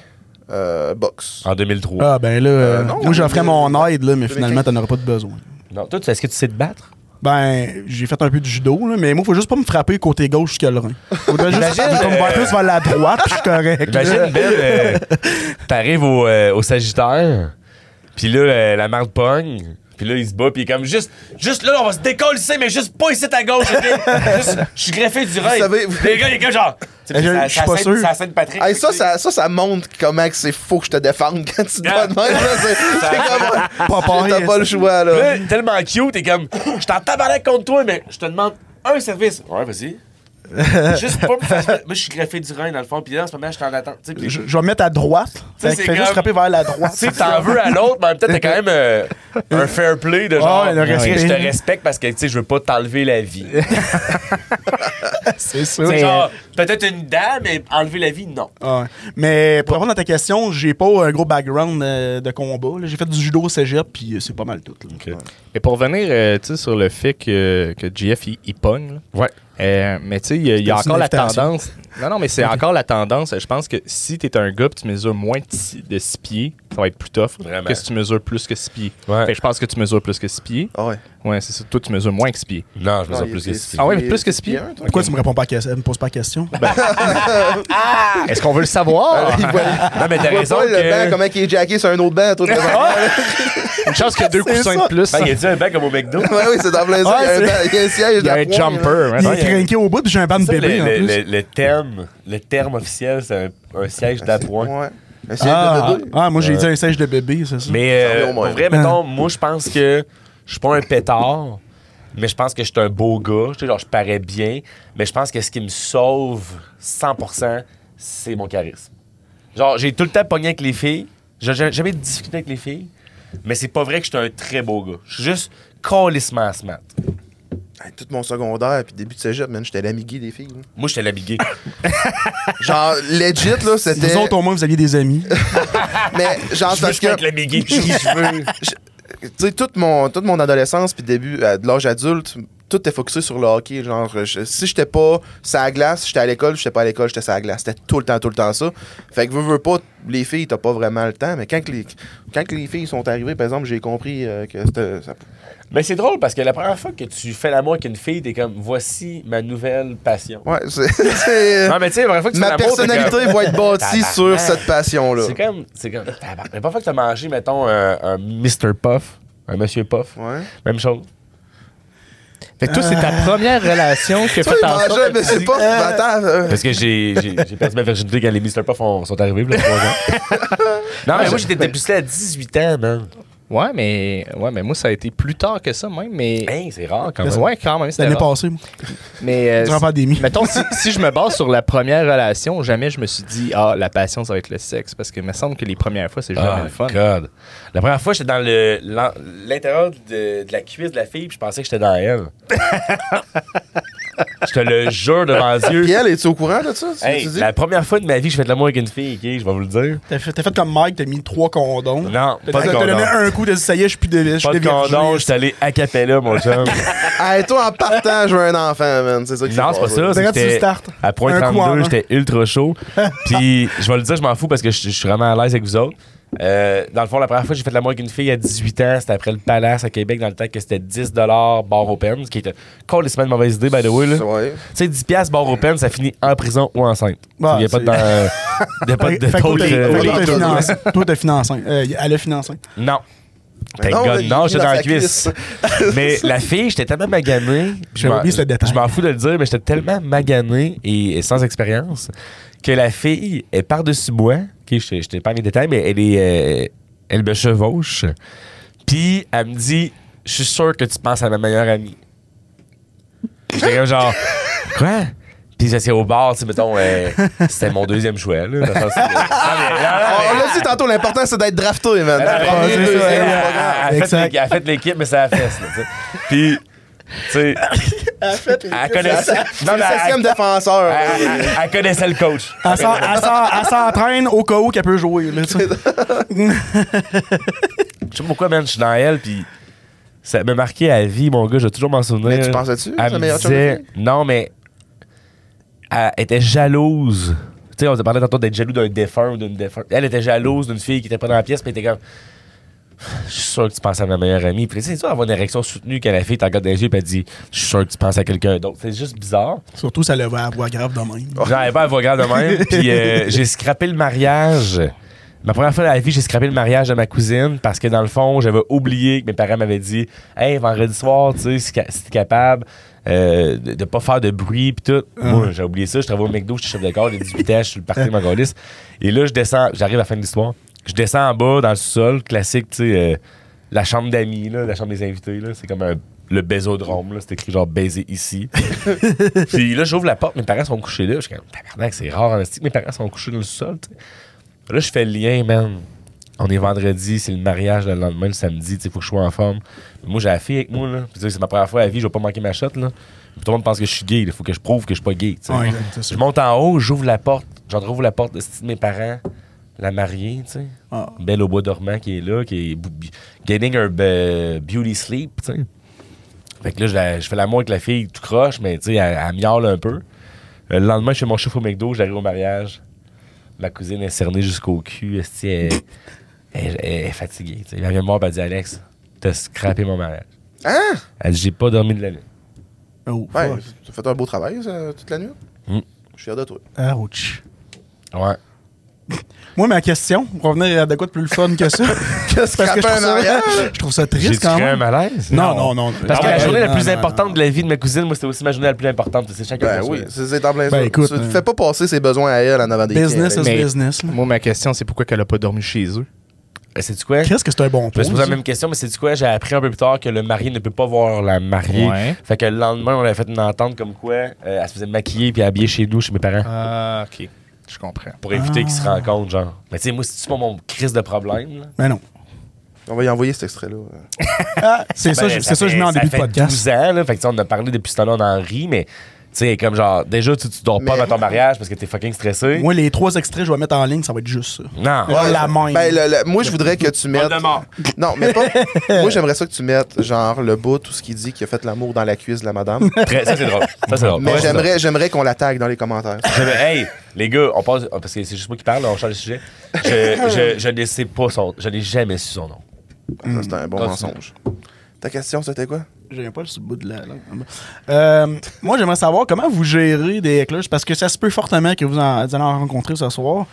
Speaker 2: euh, boxe.
Speaker 3: en 2003.
Speaker 1: Ah, ben là,
Speaker 2: Euh,
Speaker 1: euh,
Speaker 2: non,
Speaker 1: moi, j'offrais
Speaker 2: mais-
Speaker 1: mon aide, là, mais finalement,
Speaker 2: 2015.
Speaker 1: t'en auras pas de besoin.
Speaker 2: Ah.
Speaker 3: Non, toi, tu- est-ce que tu sais te battre?
Speaker 1: Ben, j'ai fait un peu de judo, là, mais moi, faut juste pas me frapper côté gauche jusqu'à le rein. Faudrait juste
Speaker 3: Imagine,
Speaker 1: faut me voir
Speaker 3: euh,
Speaker 1: plus vers la droite, puis je suis correct. là.
Speaker 3: Imagine, Ben, euh, t'arrives au, euh, au Sagittaire, puis là, euh, la marde pogne, puis là, il se bat, puis il est comme juste, juste là, on va se décoller, mais juste pas ici à gauche,
Speaker 2: *laughs*
Speaker 3: ok? Juste, Je suis greffé du rein.
Speaker 2: savez, vous-
Speaker 3: Les gars, les gars, genre. tu sais,
Speaker 1: Je-
Speaker 3: c'est à-
Speaker 1: je suis
Speaker 3: c'est à
Speaker 1: pas
Speaker 3: Sainte-
Speaker 1: sûr.
Speaker 3: c'est à Sainte-Patrick.
Speaker 2: Hey, ça,
Speaker 3: fait que
Speaker 2: ça, ça, ça montre comment que c'est faux que je te défende quand tu te bats
Speaker 3: Ah.
Speaker 2: de même. là,
Speaker 3: *laughs*
Speaker 2: c'est- C'est
Speaker 1: Pas
Speaker 2: comme.
Speaker 1: pareil,
Speaker 2: T'as pas le
Speaker 1: ça.
Speaker 2: choix,
Speaker 3: tu sais,
Speaker 2: *laughs* là.
Speaker 3: là, tellement cute, t'es comme, je t'en tabarnak contre toi, mais je te demande un service. Ouais, vas-y. juste pas me faire- Moi, je suis greffé du rein, dans le fond, puis là, en ce moment, je t'en attends. Tu sais, puis-
Speaker 1: Je, je vais me mettre à droite.
Speaker 3: sais,
Speaker 1: Fait que
Speaker 3: c'est
Speaker 1: fais juste
Speaker 3: comme-
Speaker 1: frapper vers la
Speaker 3: *laughs*
Speaker 1: droite.
Speaker 3: Tu sais, t'en veux à l'autre, mais en même temps, t'as quand même euh, un fair play de genre.
Speaker 1: Ouais, le
Speaker 3: tu sais,
Speaker 1: respect.
Speaker 3: Je te respecte parce que, tu sais, je veux pas t'enlever
Speaker 1: *laughs*
Speaker 3: la vie. Tu
Speaker 1: C'est ça.
Speaker 3: sais, genre, peut-être une dame, mais enlever la vie, non.
Speaker 1: Ah ouais. Mais pour répondre à ta question, j'ai pas un gros background euh, de combat. là. J'ai fait du judo au cégep, puis euh, c'est pas mal tout. là.
Speaker 4: et pour revenir euh, tu sais, sur le fait que, que GF, il, il pogne, là,
Speaker 3: Ouais.
Speaker 4: Euh, mais tu sais, il y a, il y a
Speaker 1: C'est une
Speaker 4: encore la
Speaker 1: invitation.
Speaker 4: tendance. Non, non, mais c'est encore la tendance. Je pense que si t'es un gars pis tu mesures moins de six- de 6 pieds, ça va être plus tough
Speaker 3: Vraiment.
Speaker 4: que si tu mesures plus que 6 pieds.
Speaker 3: Ouais.
Speaker 4: Fait que je pense que tu mesures plus que 6 pieds.
Speaker 2: Ah ouais.
Speaker 4: Ouais, c'est ça. Toi, tu mesures moins que 6 pieds.
Speaker 3: Non, je me
Speaker 2: Non,
Speaker 3: sens
Speaker 2: il
Speaker 3: plus
Speaker 2: est-
Speaker 3: que si.
Speaker 4: Ah ouais, mais
Speaker 2: il est-
Speaker 4: plus que
Speaker 2: il
Speaker 4: 6
Speaker 2: est
Speaker 4: pieds.
Speaker 3: hein,
Speaker 2: un, toi?
Speaker 1: Pourquoi tu me réponds pas à la question- me poses pas la question?
Speaker 3: Ben,
Speaker 4: Est-ce qu'on veut le savoir?
Speaker 2: Il
Speaker 3: *laughs*
Speaker 2: voit-
Speaker 3: Non, mais t'as
Speaker 2: il voit
Speaker 3: raison
Speaker 2: pas le
Speaker 3: que...
Speaker 4: *laughs*
Speaker 2: banc, comment qu'il est jacké sur un autre banc,
Speaker 3: *laughs*
Speaker 2: tout le
Speaker 4: Une chance qu'il y a deux
Speaker 1: C'est
Speaker 4: coussins
Speaker 1: ça.
Speaker 4: de plus.
Speaker 3: Ben, y a-tu un bac comme au McDo?
Speaker 2: Ouais, oui, c'est dans plein ça,
Speaker 1: Ouais,
Speaker 2: il y a un banc- Il y a un siège.
Speaker 4: Il y a
Speaker 2: à
Speaker 4: un
Speaker 2: pointe,
Speaker 4: jumper.
Speaker 1: Il
Speaker 4: hein.
Speaker 1: est crinqué au bout, puis j'ai un ban de
Speaker 3: Ça, le,
Speaker 1: bébé en
Speaker 3: le-
Speaker 1: plus.
Speaker 3: le- le terme, le terme officiel, c'est un, un siège
Speaker 2: là.
Speaker 3: d'appoint.
Speaker 2: Ouais. Un siège
Speaker 1: Ah,
Speaker 2: de bébé.
Speaker 1: ah, moi j'ai dit un siège de bébé, c'est ça.
Speaker 3: Mais euh,
Speaker 2: Ça revient au
Speaker 3: pour
Speaker 2: même.
Speaker 3: vrai, mettons, moi, je pense que je suis pas un pétard, mais je pense que je suis un beau gars. Tu sais, genre, je parais bien, mais je pense que ce qui me sauve 100%, c'est mon charisme. Genre, j'ai tout le temps pogné avec les filles. J'ai ja- jamais discuté avec les filles. Mais c'est pas vrai que je suis un très beau gars. Je suis juste colissement smart.
Speaker 2: hey, tout mon secondaire puis début de cégep, man, j'étais l'ami gay des filles. là.
Speaker 3: Moi, j'étais l'amigué.
Speaker 2: Genre, legit, là, c'était.
Speaker 1: Vous autres, au moins, vous aviez des amis.
Speaker 2: Mais, genre,
Speaker 3: Je veux
Speaker 2: parce
Speaker 3: juste
Speaker 2: Ah, que. *laughs*
Speaker 3: être l'amigué de qui je veux.
Speaker 2: Tu sais, toute mon, toute mon adolescence puis début euh, de l'âge adulte, tout était focusé sur le hockey. Genre, je- si j'étais pas sur la glace, j'étais à l'école, j'étais pas à l'école, j'étais sur la glace. C'était tout le temps, tout le temps ça. Fait que veux, veux pas, les filles, t'as pas vraiment le temps. Mais quand que les, quand que les filles sont arrivées, par exemple, j'ai compris euh, que c'était. ça-
Speaker 3: Mais c'est drôle parce que la première fois que tu fais l'amour avec une fille, t'es comme voici ma nouvelle passion.
Speaker 2: Ouais, *laughs* c'est. c'est-
Speaker 3: Non, mais tu sais, la première fois que tu fais
Speaker 2: Euh, Ma
Speaker 3: l'amour, t'es
Speaker 2: personnalité va être bâtie
Speaker 3: Tabarnak.
Speaker 2: sur cette
Speaker 3: comme-
Speaker 2: passion-là.
Speaker 3: C'est comme. C'est comme. tabarnak. La première fois que t'as mangé, mettons, un, un Mr. Puff, un Monsieur Puff,
Speaker 2: Ouais.
Speaker 3: même chose.
Speaker 4: Fait que toi, c'est ta première relation que
Speaker 2: Toi,
Speaker 4: fait
Speaker 2: il
Speaker 4: en sorte
Speaker 2: mangeait, mais
Speaker 4: que tu-
Speaker 2: c'est pas. mais Attends. euh,
Speaker 3: Parce que j'ai j'ai- j'ai perdu ma virginité quand les Mr. Puff ont- sont arrivés, là, trois ans. *laughs* Non, mais moi, j'étais dépucelé à 18 ans, man.
Speaker 4: Ouais, mais ouais, mais moi ça a été plus tard que ça même, mais
Speaker 3: Hein, c'est rare quand même.
Speaker 4: ouais, quand même, c'était
Speaker 1: L'année
Speaker 4: rare.
Speaker 1: passée, moi,
Speaker 4: Mais euh,
Speaker 1: durant la pandémie.
Speaker 4: mettons si, si je me base sur la première relation, jamais je me suis dit ah, la passion ça va être le sexe parce que il me semble que les premières fois c'est jamais
Speaker 3: Ah,
Speaker 4: le fun.
Speaker 3: God. La première fois, j'étais dans le- l'en- l'intérieur de, de la cuisse de la fille, puis je pensais que j'étais dans *laughs* elle. je te le jure devant Dieu.
Speaker 2: Puis elle, es-tu au courant de ça? Tu
Speaker 3: Hey,
Speaker 2: l'as-tu dit?
Speaker 3: la première fois de ma vie que je fais de l'amour avec une fille, ok, je vais vous le dire.
Speaker 1: T'as fait, t'as fait comme Mike, t'as mis trois condoms.
Speaker 3: Non,
Speaker 1: T'as
Speaker 3: pas de
Speaker 1: t'as donné
Speaker 3: condom.
Speaker 1: un coup, t'as dit ça y est, je suis plus de je suis
Speaker 3: Pas de
Speaker 1: dévirgé.
Speaker 3: condom, je suis allé à Capella,
Speaker 1: *laughs*
Speaker 3: mon chum.
Speaker 2: Hey, toi, en partant, je veux un enfant, man. C'est ça qui s'est
Speaker 3: Non, c'est pas
Speaker 2: passé.
Speaker 3: ça.
Speaker 1: Ben, quand tu
Speaker 3: c'était-
Speaker 1: startes,
Speaker 3: À point
Speaker 1: un coup en
Speaker 3: 32,
Speaker 1: un.
Speaker 3: j'étais
Speaker 1: *laughs*
Speaker 3: ultra chaud. Puis, je vais le dire, je m'en fous parce que je, je suis vraiment à l'aise avec vous autres. Euh, dans le fond, la première fois que j'ai fait de l'amour avec une fille à 18 ans, c'était après le Palace à Québec, dans le temps que c'était 10 bar open, ce qui était call les semaines de mauvaise idée, by the way. là. Tu
Speaker 2: Ouais.
Speaker 3: sais, 10 bar open, ça finit en prison ou enceinte. Il
Speaker 1: Ah,
Speaker 3: n'y a
Speaker 1: c'est-
Speaker 3: pas de. dans- Il y a
Speaker 1: *laughs*
Speaker 3: pas
Speaker 1: Fait
Speaker 3: de.
Speaker 1: que toi,
Speaker 3: d'autres,
Speaker 1: t'as-
Speaker 3: euh,
Speaker 1: fait que toi,
Speaker 2: les
Speaker 1: t'as
Speaker 2: deux.
Speaker 1: financé. *laughs* Toi, t'as financé. Euh, elle a financé.
Speaker 3: Non.
Speaker 2: Ben
Speaker 3: Thank
Speaker 2: non,
Speaker 3: God,
Speaker 2: il
Speaker 3: non,
Speaker 2: est
Speaker 3: j'étais
Speaker 2: dans
Speaker 3: dans la
Speaker 2: sa
Speaker 3: cuisse.
Speaker 2: *laughs*
Speaker 3: mais la fille, j'étais tellement magané. je
Speaker 1: J'avais
Speaker 3: m'en-
Speaker 1: oublié ce détail.
Speaker 3: Je m'en fous de le dire, mais j'étais tellement magané et, et sans expérience que la fille est par-dessus moi. Ok, je t'ai- je t'épargne les détails, mais elle est, euh, elle me chevauche. Puis elle me dit Je suis sûr que tu penses à ma meilleure amie. J'étais
Speaker 2: *laughs*
Speaker 3: comme genre Quoi? Puis j'étais au bar, tu sais, mettons, euh, c'était mon deuxième choix, là. dans le
Speaker 2: *laughs*
Speaker 3: sens que- Non, mais- non, non, mais-
Speaker 2: On l'a dit tantôt, l'important, c'est d'être drafté, man.
Speaker 3: elle a
Speaker 1: c'est
Speaker 2: Premier,
Speaker 1: ça,
Speaker 3: fait-
Speaker 2: deuxième,
Speaker 1: elle
Speaker 2: pas grave.
Speaker 3: elle a fait
Speaker 1: Exact.
Speaker 3: l'équipe- elle a fait l'équipe, mais ça a fesse. Là, tu sais. Puis, tu sais, elle connaissait. Non, ben,
Speaker 2: C'est
Speaker 3: mais
Speaker 2: le septième
Speaker 3: elle,
Speaker 2: défenseur.
Speaker 3: elle- elle- elle connaissait le coach.
Speaker 1: Elle s'en- elle s'en- elle s'entraîne au cas où qu'elle peut jouer. là, tu sais.
Speaker 3: Je sais pas pourquoi, man, je suis dans elle, puis ça m'a marqué à vie, mon gars, je vais toujours m'en souvenir.
Speaker 2: Mais tu pensais-tu, c'est
Speaker 3: Elle
Speaker 2: la
Speaker 3: me
Speaker 2: meilleure chose
Speaker 3: disait, non, mais elle était jalouse. Tu sais, on se parlait tantôt d'être jaloux d'un défunt ou d'une défunte. Elle était jalouse d'une fille qui était pas dans la pièce, puis elle était comme. Je suis sûr que tu penses à ma meilleure amie. Puis c'est sûr, avoir une érection soutenue quand la fille t'en regarde dans les yeux, puis elle dit Je suis sûr que tu penses à quelqu'un d'autre. C'est juste bizarre.
Speaker 1: Surtout, ça le va à voix grave de même.
Speaker 3: J'avais pas à voix grave de même. Puis euh, j'ai scrappé le mariage. Ma première fois de la vie, j'ai scrappé le mariage de ma cousine parce que dans le fond, j'avais oublié que mes parents m'avaient dit Hey, vendredi soir, tu sais, si ca- si t'es capable euh, de, de pas faire de bruit, pis tout. Moi, j'ai oublié ça. Je travaille au McDo, je suis chef de corps, j'ai 18 ans, je suis le parti de ma gaulliste. Et là, je descends, j'arrive à la fin de l'histoire. Je descends en bas dans le sous-sol, classique, tu sais, euh, la chambre d'amis, là, la chambre des invités, là. C'est comme un- le bésodrome, là. C'est écrit genre baiser ici. Puis là, j'ouvre la porte, mes parents sont couchés là. Je suis comme, tabarnak, c'est rare en esti que mes parents sont couchés dans le sol. tu sais. Là, je fais le lien, man. On est vendredi, c'est le mariage le lendemain, le samedi, il faut que je sois en forme. Moi, j'ai la fille avec moi, là. Puis, tu sais, C'est ma première fois à la vie, je vais pas manquer ma shot, là. Puis, tout le monde pense que je suis gay, il faut que je prouve que je suis pas gay. tu sais.
Speaker 1: Ouais, exact, c'est ça.
Speaker 3: je monte en haut, j'ouvre la porte, j'ouvre la porte de esti de mes parents, la mariée, tu sais.
Speaker 1: Ah.
Speaker 3: Belle au bois dormant qui est là, qui est bou- bi- getting her be- beauty sleep, tu sais. Fait que là, je, la- je fais l'amour avec la fille, tout croche, mais tu sais, elle, elle miaule un peu. Euh, Le lendemain, je fais mon chiffre au McDo, j'arrive au mariage. Ma cousine est cernée jusqu'au cul, esti, elle, elle- elle est fatiguée. tu sais. Elle vient me voir, puis elle dit Alex, t'as scrappé mon mariage.
Speaker 2: Hein?
Speaker 3: Elle dit J'ai pas dormi de la nuit.
Speaker 1: Oh,
Speaker 2: Ouais,
Speaker 1: fuck.
Speaker 2: t'as fait un beau travail, ça, toute la nuit.
Speaker 3: Mm.
Speaker 2: Je suis fier de toi.
Speaker 1: Ah, Ouch.
Speaker 3: Ouais.
Speaker 1: Moi, ma question, pour revenir à de quoi de plus le fun que *laughs* ça, parce
Speaker 2: Qu'est-ce
Speaker 1: que je
Speaker 2: qu'après
Speaker 1: trouve,
Speaker 2: un mariage?
Speaker 1: ça, je trouve ça
Speaker 3: J'ai
Speaker 1: triste quand
Speaker 3: créé un
Speaker 1: même.
Speaker 3: malaise
Speaker 1: Non, non, non.
Speaker 3: Parce que la
Speaker 1: Non,
Speaker 3: journée la
Speaker 1: non,
Speaker 3: plus
Speaker 1: non,
Speaker 3: importante
Speaker 1: non.
Speaker 3: de la vie de ma cousine, moi, c'était aussi ma journée la plus importante. C'est chacun
Speaker 2: Ben
Speaker 3: pour
Speaker 2: oui,
Speaker 3: soi.
Speaker 2: c'est c'est en plein
Speaker 1: Ben,
Speaker 2: ça.
Speaker 1: écoute,
Speaker 2: tu
Speaker 1: euh,
Speaker 2: fais pas passer ses besoins à elle en avant des
Speaker 1: Business
Speaker 2: tiens,
Speaker 1: is
Speaker 2: là.
Speaker 4: Mais-
Speaker 1: business. là.
Speaker 4: Moi ma question c'est pourquoi qu'elle a pas dormi chez eux.
Speaker 3: Et Sais-tu quoi?
Speaker 1: Qu'est-ce que c'est un bon
Speaker 3: Je me
Speaker 1: point?
Speaker 3: suis posé la
Speaker 1: ça?
Speaker 3: même question, mais c'est du quoi? J'ai appris un peu plus tard que le marié ne peut pas voir la mariée.
Speaker 4: Ouais.
Speaker 3: Fait que le lendemain, on avait fait une entente comme quoi euh, elle se faisait maquiller puis habiller chez nous, chez mes parents.
Speaker 4: Ah OK, je comprends.
Speaker 3: Pour éviter qu'ils se rencontrent, genre. Mais tu sais, moi, c'est-tu pas mon crise de problème, là?
Speaker 1: Mais non.
Speaker 2: On va y envoyer cet extrait-là.
Speaker 1: Ah, C'est ça,
Speaker 3: Ben,
Speaker 1: je- c'est ça que je
Speaker 3: fait-
Speaker 1: mets en début de podcast.
Speaker 3: Ça fait 12 ans, là. Fait que, tu sais, on en a parlé depuis ce temps-là, on en rit, mais, tu sais, comme genre, déjà, tu, tu dors pas
Speaker 2: Mais-
Speaker 3: dans ton mariage parce que t'es fucking stressé.
Speaker 1: Moi, les trois extraits, je vais mettre en ligne, ça va être juste ça.
Speaker 3: Non.
Speaker 1: *laughs* Ouais. Oh, la même.
Speaker 2: Ben, le- le- moi, je voudrais que tu mettes.
Speaker 3: Voldemort.
Speaker 2: Non,
Speaker 1: *laughs*
Speaker 2: mais pas. moi, j'aimerais ça que tu mettes, genre, le bout, tout ce qui dit qu'il a fait l'amour dans la cuisse de
Speaker 1: *laughs*
Speaker 2: la madame.
Speaker 3: Très- ça, c'est drôle. Ça, c'est drôle.
Speaker 2: mais
Speaker 3: Ouais, c'est drôle.
Speaker 2: j'aimerais, j'aimerais qu'on l'attaque dans les commentaires.
Speaker 3: J'aimerais- Hey, les gars, on passe. Parce que c'est juste moi qui parle, là, on change de sujet. Je, je, je ne sais pas son. Je n'ai jamais su
Speaker 2: Ah,
Speaker 3: son nom.
Speaker 2: Ça, c'est un bon
Speaker 3: Continue.
Speaker 2: mensonge. Ta question, c'était quoi?
Speaker 1: Je viens pas sur le bout de la langue. Euh, moi, j'aimerais savoir comment vous gérez des éclages, parce que ça se peut fortement que vous en, vous allez en rencontrer ce soir.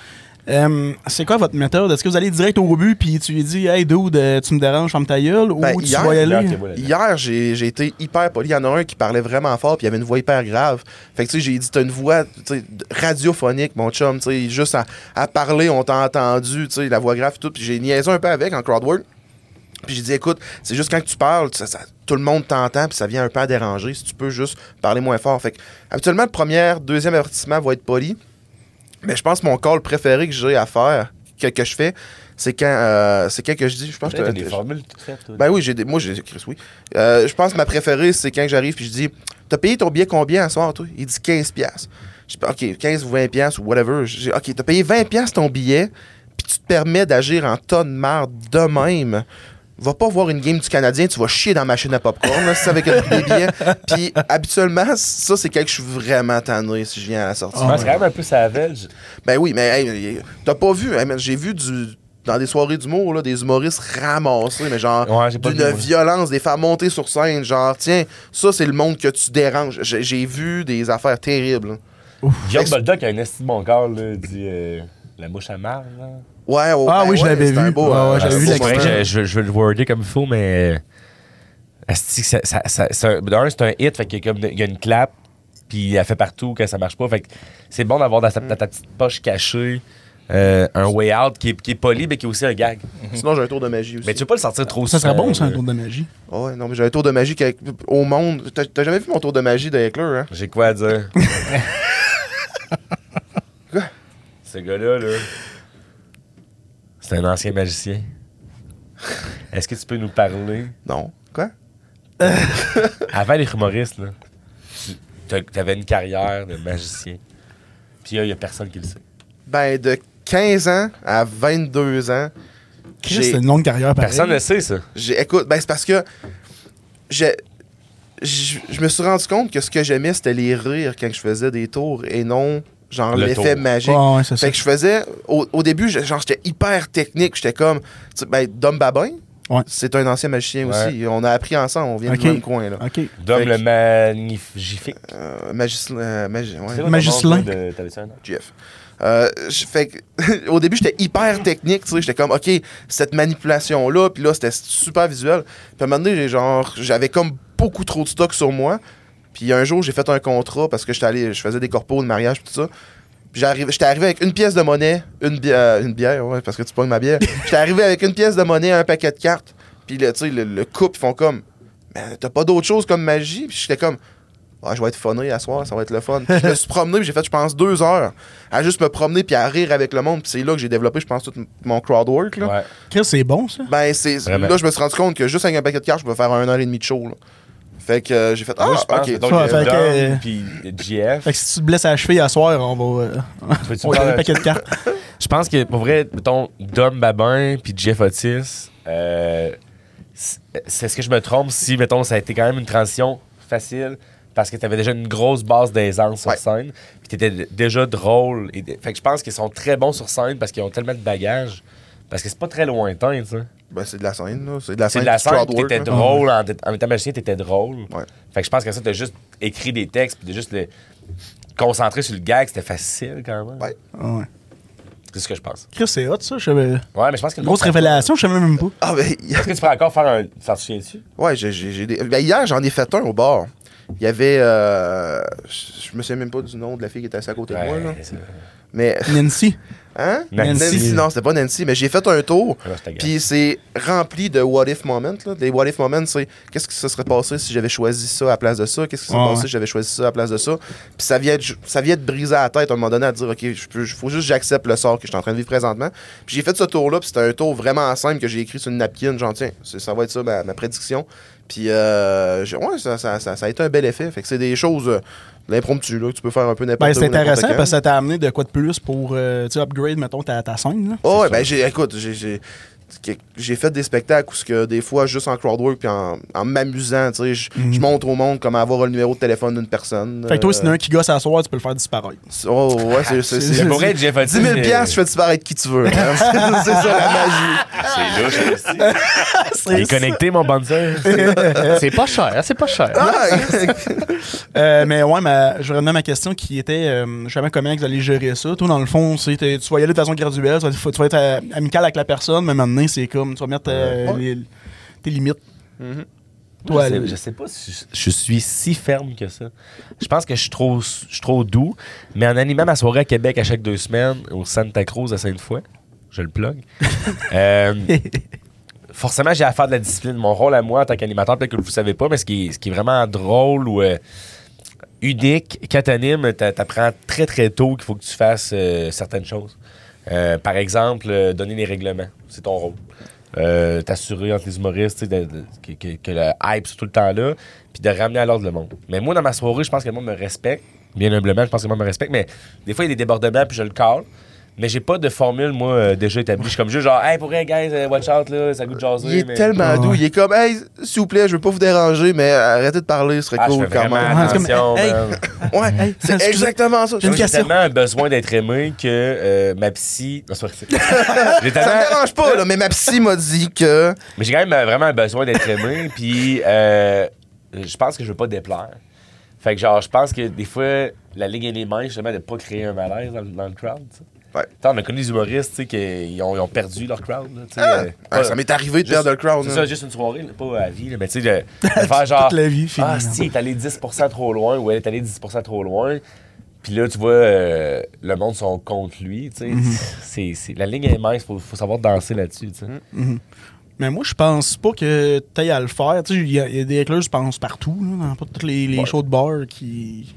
Speaker 1: Euh, c'est quoi votre méthode? Est-ce que vous allez direct au but puis tu lui dis Hey dude, euh, tu me déranges, ferme ta gueule
Speaker 2: Ben,
Speaker 1: ou tu
Speaker 2: hier,
Speaker 1: vas y
Speaker 3: Là,
Speaker 1: aller?
Speaker 3: ok, moi, là, là.
Speaker 2: Hier, j'ai j'ai été hyper poli. Il y en a un qui parlait vraiment fort, puis il avait une voix hyper grave. Fait que, tu sais, j'ai dit, t'as une voix tu sais, d- radiophonique, mon chum. Tu sais, juste à, à parler, on t'a entendu, tu sais, la voix grave et tout. Puis j'ai niaisé un peu avec en crowdwork. Puis j'ai dit, écoute, c'est juste quand tu parles, ça- ça- tout le monde t'entend, puis ça vient un peu à déranger. Si tu peux juste parler moins fort. Fait que, habituellement, le premier, deuxième avertissement va être poli. Mais je pense que mon call préféré que j'ai à faire, que, que je fais, c'est quand, euh, c'est quand que je dis, je pense que
Speaker 3: T'as
Speaker 2: t'as-
Speaker 3: des formules toutes faites, toi.
Speaker 2: ben oui, j'ai des- moi, j'ai Chris, oui. Euh, je pense que ma préférée, c'est quand j'arrive puis je dis T'as payé ton billet combien ce soir, toi Il dit 15$. piastres. Je dis Ok, 15 ou 20$ piastres ou whatever. Je dis Ok, t'as payé 20$ piastres ton billet, puis tu te permets d'agir en tonne de marde de même. Va pas voir une game du Canadien, tu vas chier dans ma machine à popcorn, là, si c'est avec le prix des billets. Puis habituellement, ça, c'est quand je suis vraiment tanné si je viens à la sortie.
Speaker 3: Je pense quand même un peu savage.
Speaker 2: Ben oui, mais hey, t'as pas vu, hey, man, j'ai vu du. Dans des soirées d'humour, là, des humoristes ramassés, mais genre
Speaker 3: Ouais, j'ai pas vu,
Speaker 2: d'une
Speaker 3: moi.
Speaker 2: violence, des faire monter sur scène, genre tiens, ça c'est le monde que tu déranges. J'ai j'ai vu des affaires terribles. là.
Speaker 3: Guillaume
Speaker 2: Ex-
Speaker 3: Boldock a un esti de mon corps, là, il dit euh, la mouche à marre, là.
Speaker 2: Ouais, ouais,
Speaker 1: Ah
Speaker 2: ben
Speaker 1: oui, je
Speaker 2: ouais,
Speaker 1: l'avais
Speaker 2: c'est un
Speaker 1: vu.
Speaker 2: beau,
Speaker 1: Ouais,
Speaker 2: euh,
Speaker 1: ouais, j'avais
Speaker 2: un
Speaker 1: vu
Speaker 2: beau
Speaker 1: l'extrait.
Speaker 2: moment.
Speaker 1: l'extrait.
Speaker 3: Ah, je, je, je veux le worder comme il faut, mais. euh, esti que ça- ça- ça- c'est un- D'un, c'est un hit, fait qu'il y a comme de- il y a une clap, puis elle fait partout quand ça marche pas. Fait que c'est bon d'avoir dans, sa- dans ta petite poche cachée euh, un way out qui est, qui est poli, mais qui est aussi un gag.
Speaker 2: Sinon, j'ai un tour de magie aussi. Ah
Speaker 3: Mais tu veux pas le sortir trop
Speaker 1: Ça serait bon, ça, un
Speaker 3: tour.
Speaker 1: tour de magie.
Speaker 2: Ouais, non, mais j'ai un tour de magie qu'avec- au monde. T'as- T'as jamais vu mon tour de magie de Heckler, hein?
Speaker 3: J'ai quoi
Speaker 1: *laughs*
Speaker 3: à dire? Ce gars-là, là. C'est un ancien magicien. Est-ce que tu peux nous parler?
Speaker 2: Non. Quoi?
Speaker 3: Avant les humoristes, là, tu avais une carrière de magicien. Puis là, il n'y a personne qui le sait.
Speaker 2: Ben, de 15 ans à 22 ans,
Speaker 1: Chris,
Speaker 2: J'ai-
Speaker 1: c'est une longue carrière pareil.
Speaker 3: Personne ne le sait, ça.
Speaker 2: J'ai- écoute, ben c'est parce que j'ai- je je me suis rendu compte que ce que j'aimais, c'était les rires quand je faisais des tours et non, genre,
Speaker 3: Le
Speaker 2: l'effet
Speaker 3: tour.
Speaker 2: magique.
Speaker 1: Ouais, ouais, c'est ça.
Speaker 2: Fait que je faisais, au, au début, je- genre, j'étais hyper technique. J'étais comme, tu sais, ben, Dom Babin,
Speaker 1: Ouais.
Speaker 2: c'est un ancien magicien
Speaker 3: Ouais.
Speaker 2: aussi. On a appris ensemble, on vient
Speaker 1: Ok.
Speaker 2: du même coin, là.
Speaker 1: Ok.
Speaker 3: Dom
Speaker 2: Fait que-
Speaker 3: le magnifique.
Speaker 2: Euh, magicien, euh, magi- ouais.
Speaker 3: C'est quoi
Speaker 1: Magislin.
Speaker 3: ton nom, toi, de- t'avais-tu un nom?
Speaker 2: Jeff. Euh, je- fait que, *laughs* au début, j'étais hyper technique, tu sais, j'étais comme, OK, cette manipulation-là, puis là, c'était super visuel. Puis à un moment donné, j'ai genre, j'avais comme beaucoup trop de stock sur moi. Puis un jour, j'ai fait un contrat parce que j'étais allé, je faisais des corpos de mariage, puis tout ça. Puis j'arrive- J'étais arrivé avec une pièce de monnaie, une, bi- euh, une bière, ouais, parce que tu pognes ma bière. J'étais arrivé avec une pièce de monnaie, un paquet de cartes. Puis là, tu sais, le, le couple, ils font comme, mais t'as pas d'autre chose comme magie? Puis j'étais comme, ah, je vais être funné à soir, ça va être le fun. Puis je me suis promené, puis j'ai fait, je pense, deux heures à juste me promener puis à rire avec le monde. Puis c'est là que j'ai développé, je pense, tout m- mon crowd work. Là.
Speaker 3: Ouais.
Speaker 1: Chris, c'est bon, ça.
Speaker 2: Ben, c'est,
Speaker 3: Vraiment.
Speaker 2: là, je me suis rendu compte que juste avec un paquet de cartes, je peux faire un heure et demie de show. là. Fait que euh, j'ai fait, ah,
Speaker 3: Moi, je pense
Speaker 2: ok.
Speaker 3: que donc,
Speaker 1: Ouais,
Speaker 3: il y
Speaker 1: fait
Speaker 3: a
Speaker 1: que-
Speaker 3: Dom, puis GF.
Speaker 1: Fait que si tu te blesses à la cheville à soir, on va. euh,
Speaker 3: Peux-tu
Speaker 1: on va
Speaker 3: faire
Speaker 1: donner un
Speaker 3: un-
Speaker 1: paquet de cartes.
Speaker 2: *laughs*
Speaker 3: Je pense que, pour vrai, mettons, Dom Babin puis Jeff Otis, euh, c'est c'est- est-ce que je me trompe si, mettons, ça a été quand même une transition facile parce que t'avais déjà une grosse base d'aisance sur
Speaker 2: Ouais.
Speaker 3: scène, puis t'étais d- déjà drôle. Et, d- fait que je pense qu'ils sont très bons sur scène parce qu'ils ont tellement de bagages, parce que c'est pas très lointain, tu sais.
Speaker 2: Ben, c'est de la scène, là. C'est de la
Speaker 3: C'est
Speaker 2: scène,
Speaker 3: de
Speaker 2: puis
Speaker 3: la
Speaker 2: du
Speaker 3: scène, puis
Speaker 2: crowd
Speaker 3: t'étais
Speaker 2: work, là.
Speaker 3: drôle, en, en étant magicien, t'étais drôle.
Speaker 2: Ouais.
Speaker 3: Fait que je pense que ça, t'as juste écrit des textes, puis de juste le concentrer sur le gag, c'était facile quand même.
Speaker 2: Ah Ouais.
Speaker 1: Ouais.
Speaker 3: C'est ce que je pense.
Speaker 1: Chris, c'est hot, ça. je savais-
Speaker 3: Ouais, mais je pense que... le
Speaker 1: Grosse
Speaker 3: monde-
Speaker 1: révélation, je savais même pas.
Speaker 2: Ah, ben,
Speaker 3: Est-ce que tu pourrais encore faire un. Ça te souvient-tu?
Speaker 2: ouais, j'ai, j'ai- j'ai des- ben, hier, j'en ai fait un au bar. Il y avait. euh, je je me souviens même pas du nom de la fille qui était assise à côté de moi. là.
Speaker 3: Ouais, c'est-
Speaker 2: Mais. *laughs*
Speaker 1: Nancy.
Speaker 2: Hein?
Speaker 3: Nancy.
Speaker 2: Non, c'était pas Nancy, mais j'ai fait un tour.
Speaker 1: Ah,
Speaker 3: Alors, je t'agace.
Speaker 2: Puis c'est rempli de what if moments. Là. Les what if moments, c'est qu'est-ce qui se serait passé si j'avais choisi ça à la place de ça? Qu'est-ce qui se serait
Speaker 1: Ouais,
Speaker 2: passé
Speaker 1: ouais.
Speaker 2: si j'avais choisi ça à la place de ça? Puis ça vient, de- ça vient de briser la tête à un moment donné à dire, OK, je peux- faut juste que j'accepte le sort que je suis en train de vivre présentement. Puis j'ai fait ce tour-là, puis c'était un tour vraiment simple que j'ai écrit sur une napkin. Genre, tiens, c'est- ça va être ça ma, ma prédiction. Puis euh, j'ai- ouais, ça, ça, ça, ça a été un bel effet. Fait que c'est des choses. euh, de L'impromptu, là, que tu peux faire un peu n'importe
Speaker 1: Ben,
Speaker 2: où,
Speaker 1: c'est
Speaker 2: n'importe
Speaker 1: intéressant
Speaker 2: quand.
Speaker 1: parce que ça t'a amené de quoi de plus pour euh, tu sais, upgrade, mettons, ta, ta scène. Là.
Speaker 2: Oh, ouais, ben j'ai, écoute, j'ai, j'ai, que- j'ai fait des spectacles où ce que des fois, juste en crowdwork puis en, en m'amusant, tu sais, je je montre au monde comment avoir le numéro de téléphone d'une personne.
Speaker 1: Mhm. Fait que toi,
Speaker 2: euh,
Speaker 1: s'il y en a un qui gosse à soir, tu peux le faire disparaître.
Speaker 2: Oh, ouais, c'est, c'est, c'est-
Speaker 3: Mais pour être Jeff Hudson,
Speaker 2: 10 000
Speaker 3: euh,
Speaker 2: piastres, je fais disparaître qui tu veux. hein. *laughs* c'est, c'est ça la magie.
Speaker 3: C'est louche, esti. Il est
Speaker 1: C'est
Speaker 3: connecté, mon bonzer.
Speaker 4: C'est pas cher, c'est
Speaker 1: Ah,
Speaker 4: pas cher.
Speaker 1: Euh, mais ouais, ma, je revenais à ma question qui était euh, justement comment vous allez gérer ça. Toi, dans le fond, c'est, t'es- tu vas y aller de façon graduelle, tu vas, faut- tu vas être euh, amical avec la personne, mais maintenant, c'est comme tu vas mettre euh,
Speaker 2: Ouais. Mm-hmm.
Speaker 1: les- tes limites.
Speaker 3: Moi,
Speaker 1: Toi,
Speaker 3: je, sais,
Speaker 1: là.
Speaker 3: je sais pas si je- je suis si ferme que ça. Je pense que je suis trop, je suis trop doux, mais en animant ma soirée à Québec à chaque deux semaines, au Santa Cruz à Sainte-Foy, je le plug. euh, forcément, j'ai à faire de la discipline. Mon rôle à moi en tant qu'animateur, peut-être que vous ne savez pas, mais ce qui est, ce qui est vraiment drôle ou euh, unique, quand t'animes, t'a- t'apprends très très tôt qu'il faut que tu fasses euh, certaines choses. Euh, par exemple, euh, donner les règlements, c'est ton rôle. Euh, T'assurer entre les humoristes tu sais, de- de- que, que- que le hype soit tout le temps là, puis de ramener à l'ordre le monde. Mais moi, dans ma soirée, je pense que le monde me respecte. Bien humblement, je pense que le monde me respecte, mais des fois, il y a des débordements, puis je le call. Mais j'ai pas de formule, moi, euh, déjà établie. Je suis comme juste genre, hey, pour vrai, guys, euh, watch out, là, ça goûte de jaser.
Speaker 2: Il est
Speaker 3: mais- Ah,
Speaker 1: Ah.
Speaker 2: tellement doux. Il est comme, hey, s'il vous plaît, je veux pas vous déranger, mais arrêtez de parler, ce serait
Speaker 3: Ah, je
Speaker 2: cool
Speaker 3: fais
Speaker 2: quand
Speaker 3: vraiment
Speaker 2: même.
Speaker 1: Ah, c'est comme-
Speaker 3: attention,
Speaker 1: Hey,
Speaker 3: man.
Speaker 2: Ouais, c'est
Speaker 1: Excusez-
Speaker 2: exactement ça.
Speaker 1: J'ai une
Speaker 3: Moi, J'ai
Speaker 1: question.
Speaker 3: tellement un besoin d'être aimé que euh, ma psy. Non, c'est vrai.
Speaker 1: *laughs*
Speaker 3: J'ai
Speaker 2: Ça
Speaker 3: tellement-
Speaker 2: me dérange pas, là, mais ma psy m'a dit que.
Speaker 3: Mais j'ai quand même euh, vraiment un besoin d'être aimé. Puis euh, je pense que je veux pas déplaire. Fait que genre, je pense que des fois, la ligue est les mains, justement, de pas créer un malaise dans, le- dans le crowd. tu sais.
Speaker 2: Ouais.
Speaker 3: T'sais, on a connu des humoristes tu sais, qui ont, ils ont perdu leur crowd. là, tu sais,
Speaker 2: Ah,
Speaker 3: euh,
Speaker 2: ah,
Speaker 3: pas-
Speaker 2: ça m'est arrivé de
Speaker 3: juste-
Speaker 2: perdre le hein. crowd.
Speaker 3: C'est
Speaker 2: là.
Speaker 3: ça, juste une soirée, là, pas à vie, là, mais tu sais, de, de faire genre.
Speaker 1: la vie, fini,
Speaker 3: Ah,
Speaker 1: là.
Speaker 3: si, elle est allé 10 trop loin, ou elle est allée 10 trop loin. Puis là, tu vois, euh, le monde sont contre lui. Tu sais. C'est- c'est- la ligne est mince, faut, faut savoir danser là-dessus. tu sais.
Speaker 1: *laughs* Mais moi, je pense pas que t'ailles à le faire. Tu sais, il y, a il y a des éclairs, je pense, partout, là, dans pas tous les, les shows de bar qui,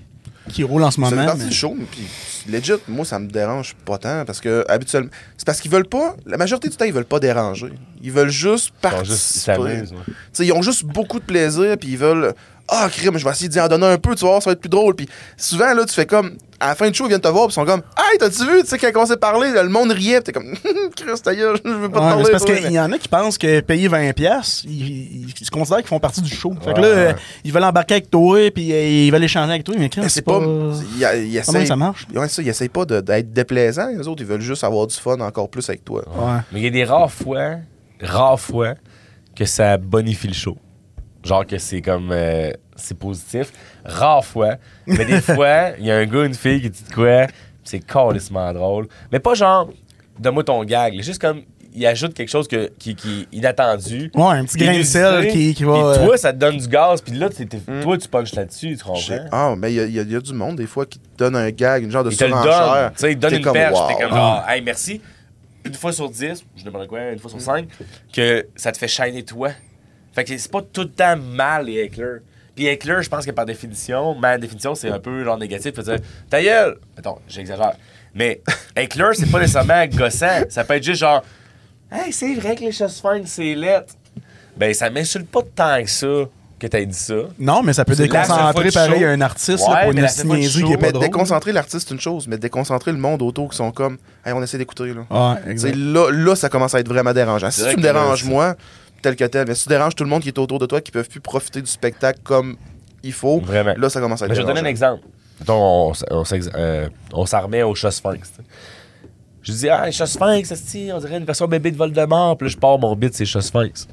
Speaker 1: qui roulent en ce
Speaker 2: Ça fait
Speaker 1: moment.
Speaker 2: partie
Speaker 1: mais-
Speaker 2: du show, mais puis legit, moi, ça me dérange pas tant parce que habituellement. C'est parce qu'ils veulent pas. La majorité du temps, ils veulent pas déranger. Ils veulent juste
Speaker 3: Ils sont juste- ils
Speaker 2: participer.
Speaker 3: s'amusent, ouais.
Speaker 2: Tu sais, ils ont juste beaucoup de plaisir, puis ils veulent. Ah, crime, je vais essayer d'y en donner un peu, tu vas voir, ça va être plus drôle. Puis souvent, là, tu fais comme. À la fin du show, ils viennent te voir, puis ils sont comme. Hey, t'as-tu vu, tu sais, quand on s'est parlé, le monde riait, puis t'es comme. *laughs* Chris, ta gueule, je
Speaker 1: Ouais, mais
Speaker 2: veux pas te parler.
Speaker 1: c'est parce
Speaker 2: toi,
Speaker 1: qu'il
Speaker 2: mais-
Speaker 1: y en a qui pensent que payer 20$, piastres, ils, ils- ils se considèrent qu'ils font partie du show. Fait que
Speaker 3: Ouais,
Speaker 1: là,
Speaker 3: ouais.
Speaker 1: euh, ils veulent embarquer avec toi, puis euh, ils veulent échanger avec toi. Mais, crème,
Speaker 2: Mais *laughs* c'est pas. il y a- il
Speaker 1: Comment
Speaker 2: essaie-
Speaker 1: ça marche?
Speaker 2: Ouais, c'est ça, ils essayent pas de- d'être déplaisants, les autres, ils veulent juste avoir du fun encore plus avec toi.
Speaker 1: Ouais.
Speaker 3: Mais il y a des rares fois, rares fois, que ça bonifie le show. Genre que c'est comme. euh, c'est positif. Rares fois. Mais
Speaker 1: *laughs*
Speaker 3: des fois, il y a un gars, une fille qui dit de quoi. pis C'est carrément drôle. Mais pas genre, donne-moi ton gag. là. Juste comme, il ajoute quelque chose que, qui, qui est inattendu.
Speaker 1: Ouais, un petit grain de
Speaker 3: inusité,
Speaker 1: sel qui- qui va,
Speaker 3: Puis
Speaker 1: euh,
Speaker 3: toi, ça te donne du gaz. Puis là, t'es- t'es- toi, tu punches là-dessus. Tu comprends?
Speaker 2: J'ai- Ah, mais il y a- il y, a- il y a du monde, des fois, qui te donne un gag, une genre de
Speaker 3: Il te le
Speaker 2: surenchère.
Speaker 3: donne. Tu sais, il te donne
Speaker 2: T'es
Speaker 3: une perche.
Speaker 2: wow.
Speaker 1: Ah,
Speaker 3: T'es comme genre, hey, merci. Une fois sur 10, je demande quoi, une fois sur 5, que ça te fait shiner toi. Fait que c'est pas tout le temps mal, les éclairs. Puis éclairs, je pense que par définition, ma définition, c'est un peu genre négatif. Faut dire, ta gueule! Attends, j'exagère.
Speaker 2: *laughs*
Speaker 3: Mais éclairs, c'est pas nécessairement gossant. Ça peut être juste genre, hey, c'est vrai que les choses fines, c'est lettre. Ben, ça m'insulte pas tant que ça que t'aies dit ça.
Speaker 1: Non, mais ça peut
Speaker 3: C'est la seule fois
Speaker 1: déconcentrer
Speaker 3: du
Speaker 1: pareil
Speaker 3: show.
Speaker 1: un artiste
Speaker 3: Ouais,
Speaker 1: là, pour
Speaker 3: mais
Speaker 1: une
Speaker 3: la seule fois du
Speaker 1: niaiserie
Speaker 3: show.
Speaker 1: qui est
Speaker 2: Mais
Speaker 1: pas drôle.
Speaker 2: déconcentrer l'artiste, c'est une chose, mais déconcentrer le monde autour qui sont comme, hey, on essaie d'écouter, là.
Speaker 1: Ouais,
Speaker 2: Tu sais,
Speaker 1: Ah, exact.
Speaker 2: là, là, ça commence à être vraiment dérangeant. Si
Speaker 3: C'est vrai
Speaker 2: tu me
Speaker 3: que,
Speaker 2: déranges,
Speaker 3: euh,
Speaker 2: moi, tel que tel, mais si tu déranges tout le monde qui est autour de toi, qui peuvent plus profiter du spectacle comme il faut,
Speaker 3: Vraiment.
Speaker 2: là, ça commence à être
Speaker 3: Mais je vais te donner un
Speaker 2: dérangeant.
Speaker 3: exemple. Mettons, on, s- on s'ex- euh, on s'en remet au chat sphinx. tu sais. Je dis, ah, chat sphinx, esti, on dirait une version bébé de Voldemort. Puis là, je pars mon bit, c'est chat sphinx.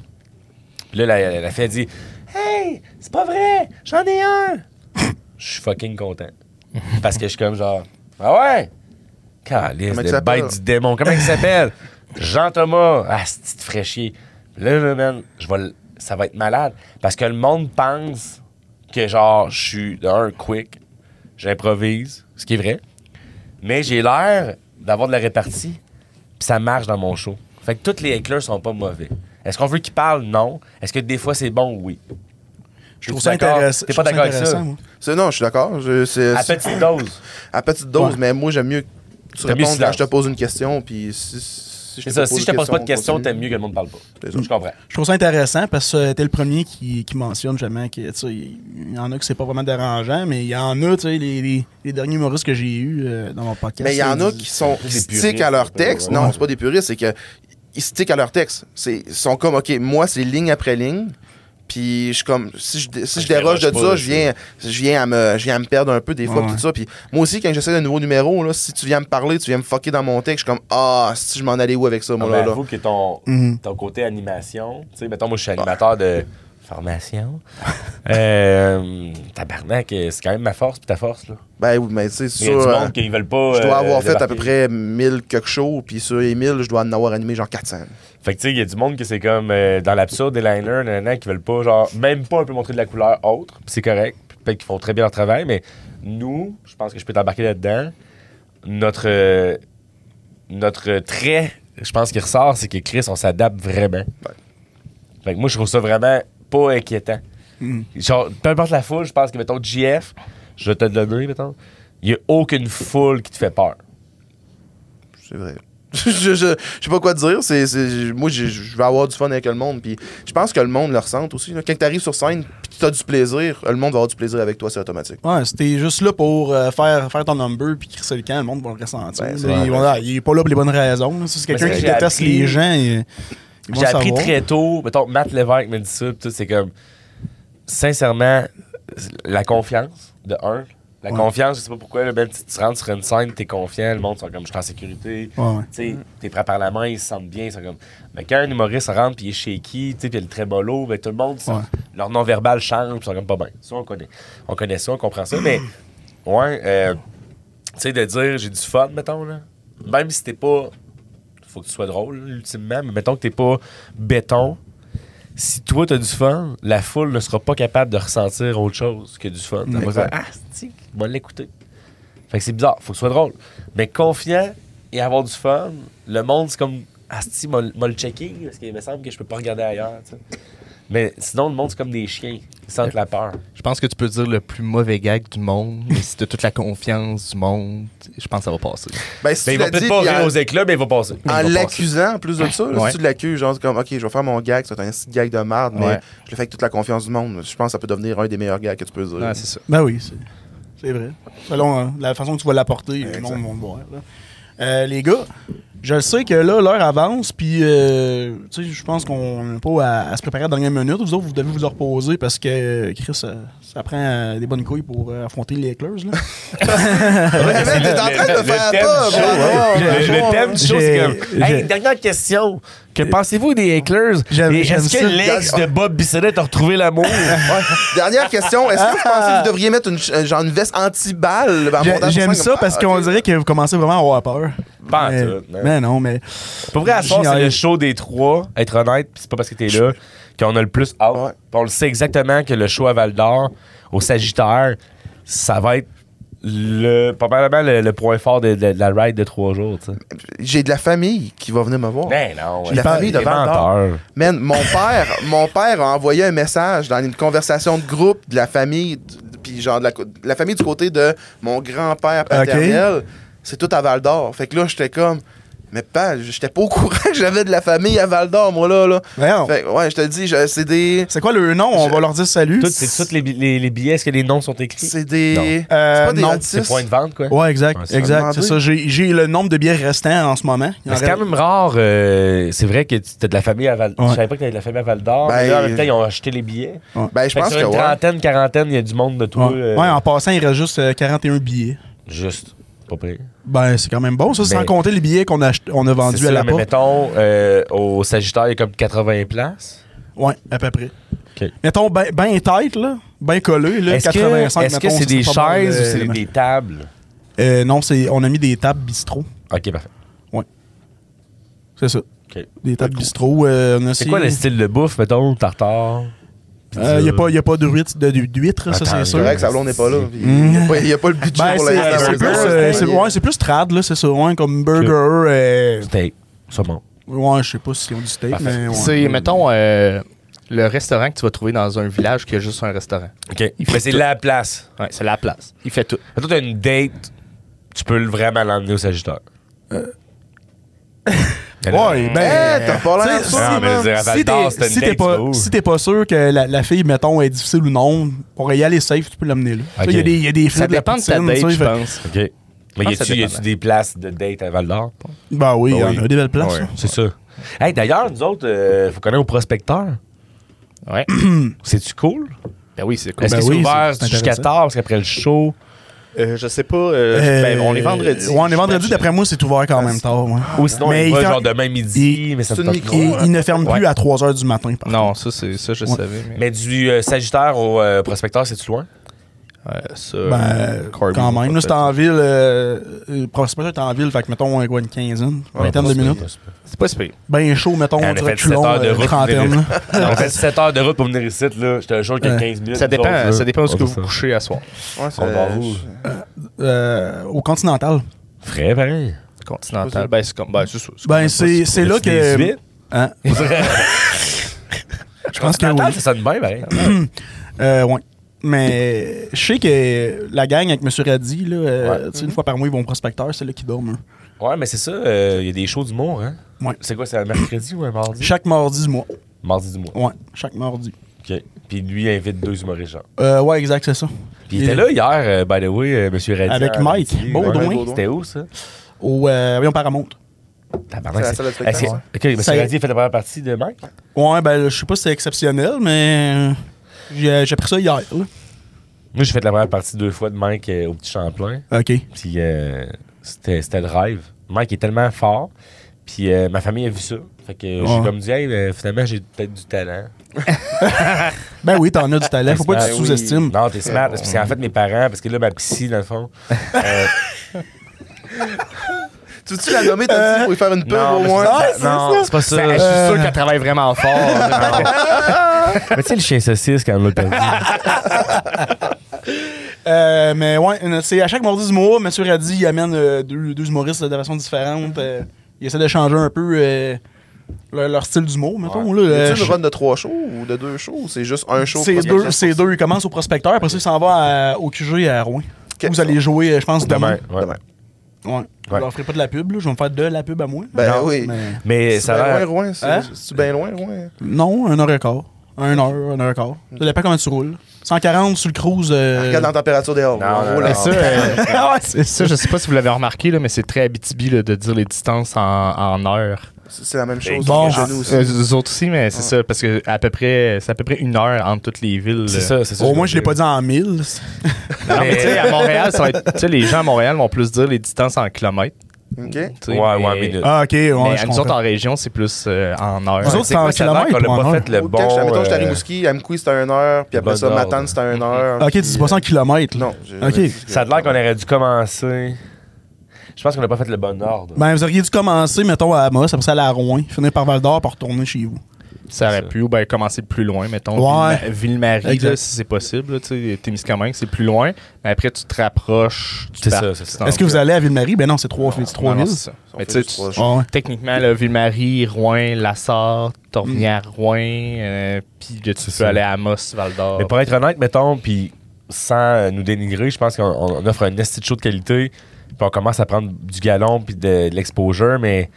Speaker 3: Puis là, la, la, la fille, elle dit, hey, c'est pas vrai, j'en ai un. je suis fucking content. Parce que je suis comme genre, ah ouais, calice,
Speaker 2: Comment il
Speaker 3: de
Speaker 2: s'appelle?
Speaker 3: bête du démon, comment il s'appelle? Jean-Thomas, ah, c'est fraîchier. Là, là, man, je vais, le- ça va être malade. Parce que le monde pense que genre, je suis d'un quick, j'improvise, ce qui est vrai, mais j'ai l'air d'avoir de la répartie, puis ça marche dans mon show. Fait que tous les éclairs sont pas mauvais. Est-ce qu'on veut qu'ils parlent? Non. Est-ce que des fois c'est bon? Oui.
Speaker 1: Je trouve ça
Speaker 3: T'es-tu d'accord?
Speaker 1: intéressant.
Speaker 3: T'es pas
Speaker 1: je trouve
Speaker 3: d'accord avec
Speaker 1: ça
Speaker 3: ça?
Speaker 1: intéressant, moi.
Speaker 2: C'est- Non, je suis d'accord. je- c'est-
Speaker 3: À
Speaker 2: c'est-
Speaker 3: petite dose.
Speaker 2: *laughs* à petite dose,
Speaker 1: Ouais.
Speaker 2: mais moi, j'aime mieux que tu
Speaker 3: T'as mieux
Speaker 2: répondes quand
Speaker 3: silence.
Speaker 2: je te pose une question, puis si, si
Speaker 3: C'est ça. Si je te pose pas de questions,
Speaker 2: t'aimes
Speaker 3: t'aimes mieux que le monde parle pas.
Speaker 2: C'est ça.
Speaker 3: Je comprends.
Speaker 1: Je trouve ça intéressant parce que euh, t'es le premier qui, qui mentionne justement que, tu sais, il y en a que c'est pas vraiment dérangeant, mais il y en a, tu sais, les, les- les derniers humoristes que j'ai eus euh, dans mon podcast.
Speaker 2: Mais il y en a
Speaker 1: ils-
Speaker 2: qui sont
Speaker 3: Des
Speaker 2: qui stick
Speaker 3: puristes,
Speaker 2: à leur
Speaker 3: ouais,
Speaker 2: texte.
Speaker 3: ouais.
Speaker 2: Non, c'est pas des puristes, c'est que ils stick à leur texte. C'est ils sont comme OK, moi c'est ligne après ligne. Puis je suis comme si je, dé- si
Speaker 3: Je
Speaker 2: je déroge de
Speaker 3: déroge pas,
Speaker 2: ça, je viens je viens à me je viens à me perdre un peu des fois
Speaker 1: Ouais,
Speaker 2: pis
Speaker 1: ouais.
Speaker 2: tout ça puis moi aussi quand j'essaie un nouveau numéro là, si tu viens me parler, tu viens me fucker dans mon texte, je suis comme ah, si je m'en allais où avec ça moi
Speaker 3: Non, mais
Speaker 2: là, là. Mm-hmm.
Speaker 3: avoue que ton,
Speaker 1: Mhm.
Speaker 3: ton côté animation, tu sais, mettons, moi,
Speaker 2: Ah.
Speaker 3: je suis animateur de
Speaker 2: *laughs*
Speaker 3: formation. euh, tabarnak, euh, c'est quand même ma force puis ta force, là.
Speaker 2: Ben oui, mais tu sais,
Speaker 3: Il y a du
Speaker 2: sûr hein.
Speaker 3: monde qui veulent pas.
Speaker 2: je dois
Speaker 3: euh,
Speaker 2: avoir fait à
Speaker 3: débarquer.
Speaker 2: peu près 1000 quelque chose puis sur les 1000, je dois en avoir animé genre 400.
Speaker 3: Fait que, tu sais, il y a du monde que c'est comme euh, dans l'absurde, des liners, nanana, qui veulent pas, genre, même pas un peu montrer de la couleur autre, puis c'est correct, puis peut-être qu'ils font très bien leur travail, mais nous, je pense que je peux t'embarquer là-dedans. Notre, euh, notre trait, je pense qu'il ressort, c'est que Chris, on s'adapte vraiment. Fait que moi, je trouve ça vraiment pas inquiétant. Genre, peu importe la foule, je pense que, mettons, JF, je vais te le donner, mettons, il y a aucune foule qui te fait peur.
Speaker 2: C'est vrai. *laughs* je, je, je sais pas quoi te dire. C'est, c'est- je- moi, je, je vais avoir du fun avec le monde. Puis je pense que le monde le ressent aussi. là. Quand tu arrives sur scène puis tu as du plaisir, le monde va avoir du plaisir avec toi, c'est automatique.
Speaker 1: Ouais, c'était juste là pour euh, faire, faire ton number puis crisser le camp, le monde va le ressentir.
Speaker 2: Ben, c'est
Speaker 1: Là,
Speaker 2: vrai.
Speaker 1: ils vont dire, Ah, il est pas là pour les bonnes raisons. là. Si c'est quelqu'un
Speaker 3: Mais
Speaker 1: qui
Speaker 3: Ben,
Speaker 1: déteste
Speaker 3: c'est que j'ai appris-
Speaker 1: les gens, ils, ils vont
Speaker 3: J'ai appris
Speaker 1: savoir.
Speaker 3: très tôt, mettons, Matt Lévesque me dit ça, pis tout, c'est comme, sincèrement, la confiance, de un. La
Speaker 1: Ouais.
Speaker 3: confiance, je sais pas pourquoi, là, ben, tu, tu rentres sur une scène, t'es confiant, le monde, sont comme, je suis en sécurité.
Speaker 1: Ouais, ouais.
Speaker 3: Tu sais, t'es pris par la main, ils se sentent bien, ils sont comme. Mais quand un humoriste rentre, puis il est shaky, tu sais, puis il a le trémolo, ben, tout le monde, ça-
Speaker 1: Ouais.
Speaker 3: leur non-verbal change, puis ils sont comme pas bien. Ça, on connaît. On connaît ça, on comprend ça, mais, ouais, euh, tu sais, de dire, j'ai du fun, mettons, là. Même si t'es pas faut que tu sois drôle, là, ultimement. Mais mettons que t'es pas béton. Si toi, t'as du fun, la foule ne sera pas capable de ressentir autre chose que du fun. Elle va dire, ah, c'est va l'écouter. Fait que c'est bizarre, faut que tu sois drôle. Mais confiant et avoir du fun, le monde, c'est comme, asti, m'a m'a le checké, parce qu'il me semble que je peux pas regarder ailleurs. tu sais. Mais sinon, le monde, c'est comme des chiens. Ils sentent la peur.
Speaker 4: Je pense que tu peux dire le plus mauvais gag du monde, mais si t'as toute la confiance du monde, je pense que ça va passer.
Speaker 2: Ben, si tu
Speaker 3: Mais il va
Speaker 2: l'as dit,
Speaker 3: peut-être pas
Speaker 2: puis
Speaker 3: rire
Speaker 2: en,
Speaker 3: aux éclats, mais il va passer.
Speaker 2: en
Speaker 4: il va
Speaker 2: l'accusant, en plus de ça, là,
Speaker 4: Ouais.
Speaker 2: si tu l'accuses, genre, c'est comme, OK, je vais faire mon gag, c'est un petit gag de merde, mais
Speaker 4: Ouais.
Speaker 2: je le fais avec toute la confiance du monde. Je pense que ça peut devenir un des meilleurs gags que tu peux dire.
Speaker 4: Ah, c'est ça.
Speaker 1: Ben oui, c'est- c'est vrai. Selon euh, la façon que tu vas l'apporter, le monde va le voir. là. Euh, les gars, je le sais que là, l'heure avance, puis euh, tu sais, je pense qu'on n'a pas à, à se préparer à la dernière minute. Vous autres, vous devez vous reposer parce que, euh, Chris, euh, ça prend euh, des bonnes couilles pour euh, affronter les Éclairs, là.
Speaker 2: Ouais, *laughs* mais t'es en train de
Speaker 3: Le-
Speaker 2: me
Speaker 3: le
Speaker 2: faire
Speaker 3: thème
Speaker 2: pas,
Speaker 3: du show, hein.
Speaker 2: bravo!
Speaker 3: Le, le thème du show, c'est comme.
Speaker 1: J'ai-
Speaker 3: Hey,
Speaker 1: j'ai-
Speaker 3: dernière question. Que pensez-vous des Éclairs?
Speaker 1: J'aime-
Speaker 3: Et
Speaker 1: j'aime
Speaker 3: Est-ce
Speaker 1: ça.
Speaker 3: que l'ex de Bob Bissonnette a retrouvé l'amour?
Speaker 2: Dernière question, est-ce que vous pensez que vous devriez mettre une, ch- euh, genre une veste anti-balle? ben, en montant
Speaker 1: J'ai-
Speaker 2: sur
Speaker 1: J'aime
Speaker 2: scène,
Speaker 1: ça
Speaker 2: comme,
Speaker 1: parce
Speaker 2: ah,
Speaker 1: qu'on
Speaker 2: ok.
Speaker 1: dirait que vous commencez vraiment à avoir peur.
Speaker 3: *laughs* Pas en
Speaker 1: mais,
Speaker 3: tout, non.
Speaker 1: mais non, mais
Speaker 3: Pour vrai, à ce soir, c'est
Speaker 1: Génial.
Speaker 3: le show des trois, être honnête, pis c'est pas parce que t'es là qu'on a le plus hâte.
Speaker 2: Ouais.
Speaker 3: Pis On le sait exactement que le show à Val d'Or, au Sagittaire, ça va être le, probablement le, le point fort de, de- de la ride de trois jours. tu sais.
Speaker 2: j'ai de la famille qui va venir me voir.
Speaker 3: Ben non,
Speaker 2: J'ai la famille de
Speaker 3: des
Speaker 2: Val d'Or.
Speaker 3: menteurs.
Speaker 2: Man,
Speaker 3: *laughs*
Speaker 2: mon père, mon père a envoyé un message dans une conversation de groupe de la famille, d- puis genre de la, co- de la famille du côté de mon grand-père paternel. C'est tout à Val d'Or. Fait que là, j'étais comme, mais pas, j'étais pas au courant que j'avais de la famille à Val d'Or, moi là. là.
Speaker 1: voyons.
Speaker 2: Fait que, ouais, je te le dis, je- c'est des.
Speaker 1: C'est quoi le nom? On
Speaker 2: Je-
Speaker 1: va leur dire salut.
Speaker 3: Tout- C'est tous les, bi- les- les billets, est-ce que les noms sont écrits?
Speaker 2: C'est des.
Speaker 1: Non. Euh,
Speaker 2: c'est pas des
Speaker 1: non.
Speaker 2: autistes.
Speaker 3: C'est point de vente, quoi.
Speaker 1: Ouais, exact,
Speaker 3: Ouais, ça
Speaker 1: exact.
Speaker 2: demandé.
Speaker 1: C'est ça. J'ai j'ai le nombre de billets restants en ce moment. Il en
Speaker 3: Mais c'est
Speaker 1: reste-
Speaker 3: quand même rare. euh, c'est vrai que tu as de la famille à Val d'Or.
Speaker 1: Ouais.
Speaker 3: Je savais pas que tu avais de la famille à Val d'Or.
Speaker 2: Ben,
Speaker 3: mais là, en même temps, ils ont acheté les billets.
Speaker 2: Ben, je
Speaker 3: Fait que
Speaker 2: pense
Speaker 3: sur
Speaker 2: que
Speaker 3: une
Speaker 2: ouais.
Speaker 3: trentaine, quarantaine, il y a du monde de toi.
Speaker 1: Ouais.
Speaker 3: euh,
Speaker 1: Ouais, en passant, il reste juste euh, 41 billets.
Speaker 3: Juste. Pas pire.
Speaker 1: Ben, c'est quand même bon, ça, sans
Speaker 3: Ben,
Speaker 1: compter les billets qu'on a, ach- on a
Speaker 3: C'est
Speaker 1: vendus à
Speaker 3: sûr,
Speaker 1: la
Speaker 3: mais
Speaker 1: porte.
Speaker 3: mettons, euh, au Sagittaire, il y a comme 80 places.
Speaker 1: Ouais, à peu près.
Speaker 3: OK.
Speaker 1: Mettons, ben, ben tête, là, ben collé, là,
Speaker 3: Est-ce que
Speaker 1: 85,
Speaker 3: est-ce que
Speaker 1: mettons,
Speaker 3: c'est des
Speaker 1: pas mal,
Speaker 3: chaises
Speaker 1: euh,
Speaker 3: ou c'est
Speaker 1: élément.
Speaker 3: des tables?
Speaker 1: Euh, non, c'est- on a mis des tables bistrot.
Speaker 3: OK, parfait.
Speaker 1: C'est ça.
Speaker 3: OK.
Speaker 1: Des tables bistrot. euh, on a
Speaker 3: C'est
Speaker 1: aussi-
Speaker 3: quoi le style de bouffe, mettons, tartare? pizza.
Speaker 1: Il n'y a, pas- Euh, y a pas d'huître, de- d'huître, ça,
Speaker 3: Attends,
Speaker 1: c'est
Speaker 2: C'est
Speaker 1: sûr.
Speaker 2: vrai que Sablon n'est pas
Speaker 3: Mm.
Speaker 2: là. Il n'y a, pas- il y a pas le budget
Speaker 1: Ben,
Speaker 2: pour
Speaker 1: c'est
Speaker 2: l'instant.
Speaker 1: c'est
Speaker 3: c'est
Speaker 1: plus,
Speaker 3: burger,
Speaker 1: euh, c'est-
Speaker 2: Il y a-
Speaker 1: ouais, c'est plus trad, là, c'est ça. Ouais, comme burger. euh,
Speaker 3: Steak, saumon.
Speaker 1: ouais, je sais pas s'ils ont du steak, mais. ouais.
Speaker 4: C'est, mettons, euh, le restaurant que tu vas trouver dans un village qui a juste un restaurant.
Speaker 3: OK.
Speaker 4: Il fait
Speaker 3: Mais c'est
Speaker 4: tout.
Speaker 3: la place.
Speaker 4: Ouais, c'est la place. Il fait tout.
Speaker 3: Quand t'as une date, tu peux le- vraiment l'emmener au Sagittaire. *laughs* Alors,
Speaker 1: Euh. Ouais, ben.
Speaker 2: Eh, t'as pas l'air
Speaker 1: t'sais,
Speaker 2: sûr,
Speaker 3: Ah, mais
Speaker 2: man.
Speaker 3: je dirais,
Speaker 1: Si
Speaker 3: Val
Speaker 1: t'es
Speaker 3: d'Or, c'était une
Speaker 1: si t'es
Speaker 3: date,
Speaker 1: pas,
Speaker 3: tu vas où?
Speaker 1: si t'es pas sûr que la, la fille, mettons, est difficile ou non, pour y aller safe, tu peux l'amener là. Tu sais, Il y a
Speaker 3: Ok.
Speaker 1: des, il y a des
Speaker 4: Ça
Speaker 1: filles de la
Speaker 4: dépend de ta
Speaker 1: piscine,
Speaker 4: date,
Speaker 1: tu sais,
Speaker 4: je
Speaker 1: fait-
Speaker 4: pense.
Speaker 3: OK. Mais
Speaker 4: pense
Speaker 3: y
Speaker 4: que ça
Speaker 3: a-tu y a-tu
Speaker 4: dépend.
Speaker 3: des places de date à Val d'Or?
Speaker 1: Ben oui,
Speaker 3: Bah
Speaker 1: il y en
Speaker 4: oui.
Speaker 1: a des belles places.
Speaker 4: Ouais.
Speaker 1: là.
Speaker 3: C'est ça. Hey, d'ailleurs, nous autres, euh, faut connaître au prospecteur.
Speaker 4: Ouais.
Speaker 3: C'est-tu cool?
Speaker 4: ben oui, c'est cool.
Speaker 3: Est-ce
Speaker 1: Ben
Speaker 3: que
Speaker 1: oui,
Speaker 3: c'est ouvert
Speaker 1: c'est
Speaker 3: jusqu'à
Speaker 1: intéressant.
Speaker 3: tard, parce qu'après le show?
Speaker 4: Euh, je sais pas. euh,
Speaker 1: Euh,
Speaker 4: ben, on est vendredi.
Speaker 1: Ouais, on est vendredi.
Speaker 4: d'après
Speaker 1: D'après moi, c'est ouvert quand même tard. ouais.
Speaker 3: Ou sinon,
Speaker 1: Mais
Speaker 3: il va
Speaker 1: il fait-
Speaker 3: genre demain midi, mais ça
Speaker 2: c'est
Speaker 3: me
Speaker 2: une
Speaker 3: tente
Speaker 2: micro.
Speaker 1: Et
Speaker 3: pas.
Speaker 1: il ne ferme plus
Speaker 3: Ouais.
Speaker 1: à 3 h du matin. par
Speaker 4: Non, ça, c'est, ça je
Speaker 1: Ouais.
Speaker 4: savais. Mais,
Speaker 3: Mais du euh, Sagittaire au euh, prospecteur, c'est-tu loin?
Speaker 4: Ouais, ça,
Speaker 1: Ben,
Speaker 4: euh, Corby,
Speaker 1: quand
Speaker 4: on
Speaker 1: même. Là,
Speaker 4: va
Speaker 1: c'est
Speaker 4: peut-être-
Speaker 1: en ville. Euh, euh, Prospecteur est en ville, fait que mettons euh, quoi, une quinzaine, vingtaine de minutes.
Speaker 4: C'est pas si pire.
Speaker 1: Ben chaud, mettons,
Speaker 3: Elle a
Speaker 1: on dirait
Speaker 3: fait
Speaker 1: culon,
Speaker 3: 17 heures de
Speaker 1: euh,
Speaker 3: route,
Speaker 1: trentaine.
Speaker 3: vous
Speaker 1: là. *laughs*
Speaker 3: On a fait 7 heures de route pour venir ici, là. Je te jure qu'il y a
Speaker 1: Ouais.
Speaker 3: 15 minutes.
Speaker 4: Ça
Speaker 3: nous autres,
Speaker 4: dépend,
Speaker 3: là.
Speaker 4: ça dépend où ce que
Speaker 3: On
Speaker 4: vous
Speaker 3: fait ça.
Speaker 4: couchez à soir.
Speaker 2: Ouais, c'est-
Speaker 3: On dort où?
Speaker 1: Euh, Au continental.
Speaker 3: Frais, pareil.
Speaker 4: Continental. Ben, c'est comme. Ben, c'est ça.
Speaker 1: Ben c'est c'est là
Speaker 3: As-tu des
Speaker 1: que.
Speaker 3: suites? *laughs*
Speaker 1: Hein? Je pense que
Speaker 3: Attends,
Speaker 1: oui.
Speaker 3: ça sonne bien, pareil.
Speaker 1: Euh, ouais. Mais je sais que la gang avec M. Raddy, là, euh,
Speaker 3: Ouais.
Speaker 1: tu sais, une fois par mois, ils vont au prospecteur, c'est là qu'ils dorment. eux.
Speaker 3: *coughs* Ouais, mais c'est ça, euh, il y a des shows d'humour, hein?
Speaker 1: Ouais.
Speaker 3: C'est quoi, c'est un mercredi ou un mardi?
Speaker 1: Chaque mardi du mois.
Speaker 3: Mardi du mois.
Speaker 1: Ouais, chaque mardi.
Speaker 3: OK. Puis lui, il invite deux humoristes, genre.
Speaker 1: Euh, ouais, exact, c'est ça.
Speaker 3: Puis il était là hier, euh, by the way, euh, Monsieur Radis.
Speaker 1: Avec
Speaker 3: à-
Speaker 1: Mike
Speaker 3: Ouais,
Speaker 1: Baudouin.
Speaker 3: Baudouin. C'était où, ça?
Speaker 1: Au euh, voyons, Paramount.
Speaker 3: Tabarnak,
Speaker 2: C'est la
Speaker 3: c'est-
Speaker 2: salle de spectacle,
Speaker 3: Eh, c'est-
Speaker 2: ouais.
Speaker 3: OK, Monsieur
Speaker 1: Ça y est.
Speaker 3: Radis a fait la première partie de Mike.
Speaker 1: Ouais, ben là, je sais pas si c'est exceptionnel, mais j'ai j'ai pris ça hier. là.
Speaker 3: Moi, j'ai fait la première partie deux fois de Mike euh, au Petit Champlain.
Speaker 1: OK.
Speaker 3: Puis euh, c'était c'était le rêve. Mike est tellement fort. Puis euh, ma famille a vu ça. Fait que euh, j'ai
Speaker 1: Ouais.
Speaker 3: comme dit, hey, euh, finalement, j'ai peut-être du talent.
Speaker 1: Ben oui, t'en as du talent. Faut pas que tu
Speaker 3: Ben
Speaker 1: te
Speaker 3: oui.
Speaker 1: sous-estimes.
Speaker 3: Non, t'es smart. Parce que, en fait, mes parents, parce que là, ma psy, dans le fond. euh,
Speaker 2: Tu veux-tu la nommer, t'as dit, pour lui faire une pub au
Speaker 3: mais
Speaker 2: moins?
Speaker 3: Ah, c'est- non, c'est pas ça.
Speaker 4: Je suis sûr qu'elle travaille vraiment fort.
Speaker 3: *laughs* Mais tu sais, le chien saucisse, quand on l'a perdu.
Speaker 1: Euh, mais ouais, euh, c'est à chaque mardi du mois, M. Raddy il amène euh, deux, deux humoristes de façon différente. euh, il essaie de changer un peu euh, leur, leur style d'humour, mettons. là. Euh,
Speaker 2: C'est
Speaker 1: je-
Speaker 2: une run de trois shows ou de deux shows ou c'est juste un show?
Speaker 1: C'est
Speaker 2: parce que
Speaker 1: deux,
Speaker 2: je-
Speaker 1: c'est deux. Il commence au prospecteur, après ça, il s'en va à- au QG à Rouen.
Speaker 2: Quel-
Speaker 1: Vous allez jouer, euh, je pense, demain.
Speaker 3: Demain. ouais.
Speaker 2: Demain.
Speaker 1: Ouais. Je leur ferai pas de la pub, là. je vais me faire de la pub à moi.
Speaker 2: Ben
Speaker 1: Non,
Speaker 2: oui.
Speaker 1: mais-
Speaker 3: Mais
Speaker 2: C'est
Speaker 3: ça
Speaker 2: bien
Speaker 3: va.
Speaker 2: loin, Rouen. c'est-
Speaker 1: Hein?
Speaker 2: C'est-tu bien loin, Rouen?
Speaker 1: Non, un heure et quart. Un heure, un heure et quart. Ça dépend comment tu roules. 140 sur le cruise. euh,
Speaker 2: Ah, Regarde la température dehors. Oh
Speaker 3: Non,
Speaker 2: on
Speaker 3: non,
Speaker 2: roule
Speaker 3: non.
Speaker 2: à-
Speaker 4: Mais ça, euh,
Speaker 1: *laughs* Ah ouais, c'est
Speaker 4: ça, je sais pas si vous l'avez remarqué, là, mais c'est très Abitibi là, de dire les distances en, en heures.
Speaker 2: C'est c'est la même chose.
Speaker 1: Bon. Ah.
Speaker 2: Bon. Genoux aussi.
Speaker 4: Euh, vous autres aussi, mais c'est ça, parce que à peu près, c'est à peu près une heure entre toutes les villes.
Speaker 3: C'est
Speaker 4: là.
Speaker 3: ça, c'est ça.
Speaker 1: Au moins, je l'ai pas dit en mille.
Speaker 3: Euh,
Speaker 4: Non, mais
Speaker 3: Mais-
Speaker 4: tu sais, à Montréal, ça va être- tu sais, les gens à Montréal vont plus dire les distances en kilomètres.
Speaker 2: OK.
Speaker 4: tu sais,
Speaker 3: Ouais, ouais,
Speaker 4: mais-
Speaker 3: mais de-
Speaker 1: Ah, ok, ouais,
Speaker 4: mais
Speaker 1: je
Speaker 4: à nous autres,
Speaker 1: comprends.
Speaker 4: en région, c'est plus euh, en heures.
Speaker 1: Vous autres, c'est en
Speaker 3: quoi, ça a l'air
Speaker 1: kilomètres
Speaker 3: qu'on
Speaker 1: ou
Speaker 3: a
Speaker 1: en
Speaker 3: pas
Speaker 1: heure?
Speaker 3: fait le
Speaker 2: Ou
Speaker 3: bon.
Speaker 2: quand j'étais- mettons, j'étais à
Speaker 3: euh,
Speaker 2: Rimouski, à Mkoui, c'était 1 heure, puis après
Speaker 3: bon
Speaker 2: ça,
Speaker 3: ordre.
Speaker 2: Matane, c'était 1 heure.
Speaker 1: Ok, tu dis pas 100 km.
Speaker 2: Non. j'ai-
Speaker 1: Ok.
Speaker 2: j'ai-
Speaker 3: Ça a l'air qu'on aurait dû commencer. Je pense qu'on n'a pas fait le bon ordre.
Speaker 1: Ben, vous auriez dû commencer, mettons, à Amos, après ça, aller à Rouen, finir par Val d'Or, puis retourner chez vous.
Speaker 4: Ça aurait
Speaker 3: ça.
Speaker 4: pu ou ben, commencer plus loin, mettons.
Speaker 1: Ouais.
Speaker 4: Ville- Ville-Marie,
Speaker 1: Exact.
Speaker 4: là, si c'est possible. là, Tu sais, Témiscamingue, c'est plus loin. Mais après, tu te rapproches. tu
Speaker 3: C'est
Speaker 4: pars,
Speaker 3: ça, c'est
Speaker 4: tu
Speaker 3: ça.
Speaker 4: t'en
Speaker 1: Est-ce que
Speaker 4: vas.
Speaker 1: vous allez à Ville-Marie? Ben non, c'est trois
Speaker 4: Non,
Speaker 1: c'est trois
Speaker 4: non,
Speaker 1: villes.
Speaker 4: c'est ça.
Speaker 2: On
Speaker 4: Mais
Speaker 2: fait
Speaker 4: tu sais,
Speaker 2: juste trois
Speaker 4: tu-
Speaker 1: Ah ouais.
Speaker 4: Techniquement, là, Ville-Marie, Rouen, Lassar, Tornière, Rouen, euh, puis là, tu peux
Speaker 3: ça.
Speaker 4: aller à Amos, Val-d'Or.
Speaker 3: Mais pour être honnête, mettons, puis sans euh, nous dénigrer, je pense qu'on on- on offre un esti de show de qualité. Puis on commence à prendre du galon puis de, de l'exposure. Mais,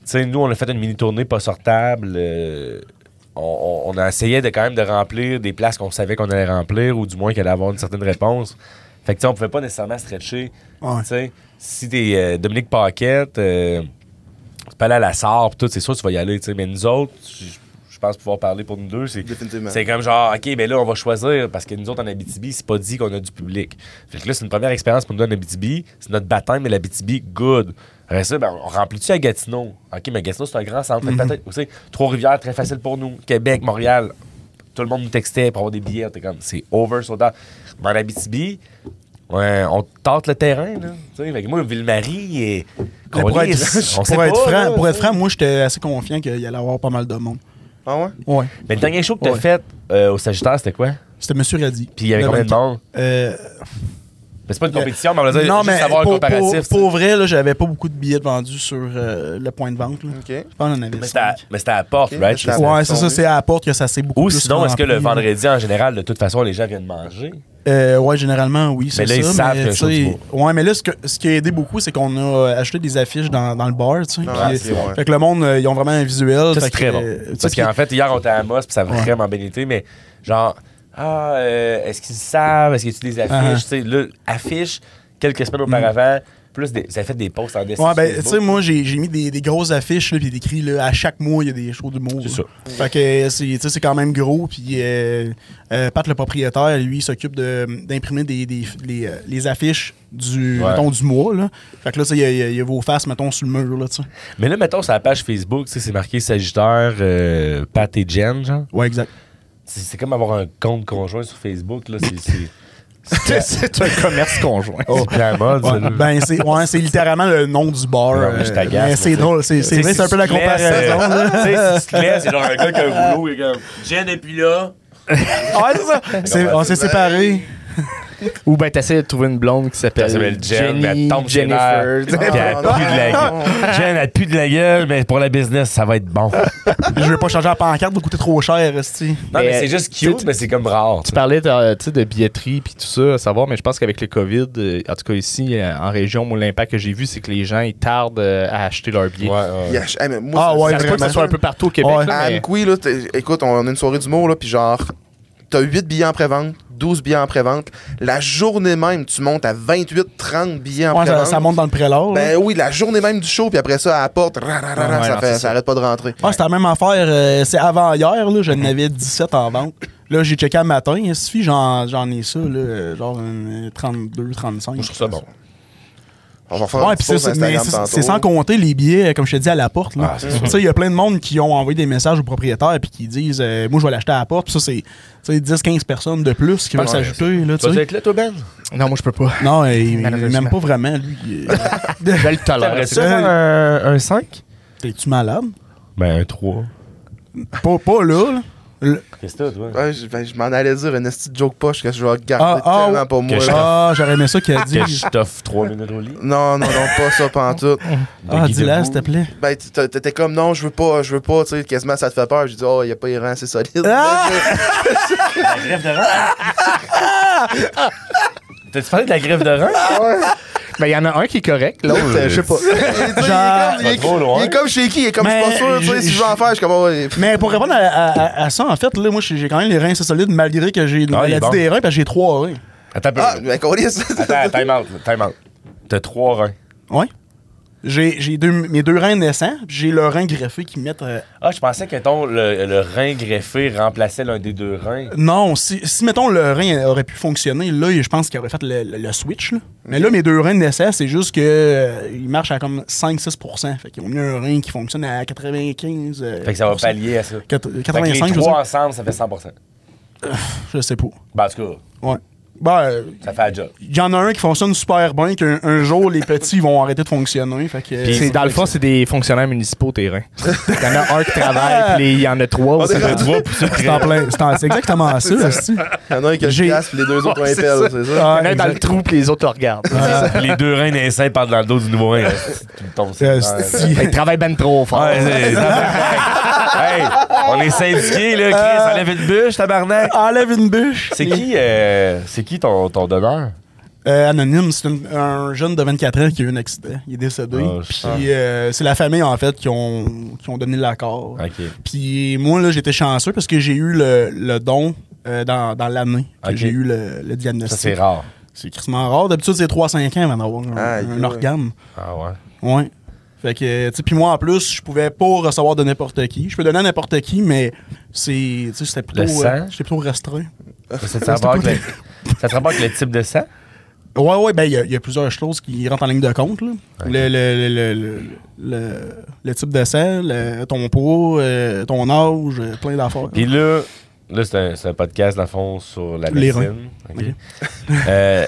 Speaker 3: tu sais, nous, on a fait une mini-tournée pas sortable. euh, on, on- on a essayé de quand même de remplir des places qu'on savait qu'on allait remplir ou du moins qu'elle allait avoir une certaine réponse. Fait que, tu sais, on pouvait pas nécessairement stretcher.
Speaker 1: Ouais.
Speaker 3: Tu sais, si t'es euh, Dominique Paquette, euh, tu peux aller à la SAR, pis tout, c'est sûr que tu vas y aller, tu sais. Mais nous autres, je- je pense pouvoir parler pour nous deux, c'est
Speaker 2: Définitivement.
Speaker 3: c'est comme genre, OK, ben là, on va choisir parce que nous autres, en Abitibi, c'est pas dit qu'on a du public. Fait que là, c'est une première expérience pour nous en Abitibi. C'est notre baptême, mais l'Abitibi, good. Après ça, ben, on remplit-tu à Gatineau? OK, mais Gatineau, c'est un grand centre. Fait que peut-être aussi, Trois-Rivières, très facile pour nous. Québec, Montréal, tout le monde nous textait pour avoir des billets. On était comme, c'est over, sold out. Mais en Abitibi, ouais, on tente le terrain, là. Tu sais, fait que moi, Ville-Marie, et...
Speaker 1: Mais Pour
Speaker 3: Colis,
Speaker 1: être,
Speaker 3: *laughs* on sait
Speaker 1: pour être
Speaker 3: pas,
Speaker 1: franc,
Speaker 3: là,
Speaker 1: pour être
Speaker 3: tu sais.
Speaker 1: franc, moi, j'étais assez confiant qu'il allait y avoir pas mal de monde.
Speaker 2: Ah ouais?
Speaker 1: Ouais.
Speaker 3: Mais le dernier show que t'as
Speaker 1: Ouais.
Speaker 3: fait, euh, au Sagittaire, c'était quoi?
Speaker 1: C'était Monsieur Reddy.
Speaker 3: Puis il y avait
Speaker 1: Le
Speaker 3: combien de
Speaker 1: 24.
Speaker 3: monde?
Speaker 1: Euh,
Speaker 3: Mais c'est pas une compétition, mais on va dire,
Speaker 1: non,
Speaker 3: juste
Speaker 1: mais
Speaker 3: savoir un
Speaker 1: pour,
Speaker 3: comparatif.
Speaker 1: pour,
Speaker 3: tu sais.
Speaker 1: pour vrai, là, j'avais pas beaucoup de billets de vendus sur euh, le point de vente. Là.
Speaker 2: OK.
Speaker 1: Je pense qu'on en avait
Speaker 3: Mais c'était à-
Speaker 1: cinq.
Speaker 3: mais c'était à la porte,
Speaker 2: Ok,
Speaker 3: right?
Speaker 2: c'était à la
Speaker 1: Ouais,
Speaker 2: Ils
Speaker 1: c'est
Speaker 2: sont
Speaker 1: ça,
Speaker 2: venus.
Speaker 1: c'est à la porte que ça s'est beaucoup
Speaker 3: Ou
Speaker 1: plus
Speaker 3: sinon, est-ce que le
Speaker 1: rempli, là.
Speaker 3: vendredi, en général, de toute façon, les gens viennent manger?
Speaker 1: Euh, ouais, généralement, oui. c'est
Speaker 3: là, ils
Speaker 1: ça,
Speaker 3: savent qu'il y a un
Speaker 1: tu
Speaker 3: show
Speaker 1: sais,
Speaker 3: d'humour.
Speaker 1: Ouais, mais là, ce, que- ce qui a aidé beaucoup, c'est qu'on a euh, acheté des affiches dans, dans le bar. Tu sais,
Speaker 2: Ah,
Speaker 1: puis-
Speaker 2: c'est bon.
Speaker 1: Fait que le monde, euh, ils ont vraiment un visuel.
Speaker 3: Ça,
Speaker 1: fait
Speaker 3: c'est très
Speaker 1: que,
Speaker 3: bon.
Speaker 1: euh, tu sais,
Speaker 3: Parce
Speaker 1: puis-
Speaker 3: qu'en fait, hier, on était à Moss, puis ça a
Speaker 1: Ouais.
Speaker 3: vraiment bien été, mais genre, ah, euh, est-ce qu'ils savent? Est-ce qu'ils utilisent des
Speaker 1: Ah.
Speaker 3: affiches? Tu sais, là, affiches, quelques semaines auparavant, plus des, ça fait des posts en dessin.
Speaker 1: Ouais, ben, tu sais, moi, j'ai j'ai mis des, des grosses affiches, là, puis des cris, là, à chaque mois, il y a des shows d'humour.
Speaker 3: C'est
Speaker 1: là.
Speaker 3: ça.
Speaker 1: Fait que, euh, c'est- tu sais, c'est quand même gros, puis euh, euh, Pat, le propriétaire, lui, il s'occupe de- d'imprimer des, des- les, euh, les affiches du,
Speaker 3: Ouais.
Speaker 1: mettons, du mois, là. Fait que là, tu sais, il y a- il y, a- il y a vos faces, mettons, sur le mur, là, tu sais.
Speaker 3: Mais là, mettons, sur la page Facebook, tu sais, c'est marqué Sagittaire, euh, Pat et Jen, genre.
Speaker 1: Ouais, exact.
Speaker 3: C'est c'est comme avoir un compte conjoint sur Facebook, là. C'est- C'est.
Speaker 4: *laughs* c'est un commerce conjoint.
Speaker 3: C'est la mode, ça,
Speaker 1: Ouais.
Speaker 3: là.
Speaker 1: Ben, c'est ouais, c'est littéralement le nom du bar.
Speaker 3: Non, mais je
Speaker 1: euh,
Speaker 3: t'agace,
Speaker 1: mais c'est
Speaker 3: moi,
Speaker 1: drôle, c'est c'est vrai, c'est un peu la comparaison. là.
Speaker 3: euh, Tu sais, si tu te laisses, c'est genre un gars qui a un boulot, il est comme Jen n'est plus là.
Speaker 1: Ouais, c'est ça. C'est- On s'est séparés.
Speaker 4: *laughs* Ou ben t'essaies de trouver une blonde qui
Speaker 3: Elle
Speaker 4: s'appelle
Speaker 3: s'appelle Jen,
Speaker 4: Jenny,
Speaker 3: mais elle tombe sur
Speaker 4: Jennifer.
Speaker 3: elle. *laughs* Puis elle a
Speaker 2: Ah,
Speaker 3: plus de la
Speaker 2: non.
Speaker 3: gueule. Jen, elle pue de la gueule, mais pour la business, ça va être bon. Non,
Speaker 1: Je veux pas changer la pancarte, vous coûtez trop cher, Esti.
Speaker 3: mais
Speaker 4: Mais
Speaker 3: c'est juste
Speaker 4: tu-
Speaker 3: cute, mais c'est comme rare.
Speaker 4: Tu parlais de, euh, tu sais, de billetterie puis tout ça, à savoir, mais je pense qu'avec le COVID, euh, en tout cas ici, euh, en région, moi, l'impact que j'ai vu, c'est que les gens, ils tardent euh, à acheter leurs billets.
Speaker 2: Il y a- eh, mais moi,
Speaker 1: Ah,
Speaker 2: ça-
Speaker 1: ouais,
Speaker 2: ça-
Speaker 4: Ça se peut que ça
Speaker 1: vraiment.
Speaker 4: soit un peu partout au Québec,
Speaker 1: Ouais.
Speaker 4: là,
Speaker 2: À
Speaker 4: mais-
Speaker 2: Amqui, là, t'es- écoute, on a une soirée d'humour, là, puis genre, t'as 8 billets en pré-vente, 12 billets en pré-vente. La journée même, tu montes à 28, 30 billets en
Speaker 1: Ouais, ça,
Speaker 2: pré-vente.
Speaker 1: ça monte hein. dans le prélat.
Speaker 2: Ben oui, la journée même du show, puis après ça, à la porte, ra, ra, ra, ra,
Speaker 4: Ouais,
Speaker 2: ça,
Speaker 4: non,
Speaker 2: fait-
Speaker 4: c'est
Speaker 2: ça
Speaker 4: ça.
Speaker 2: arrête pas de rentrer.
Speaker 1: Ah, c'est la même affaire. euh, c'est avant hier, là, j'en
Speaker 2: *laughs*
Speaker 1: avais 17 en vente. Là, j'ai checké le matin. Il suffit, j'en, j'en ai ça, là, euh, genre euh, 32, 35.
Speaker 3: Je trouve ça bon.
Speaker 2: On va faire un
Speaker 1: Ouais,
Speaker 2: petit
Speaker 1: puis ça,
Speaker 2: post
Speaker 1: c'est, mais
Speaker 2: Instagram
Speaker 1: c'est-
Speaker 2: tantôt.
Speaker 1: c'est sans compter les billets, euh, comme je te dis, à la porte. là.
Speaker 3: Ah, c'est
Speaker 1: tu sais, il y a plein de monde qui ont envoyé des messages au propriétaire puis qui disent euh, Moi, je vais l'acheter à la porte. Puis ça, c'est 10-15 personnes de plus qui veulent
Speaker 3: Ouais,
Speaker 1: s'ajouter. Là, tu
Speaker 3: Tu vas
Speaker 1: sais.
Speaker 3: être là, toi, Ben?
Speaker 4: Non, moi, je peux pas. *laughs*
Speaker 1: Non, il, il
Speaker 4: Malheureusement.
Speaker 1: m'aime pas vraiment, lui. Euh,
Speaker 4: Je le tolère.
Speaker 3: T'aimerais-tu faire un, 5?
Speaker 1: *laughs* T'es-tu malade
Speaker 3: Ben, un 3.
Speaker 1: Pas, pas là.
Speaker 3: *laughs*
Speaker 1: là. Le-
Speaker 3: Qu'est-ce que t'as, toi?
Speaker 2: Ouais, je, ben, je m'en allais dire une petite joke poche que je vais
Speaker 1: Ah,
Speaker 2: garder
Speaker 1: ah,
Speaker 2: tellement
Speaker 1: ouais.
Speaker 2: pour moi.
Speaker 3: Que je-
Speaker 2: là.
Speaker 1: Ah, j'aurais aimé ça qu'il a dit.
Speaker 3: Que je t'offre 3 minutes au lit?
Speaker 2: Non, non, non, pas
Speaker 1: *laughs*
Speaker 2: ça, pantoute.
Speaker 1: Ah,
Speaker 3: Guy
Speaker 1: dis-la,
Speaker 3: Debout.
Speaker 1: s'il te plaît.
Speaker 2: Ben, tu- t'as- t'étais comme, non, je veux pas, je veux pas, tu sais, quasiment ça te fait peur. J'ai dit, oh, y a pas les rangs assez solides. *laughs*
Speaker 1: Ah!
Speaker 3: La grève de rein? T'as-tu parlé de la grève de rein?
Speaker 4: Mais Ben, il y en a un qui est correct,
Speaker 2: Là,
Speaker 4: l'autre. euh,
Speaker 2: je sais pas. Il est- il est
Speaker 1: Genre-
Speaker 2: comme- il est-
Speaker 3: Pas trop loin.
Speaker 2: Il est comme chez qui, il est comme, je
Speaker 1: Mais
Speaker 2: suis pas sûr, tu sais,
Speaker 1: je-
Speaker 2: si je veux en faire, je suis comme, oh, il-
Speaker 1: Mais pour répondre à, à- à- à ça, en fait, là, moi, j'ai j'ai quand même les reins assez solides malgré que j'ai une
Speaker 3: Ah, il
Speaker 1: maladie
Speaker 3: est bon.
Speaker 1: des reins parce que j'ai trois reins.
Speaker 3: Attends un peu.
Speaker 2: Ah, ben, qu'on lisse.
Speaker 3: Attends, time out, time out. T'as 3 reins.
Speaker 1: Ouais. J'ai j'ai deux, mes deux reins naissants, puis j'ai le rein greffé qui me mettent. euh,
Speaker 3: Ah, je pensais que ton, le, le rein greffé remplaçait l'un des deux reins.
Speaker 1: Non, si, si, mettons le rein aurait pu fonctionner, là, je pense qu'il aurait fait le, le- le switch. là. Mais là, mes deux reins naissants, c'est juste que euh, ils marchent à comme 5-6 Fait qu'ils ont mis un rein qui fonctionne à 95 euh,
Speaker 3: Fait que ça va
Speaker 1: pourcent.
Speaker 3: pallier à ça.
Speaker 1: Quat-
Speaker 3: Fait que
Speaker 1: 85,
Speaker 3: les
Speaker 1: je, sais,
Speaker 3: trois ensemble, ça fait 100%.
Speaker 1: je sais pas.
Speaker 3: Ben, en tout cas,
Speaker 1: Ouais. Ben, euh,
Speaker 3: ça fait la job.
Speaker 1: il y en a un qui fonctionne super bien, qu'un un jour, les petits vont arrêter de fonctionner. Fait que,
Speaker 4: C'est- dans le fond, c'est des fonctionnaires municipaux *laughs* terrain. Il y en a un qui travaille, puis il y en a trois.
Speaker 2: est
Speaker 4: aussi.
Speaker 2: rendu-
Speaker 1: C'est en plein- c'est en- c'est
Speaker 3: *laughs*
Speaker 1: exactement ça. hostie.
Speaker 2: *laughs* Il y en a un qui a
Speaker 1: J'ai-
Speaker 2: le casque, puis les deux autres ont
Speaker 4: Ouais,
Speaker 2: un
Speaker 4: *laughs* c'est
Speaker 2: pelle,
Speaker 4: ça. Ah.
Speaker 2: c'est
Speaker 4: Il y
Speaker 2: ça?
Speaker 4: en a un
Speaker 1: exact.
Speaker 4: dans le trou, puis les autres le regardent. *laughs*
Speaker 3: les deux reins naissants partent dans le dos du nouveau rein. Tu me tombes sur le
Speaker 1: Euh,
Speaker 3: nerf.
Speaker 1: c'est-
Speaker 4: Ils travaillent ben trop fort.
Speaker 3: Ouais, c'est- hey, on est syndiqués, là. Chris, enlève une bûche, tabarnak.
Speaker 1: Enlève une bûche.
Speaker 3: C'est qui, euh, c'est qui ton, ton donneur?
Speaker 1: Euh, anonyme, c'est une- un jeune de 24 ans qui a eu un accident. Il est décédé.
Speaker 3: Ah,
Speaker 1: Puis
Speaker 3: shit.
Speaker 1: euh, c'est la famille, en fait, qui ont, qui ont donné l'accord.
Speaker 3: OK.
Speaker 1: Puis moi, là, j'étais chanceux parce que j'ai eu le, le don euh, dans, dans l'année que
Speaker 3: Ok.
Speaker 1: j'ai eu le, le
Speaker 3: Ça,
Speaker 1: diagnostic.
Speaker 3: c'est rare.
Speaker 1: C'est crissement rare. D'habitude, c'est 3-5 ans avant d'avoir un,
Speaker 2: Aïe,
Speaker 1: un
Speaker 2: ouais.
Speaker 1: organe.
Speaker 3: Ah ouais.
Speaker 1: Ouais. Fait que, tu sais, puis moi, en plus, je pouvais pas recevoir de n'importe qui. Je peux donner à n'importe qui, mais c'est, tu sais, c'était plutôt,
Speaker 3: Le sang?
Speaker 1: euh, j'étais plutôt restreint.
Speaker 3: Ça te rapporte avec, le- ça te rapporte avec le type de sang?
Speaker 1: Ouais, ouais, ben, il y, a- il y a plusieurs choses qui rentrent en ligne de compte, là. Le, le, le, le, le, le- le type de sang, le- ton poids, euh, ton âge, euh, plein d'affaires.
Speaker 3: Puis là, là c'est un, c'est un podcast, dans le fond, sur la
Speaker 1: Les
Speaker 3: médecine. OK. Euh,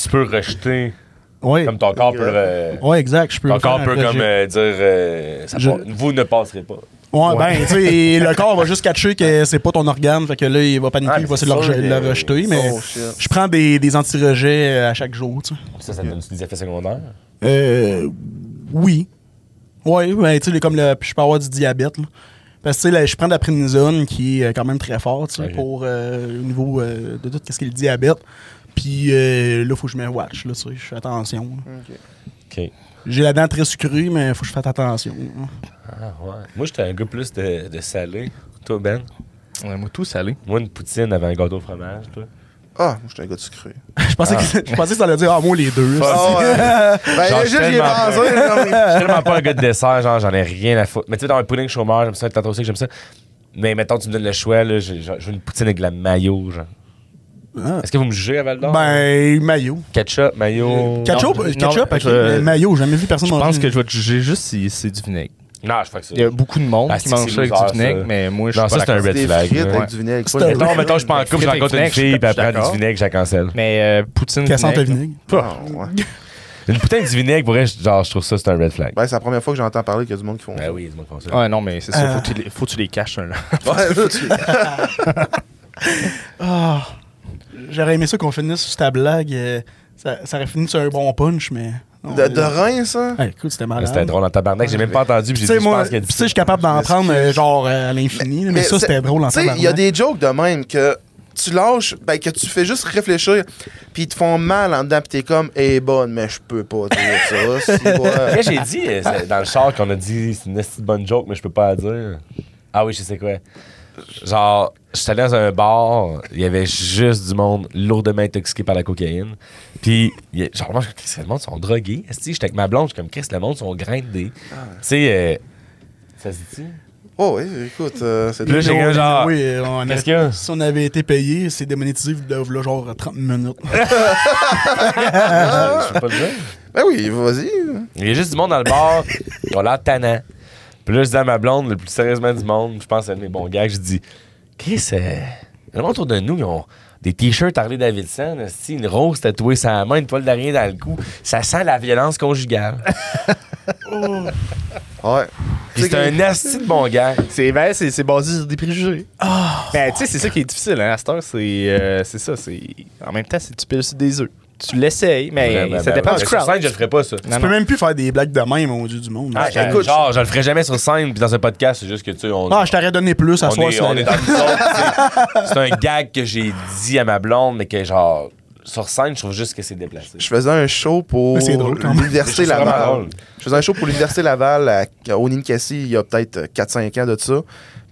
Speaker 3: tu peux rejeter,
Speaker 1: Ouais.
Speaker 3: comme ton corps peut... euh,
Speaker 1: Ouais, exact. Je peux.
Speaker 3: Ton corps
Speaker 1: faire
Speaker 3: peut
Speaker 1: un
Speaker 3: comme
Speaker 1: rejet.
Speaker 3: euh, dire, euh, ça
Speaker 1: Je-
Speaker 3: pa- vous ne passerez pas.
Speaker 1: Ouais,
Speaker 4: Ouais.
Speaker 1: ben, tu sais, le corps va juste catcher que c'est pas ton organe, fait que là, il va paniquer,
Speaker 3: Ouais,
Speaker 1: il va essayer de
Speaker 3: c'est
Speaker 1: le reje-
Speaker 3: sûr,
Speaker 1: le
Speaker 3: euh,
Speaker 1: rejeter, mais
Speaker 2: oh, shit.
Speaker 1: je prends des, des anti-rejets euh, à chaque jour, tu sais.
Speaker 3: Ça, ça donne des effets secondaires.
Speaker 1: Euh, oui. Oui, ben, tu sais, comme le, puis je peux avoir du diabète, là. Parce que, tu sais, là, je prends de la prénisone qui est euh, quand même très forte, tu sais,
Speaker 3: Ok.
Speaker 1: pour, euh, au niveau euh, de tout ce qui est le diabète. Puis euh, là, faut que je me watch, là, tu sais, je fais attention. là.
Speaker 3: OK.
Speaker 1: J'ai la dent très sucrée, mais faut que je fasse attention. là. *laughs*
Speaker 3: Ah, ouais. Moi, j'étais un gars plus de, de salé. Toi, Ben?
Speaker 4: Ouais, moi, tout salé.
Speaker 3: Moi, une poutine avec un gâteau au fromage, toi.
Speaker 2: Ah, moi, je suis un gars de sucré.
Speaker 1: Je pensais, que, je pensais que ça allait dire, ah, moi, les deux. là.
Speaker 2: Ah, ouais. *laughs*
Speaker 3: Genre,
Speaker 2: ben,
Speaker 3: je suis
Speaker 2: juste, j'y ai
Speaker 3: tellement
Speaker 2: pensé.
Speaker 3: Je
Speaker 2: non,
Speaker 3: suis tellement pas un gars de dessert, genre, j'en ai rien à foutre. Mais tu sais, dans un pudding chômeur, j'aime ça, tantôt aussi que j'aime ça. Mais mettons, tu me donnes le choix, là, j'ai- genre, je veux une poutine avec de la mayo, genre.
Speaker 1: Ah.
Speaker 3: Est-ce que vous me jugez à Val d'Or?
Speaker 1: Ben, maillot.
Speaker 3: Ketchup, mayo.
Speaker 1: Ketchup,
Speaker 4: non,
Speaker 1: euh, ketchup
Speaker 4: non,
Speaker 1: avec
Speaker 4: je-
Speaker 1: euh, maillot, j'ai jamais vu personne
Speaker 4: Je
Speaker 1: manger.
Speaker 4: pense que je vais te juger juste si c'est du vinaigre.
Speaker 3: Non, je fais que ça.
Speaker 4: Il y a beaucoup de monde
Speaker 3: Ah,
Speaker 4: qui
Speaker 3: c'est que
Speaker 4: mange
Speaker 3: c'est
Speaker 4: ça avec
Speaker 3: loser,
Speaker 4: du vinaigre,
Speaker 3: ça.
Speaker 4: mais moi, je
Speaker 3: Non, ça,
Speaker 4: suis pas
Speaker 3: c'est un
Speaker 2: c'est
Speaker 4: d'accord.
Speaker 3: red
Speaker 2: des
Speaker 3: flag.
Speaker 2: frites
Speaker 3: ouais.
Speaker 2: avec du vinaigre.
Speaker 1: C'est
Speaker 2: quoi,
Speaker 1: un-
Speaker 2: le-
Speaker 3: Mettons, mettons, je suis
Speaker 1: Ben,
Speaker 3: en couple, je
Speaker 4: Frites
Speaker 3: rencontre
Speaker 4: avec
Speaker 3: une fille,
Speaker 4: vinaigre,
Speaker 3: puis
Speaker 4: je suis
Speaker 3: après du
Speaker 4: d'accord.
Speaker 3: vinaigre, je la cancelle.
Speaker 4: Mais euh, poutine
Speaker 1: Cassante à
Speaker 4: vinaigre,
Speaker 1: vinaigre.
Speaker 2: Ah, ouais.
Speaker 3: Une poutine avec du vinaigre, pour vrai, je- genre, je trouve ça, c'est un red flag.
Speaker 2: Ben, c'est la première fois que j'entends parler qu'il y a du monde qui font ça.
Speaker 3: Ben oui, dis-moi qu'on ça.
Speaker 4: là. Ouais, non, mais c'est ça.
Speaker 1: Euh.
Speaker 4: Faut que tu les- faut que tu les caches, là.
Speaker 2: Ouais, là, tu-
Speaker 1: Ah, j'aurais aimé ça qu'on finisse sur ta blague. euh, ça, ça aurait fini sur un bon punch, mais. non,
Speaker 2: De,
Speaker 1: euh,
Speaker 2: de rein, ça?
Speaker 1: hey, écoute, c'était malade.
Speaker 3: C'était drôle en tabarnak, j'ai même pas entendu, puis
Speaker 1: Ah, hein? Tu
Speaker 3: j'ai dit,
Speaker 1: sais,
Speaker 3: je
Speaker 1: moi,
Speaker 3: pense
Speaker 1: tu
Speaker 3: qu'il y a
Speaker 1: sais,
Speaker 3: du
Speaker 1: je suis capable d'en
Speaker 2: m'excuse.
Speaker 1: prendre euh, genre euh, à l'infini, là, mais, ça,
Speaker 2: c'est-
Speaker 1: c'était drôle en
Speaker 2: Tu sais,
Speaker 1: tabarnak.
Speaker 2: il y a des jokes de même que tu lâches, ben, que tu fais juste réfléchir, puis ils te font mal en dedans, puis t'es comme, eh, bonne, mais je peux pas dire ça. c'est
Speaker 3: Là, *laughs*
Speaker 2: quoi?
Speaker 3: j'ai dit euh, c'est- dans le char qu'on a dit c'est une esti de bonne joke, mais je peux pas la dire. Ah oui, je sais quoi. Genre, j'étais allé dans un bar, il y avait juste du monde lourdement intoxiqué par la cocaïne. Puis, il y a- genre, moi, je me dis, Chris, le monde sont drogués. Esti, j'étais avec ma blonde, je suis comme, Chris, le monde sont grindés. Tu sais, euh, ça se dit
Speaker 2: Oh, oui, écoute, euh, c'est
Speaker 3: Puis là, j'ai
Speaker 1: Puis on-
Speaker 3: un genre-
Speaker 1: Oui, euh, on a-
Speaker 3: Qu'est-ce qu'il y a?
Speaker 1: Si on avait été payé, c'est démonétisé de là, genre 30 minutes.
Speaker 3: Je peux pas le dire.
Speaker 2: Ben oui, vas-y.
Speaker 3: Il y a juste du monde dans le bar, ils ont l'air tannants. Puis là, je dis à ma blonde, le plus sérieusement du monde, je pense que c'est un de mes bons gars, je dis Chris, euh, le monde autour de nous, ils ont des t-shirts Harley Davidson, esti, une rose tatouée sur la main, une toile d'araignée dans le cou. Ça sent la violence conjugale.
Speaker 4: Ah,
Speaker 2: Ouais.
Speaker 3: Puis c'est un asti de bon gars.
Speaker 4: C'est ben, c'est c'est basé sur des préjugés. Ben, tu sais, c'est ça qui est difficile, hein. À cette heure, c'est euh, c'est ça. c'est En même temps, c'est tu piles sur des œufs. Tu l'essayes, mais
Speaker 3: Vraiment,
Speaker 4: ça
Speaker 3: ben,
Speaker 4: dépend
Speaker 3: ben,
Speaker 4: du
Speaker 3: Sur
Speaker 4: crowd.
Speaker 3: scène, je le ferais pas, ça.
Speaker 1: tu
Speaker 4: Non,
Speaker 1: peux
Speaker 4: non.
Speaker 1: même plus faire des blagues de même, mon Dieu du monde.
Speaker 3: Ah,
Speaker 1: Ah,
Speaker 2: écoute,
Speaker 3: genre, je le ferais jamais sur scène, puis dans un podcast, c'est juste que, tu sais,
Speaker 4: Ah,
Speaker 3: on,
Speaker 1: je t'aurais donné plus à
Speaker 3: on
Speaker 1: soi.
Speaker 3: est,
Speaker 1: ça-
Speaker 3: on est dans le zone, tu sais. C'est un gag que j'ai dit à ma blonde, mais que, genre, sur scène, je trouve juste que c'est déplacé.
Speaker 2: Je faisais un show pour
Speaker 1: Mais c'est drôle, quand même.
Speaker 2: l'Université
Speaker 3: C'est vraiment
Speaker 2: Laval.
Speaker 3: drôle.
Speaker 2: Je faisais un show pour l'Université Laval à, au Ninkasi il y a peut-être 4-5 ans de ça.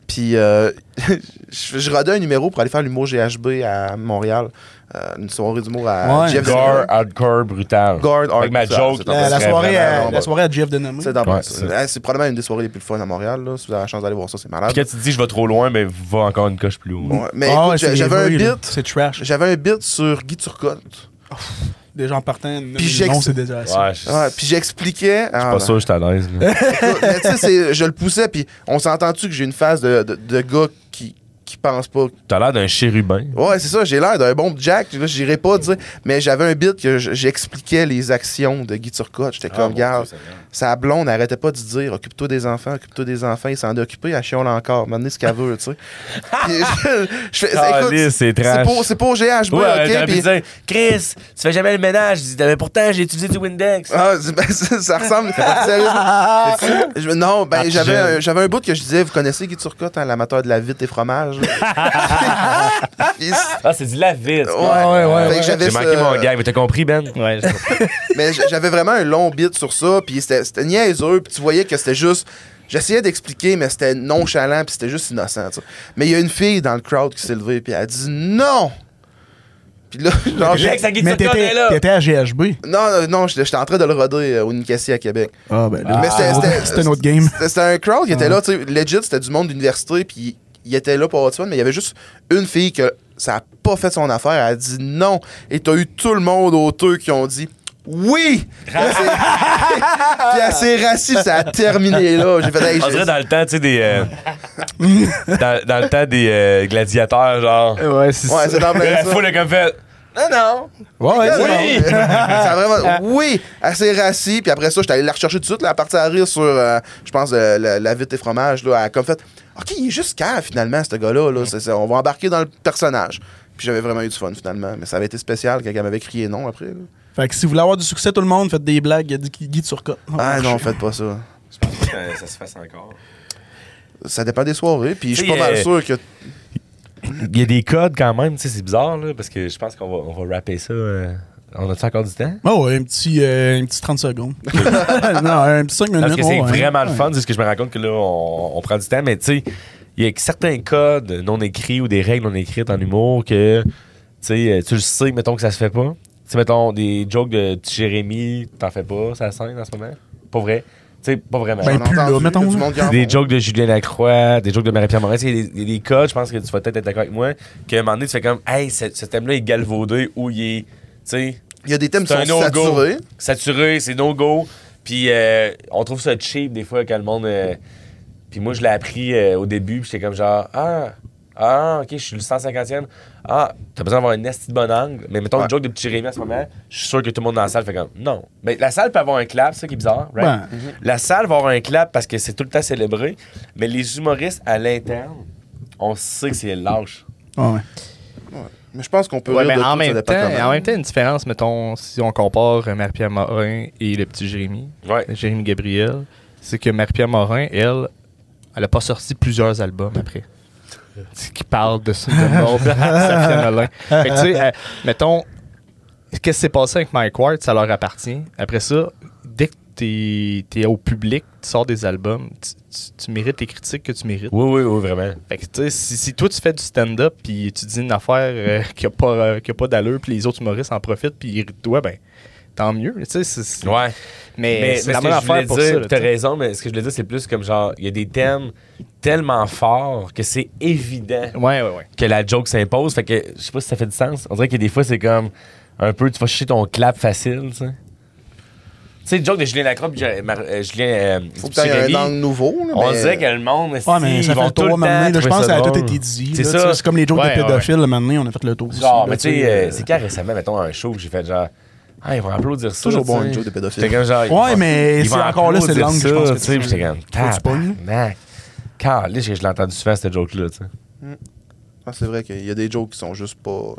Speaker 2: Puis euh, *laughs* je, je rodais un numéro pour aller faire l'humour GHB à Montréal. euh, une soirée d'humour à
Speaker 1: Ouais.
Speaker 2: Jeff
Speaker 3: Gore, hardcore, brutal.
Speaker 2: Gore,
Speaker 3: Fait que ma
Speaker 2: hardcore,
Speaker 3: joke,
Speaker 2: c'est
Speaker 1: La, la
Speaker 3: serait
Speaker 1: soirée
Speaker 3: vraiment
Speaker 1: à,
Speaker 3: bon.
Speaker 1: la soirée à Jeff Denomé.
Speaker 2: C'est dans-
Speaker 3: Ouais,
Speaker 2: c'est-
Speaker 3: c'est-
Speaker 2: eh, c'est probablement une des soirées les plus fun à Montréal. là. Si vous avez la chance d'aller voir ça, c'est malade.
Speaker 3: Puis quand tu te dis je vais trop loin, mais va encore une coche plus haut.
Speaker 2: Ouais, mais
Speaker 1: Ah,
Speaker 2: écoute,
Speaker 1: ouais,
Speaker 2: j'a-
Speaker 1: c'est
Speaker 2: j'avais un
Speaker 1: vrai, là.
Speaker 2: bit.
Speaker 1: C'est trash.
Speaker 2: J'avais un bit sur Guy Turcotte.
Speaker 1: Des gens partant.
Speaker 2: Puis
Speaker 1: Puis
Speaker 2: j'ai-
Speaker 1: non, c'est désolé.
Speaker 3: Ouais, je suis
Speaker 2: Ouais, puis j'expliquais.
Speaker 3: pas sûr que je suis à l'aise. là.
Speaker 2: mais tu sais, c'est- je le poussais, puis on s'entend-tu que j'ai une phase de, de, de gars qui, qui pense pas.
Speaker 3: T'as l'air d'un chérubin.
Speaker 2: Ouais, c'est ça, j'ai l'air d'un bon Jack, là, j'irais pas dire. Mais j'avais un bit que j- j'expliquais les actions de Guy Turcotte. J'étais comme, garde, sa blonde arrêtait pas de se dire, occupe-toi des enfants, occupe-toi des enfants, il s'en est occupé, elle chiole encore, maintenant ce qu'elle veut, tu sais. Puis je- je fais,
Speaker 3: Ah,
Speaker 2: écoute,
Speaker 3: lisse, c'est trash.
Speaker 2: pour, c'est pour GHB,
Speaker 3: Ouais,
Speaker 2: ok?
Speaker 3: j'aurais pu
Speaker 2: puis-
Speaker 3: dire, Chris, tu fais jamais le ménage. Je dis, mais pourtant, j'ai utilisé du Windex.
Speaker 2: Ah, *laughs* c'est- ben, ça, ça ressemble. sérieusement. Je- non, ben,
Speaker 3: Ah,
Speaker 2: j'avais,
Speaker 3: je-
Speaker 2: un- j'avais un bout que je disais, vous connaissez Guy Turcotte, hein, l'amateur de la vite et fromage. Puis-
Speaker 3: Ah, c'est du
Speaker 2: Ouais,
Speaker 3: lavite.
Speaker 2: ouais, ouais, Fait que j'avais
Speaker 3: J'ai manqué
Speaker 2: ça-
Speaker 3: mon gag, mais t'as compris, Ben?
Speaker 4: Ouais, *laughs* je-
Speaker 2: mais j- j'avais vraiment un long bit sur ça, puis c'était, c'était niaiseux, puis tu voyais que c'était juste. J'essayais d'expliquer, mais c'était nonchalant, puis c'était juste innocent. tu sais. Mais il y a une fille dans le crowd qui s'est levée, puis elle a dit non! Puis là, *laughs* genre, j'ai-
Speaker 3: Jack, ça guide
Speaker 1: Mais
Speaker 3: sur le
Speaker 1: t'étais
Speaker 3: corps, là.
Speaker 1: t'étais à GHB.
Speaker 2: Non, non, non, j'étais j'étais en train de le roder euh, au Ninkasi à Québec.
Speaker 1: Ah, ben
Speaker 2: Mais c'était- c'était-
Speaker 1: c'était un autre game.
Speaker 2: C'était c'était un crowd qui était là, tu sais, legit, c'était du monde d'université, puis il était là pour avoir du fun, mais il y avait juste une fille que ça a pas fait son affaire, elle a dit non, et t'as eu tout le monde autour qui ont dit oui! Puis elle s'est- *laughs* Puis elle s'est rassis, ça a terminé là. J'ai fait, hey,
Speaker 3: On
Speaker 2: j'ai-
Speaker 3: dirait dans le temps, tu sais, des.
Speaker 2: *laughs*
Speaker 3: euh, dans, dans le temps des euh, gladiateurs, genre.
Speaker 4: ouais, c'est
Speaker 2: Ouais,
Speaker 4: ça.
Speaker 2: c'est dans plein
Speaker 3: La
Speaker 2: ça.
Speaker 3: *laughs* foule est comme fait.
Speaker 2: Non, non.
Speaker 4: Ah,
Speaker 1: Ouais, ouais,
Speaker 2: Non, non.
Speaker 1: c'est bon.
Speaker 2: *laughs* Ça a vraiment- oui, assez rassis. Puis après ça, j'étais allé la rechercher tout de suite, là, à partir à rire sur, euh, je pense, euh, la, la vite et fromage. Là, elle a comme fait OK, il est juste calme, finalement, ce gars-là. Là, C'est ça, on va embarquer dans le personnage. Puis j'avais vraiment eu du fun, finalement. Mais ça avait été spécial quand elle m'avait crié non après. là.
Speaker 1: Fait que si vous voulez avoir du succès, tout le monde, faites des blagues de Guy Guy Turcotte.
Speaker 2: Ah non, faites pas ça.
Speaker 3: Je pense pas que ça- ça se fasse encore.
Speaker 2: Ça dépend des soirées. Puis je suis
Speaker 3: Tu sais,
Speaker 2: pas mal
Speaker 3: euh,
Speaker 2: sûr que.
Speaker 3: Il y a des codes quand même, tu sais, c'est bizarre, là, parce que je pense qu'on va, on va rapper ça. euh, On a-tu encore du temps?
Speaker 1: Oh, ouais, un petit, euh, un petit 30
Speaker 3: *laughs*
Speaker 1: secondes. non, un petit 5 minutes.
Speaker 3: Parce que c'est
Speaker 1: ouais, hein. ouais.
Speaker 3: vraiment le fun, c'est ce que je me rends compte que là, on, on prend du temps, mais tu sais, il y a que certains codes non écrits ou des règles non écrites en humour que tu sais, euh, tu le sais, mettons que ça se fait pas. Tu sais, mettons des jokes de petit Jérémy, t'en fais pas, ça scène en ce moment? Pas vrai. Tu sais, pas vraiment.
Speaker 1: Ben,
Speaker 2: on a
Speaker 1: plus là,
Speaker 2: entendu,
Speaker 1: mettons,
Speaker 2: tout le
Speaker 1: là.
Speaker 2: monde qui en
Speaker 3: des
Speaker 2: parle.
Speaker 3: jokes de Julien Lacroix, des jokes de Marie-Pierre Morin, il y a des- des, des codes, je pense que tu vas peut-être être, d'accord avec moi, qu'à un moment donné, tu fais comme, hey, ce, ce thème-là est galvaudé ou il est, tu sais,
Speaker 2: Il y a des thèmes qui
Speaker 3: c'est un
Speaker 2: sont
Speaker 3: no-go.
Speaker 2: saturés.
Speaker 3: Saturé, c'est no-go. Puis euh, on trouve ça cheap des fois quand le monde. euh, Puis moi, je l'ai appris euh, au début, puis j'étais comme genre, ah, ah, ok, je suis le 150e. Ah, t'as besoin d'avoir un esti de bon angle. Mais mettons
Speaker 2: Ouais.
Speaker 3: le joke de petit Rémi en ce moment, je suis sûr que tout le monde dans la salle fait comme, non. Mais la salle peut avoir un clap, c'est ça qui est bizarre, right?
Speaker 1: Ouais.
Speaker 3: La salle va avoir un clap parce que c'est tout le temps célébré, mais les humoristes à l'interne, on sait que c'est lâche.
Speaker 1: Ouais, ouais.
Speaker 2: Mais je pense qu'on peut
Speaker 4: Ouais,
Speaker 2: rire
Speaker 4: mais
Speaker 2: de
Speaker 4: en
Speaker 2: tout, ça
Speaker 4: même,
Speaker 2: dépend
Speaker 4: temps,
Speaker 2: comment.
Speaker 4: en même temps, une différence, mettons, si on compare euh, Marie-Pierre Morin et le petit Jérémy,
Speaker 3: Ouais.
Speaker 4: Jérémy Gabriel, c'est que Marie-Pierre Morin, elle, elle a pas sorti plusieurs albums après. C'est qui parle de ça,
Speaker 2: *laughs*
Speaker 4: de *laughs* mort, de Safia Nolin. Fait que, tu sais, euh, mettons, qu'est-ce qui s'est passé avec Mike Ward, ça leur appartient. Après ça, dès que t'es es au public, tu sors des albums, tu, tu- tu mérites les critiques que tu mérites.
Speaker 3: Oui, oui, oui, vraiment.
Speaker 4: Fait que, tu sais, si, si toi tu fais du stand-up puis tu dis une affaire euh, *laughs* qui a pas, euh, qui a pas d'allure puis les autres humoristes en profitent puis ils rient de toi, ben tant mieux. Tu sais, c'est- c'est-
Speaker 3: Ouais.
Speaker 4: Mais,
Speaker 3: Mais
Speaker 4: c'est la
Speaker 3: ce que
Speaker 4: même
Speaker 3: je
Speaker 4: affaire
Speaker 3: voulais
Speaker 4: pour
Speaker 3: dire,
Speaker 4: ça. là,
Speaker 3: T'as
Speaker 4: tu sais.
Speaker 3: raison, mais ce que je voulais dire, c'est plus comme genre, il y a des thèmes tellement forts que c'est évident
Speaker 4: Ouais, ouais, ouais.
Speaker 3: que la joke s'impose. Fait que je sais pas si ça fait du sens. On dirait que des fois, c'est comme un peu, tu vas chercher ton clap facile, tu sais. Tu sais, le joke de Julien Lacroix, puis Ju- Mar- euh, Julien. euh,
Speaker 2: Faut que t'aies
Speaker 3: Dupuis-Rémy,
Speaker 2: un angle nouveau. là,
Speaker 3: on
Speaker 2: mais-
Speaker 3: dirait que le monde,
Speaker 1: Ouais,
Speaker 3: si,
Speaker 1: mais
Speaker 3: ils
Speaker 1: ça fait
Speaker 3: vont
Speaker 1: le
Speaker 3: tout le
Speaker 1: tour à un
Speaker 3: temps
Speaker 1: moment donné. Je
Speaker 3: trouver
Speaker 1: pense que
Speaker 3: ça
Speaker 1: ça a tout
Speaker 3: drôle.
Speaker 1: été dit.
Speaker 3: C'est
Speaker 1: là,
Speaker 3: ça.
Speaker 1: tu sais, C'est comme les jokes
Speaker 4: Ouais,
Speaker 1: de pédophiles, le moment donné, on a fait le tour. aussi,
Speaker 3: Genre,
Speaker 1: là,
Speaker 3: mais tu sais,
Speaker 1: euh,
Speaker 3: euh, c'est quand récemment, mettons, un show que j'ai fait genre. Ah, ils vont applaudir ça.
Speaker 2: Toujours bon,
Speaker 3: tu sais.
Speaker 2: un joke de pédophile.
Speaker 3: J'étais comme genre, ils
Speaker 1: Ouais,
Speaker 3: vont-
Speaker 1: mais
Speaker 3: ils
Speaker 1: c'est
Speaker 3: vont
Speaker 1: encore là, c'est
Speaker 3: applaudir
Speaker 1: l'angle, je
Speaker 3: ça,
Speaker 1: pense que
Speaker 3: tu sais.
Speaker 1: tu-
Speaker 3: J'étais comme,
Speaker 1: tu pognes.
Speaker 3: tabarnak. Calisse que je l'ai entendu souvent, cette joke-là, tu sais.
Speaker 2: Ah, c'est vrai qu'il y a des jokes qui sont juste pas.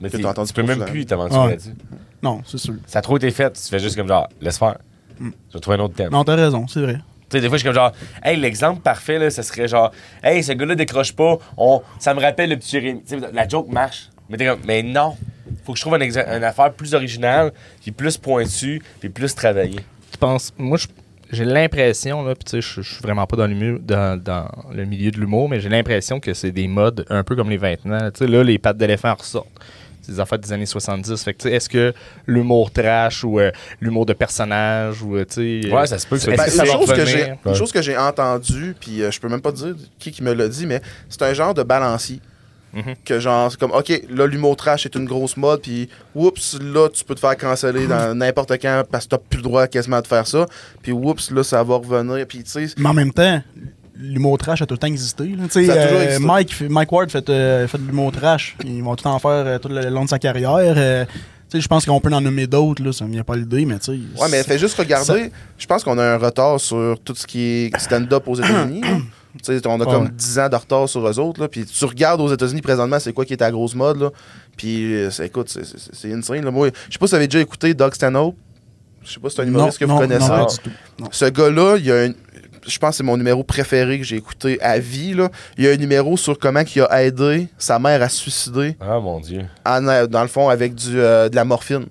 Speaker 3: Mais
Speaker 2: Que
Speaker 3: t'es-
Speaker 2: t'as entendu
Speaker 3: tu peux
Speaker 2: trop
Speaker 3: même
Speaker 2: souvent.
Speaker 3: plus t'aventurer
Speaker 1: Ouais.
Speaker 3: là-dessus.
Speaker 1: Non, c'est sûr.
Speaker 3: Ça a trop été fait, tu fais juste comme genre, laisse faire.
Speaker 2: Mm.
Speaker 3: Je vais trouver un autre thème.
Speaker 1: Non, t'as raison, c'est vrai.
Speaker 3: Tu sais, des fois, je suis comme genre, hey, l'exemple parfait, là, ce serait genre, hey, ce gars-là décroche pas, on... ça me rappelle le petit Jérémy. Tu sais, la joke marche. Mais t'es comme, mais non, faut que je trouve un exa- une affaire plus originale, puis plus pointue, puis plus travaillée.
Speaker 4: Tu penses, moi, je- j'ai l'impression, là, puis tu sais, je je suis vraiment pas dans le, milieu, dans, dans le milieu de l'humour, mais j'ai l'impression que c'est des modes un peu comme les vêtements. là. Tu sais, là, les pattes d'éléphant ressortent. C'est des affaires des années 70. Fait que, tu sais, est-ce que l'humour trash ou euh, l'humour de personnage ou, euh, tu sais. euh,
Speaker 3: Ouais, ça se peut que ça-
Speaker 4: est-ce
Speaker 2: Ben,
Speaker 3: que
Speaker 2: une,
Speaker 4: va
Speaker 2: chose que
Speaker 4: revenir?
Speaker 2: j'ai, une
Speaker 3: Ouais.
Speaker 2: chose que j'ai entendue, puis euh, je peux même pas te dire qui qui me l'a dit, mais c'est un genre de balancier. Que genre, c'est comme, OK, là, l'humour trash est une grosse mode, puis oups, là, tu peux te faire canceller dans n'importe quand parce que t'as plus le droit quasiment de faire ça, puis oups, là, ça va revenir, puis tu sais,
Speaker 1: Mais en même temps, l'humour trash a tout le temps existé. là. Tu sais,
Speaker 2: Ça a toujours
Speaker 1: euh,
Speaker 2: existé.
Speaker 1: Mike, fait- Mike Ward fait, euh, fait de l'humour trash. Ils vont tout en faire euh, tout le long de sa carrière. Euh, tu sais, je pense qu'on peut en nommer d'autres. là, Ça me vient pas l'idée, mais tu sais.
Speaker 2: Ouais, mais fais juste regarder. Je pense qu'on a un retard sur tout ce qui est stand-up aux États-Unis. là. Tu sais, on a
Speaker 1: Ouais,
Speaker 2: comme
Speaker 1: ouais.
Speaker 2: 10 ans de retard sur eux autres. là. Puis tu regardes aux États-Unis présentement, c'est quoi qui est à grosse mode. Là. Puis euh, c'est- écoute, c'est- c'est c'est insane. Là. Moi, je sais pas si vous avez déjà écouté Doug Stanhope. Je sais pas si c'est un
Speaker 1: non,
Speaker 2: humoriste que
Speaker 1: non,
Speaker 2: vous connaissez.
Speaker 1: non, pas
Speaker 3: Ah.
Speaker 1: du tout. Non.
Speaker 2: Ce gars-là, il y a un- Je pense que c'est mon numéro préféré que j'ai écouté à vie. Là. Il y a un numéro sur comment il a aidé sa mère à se suicider
Speaker 3: Ah, mon Dieu.
Speaker 2: en, euh, dans le fond, avec du, euh, de la morphine.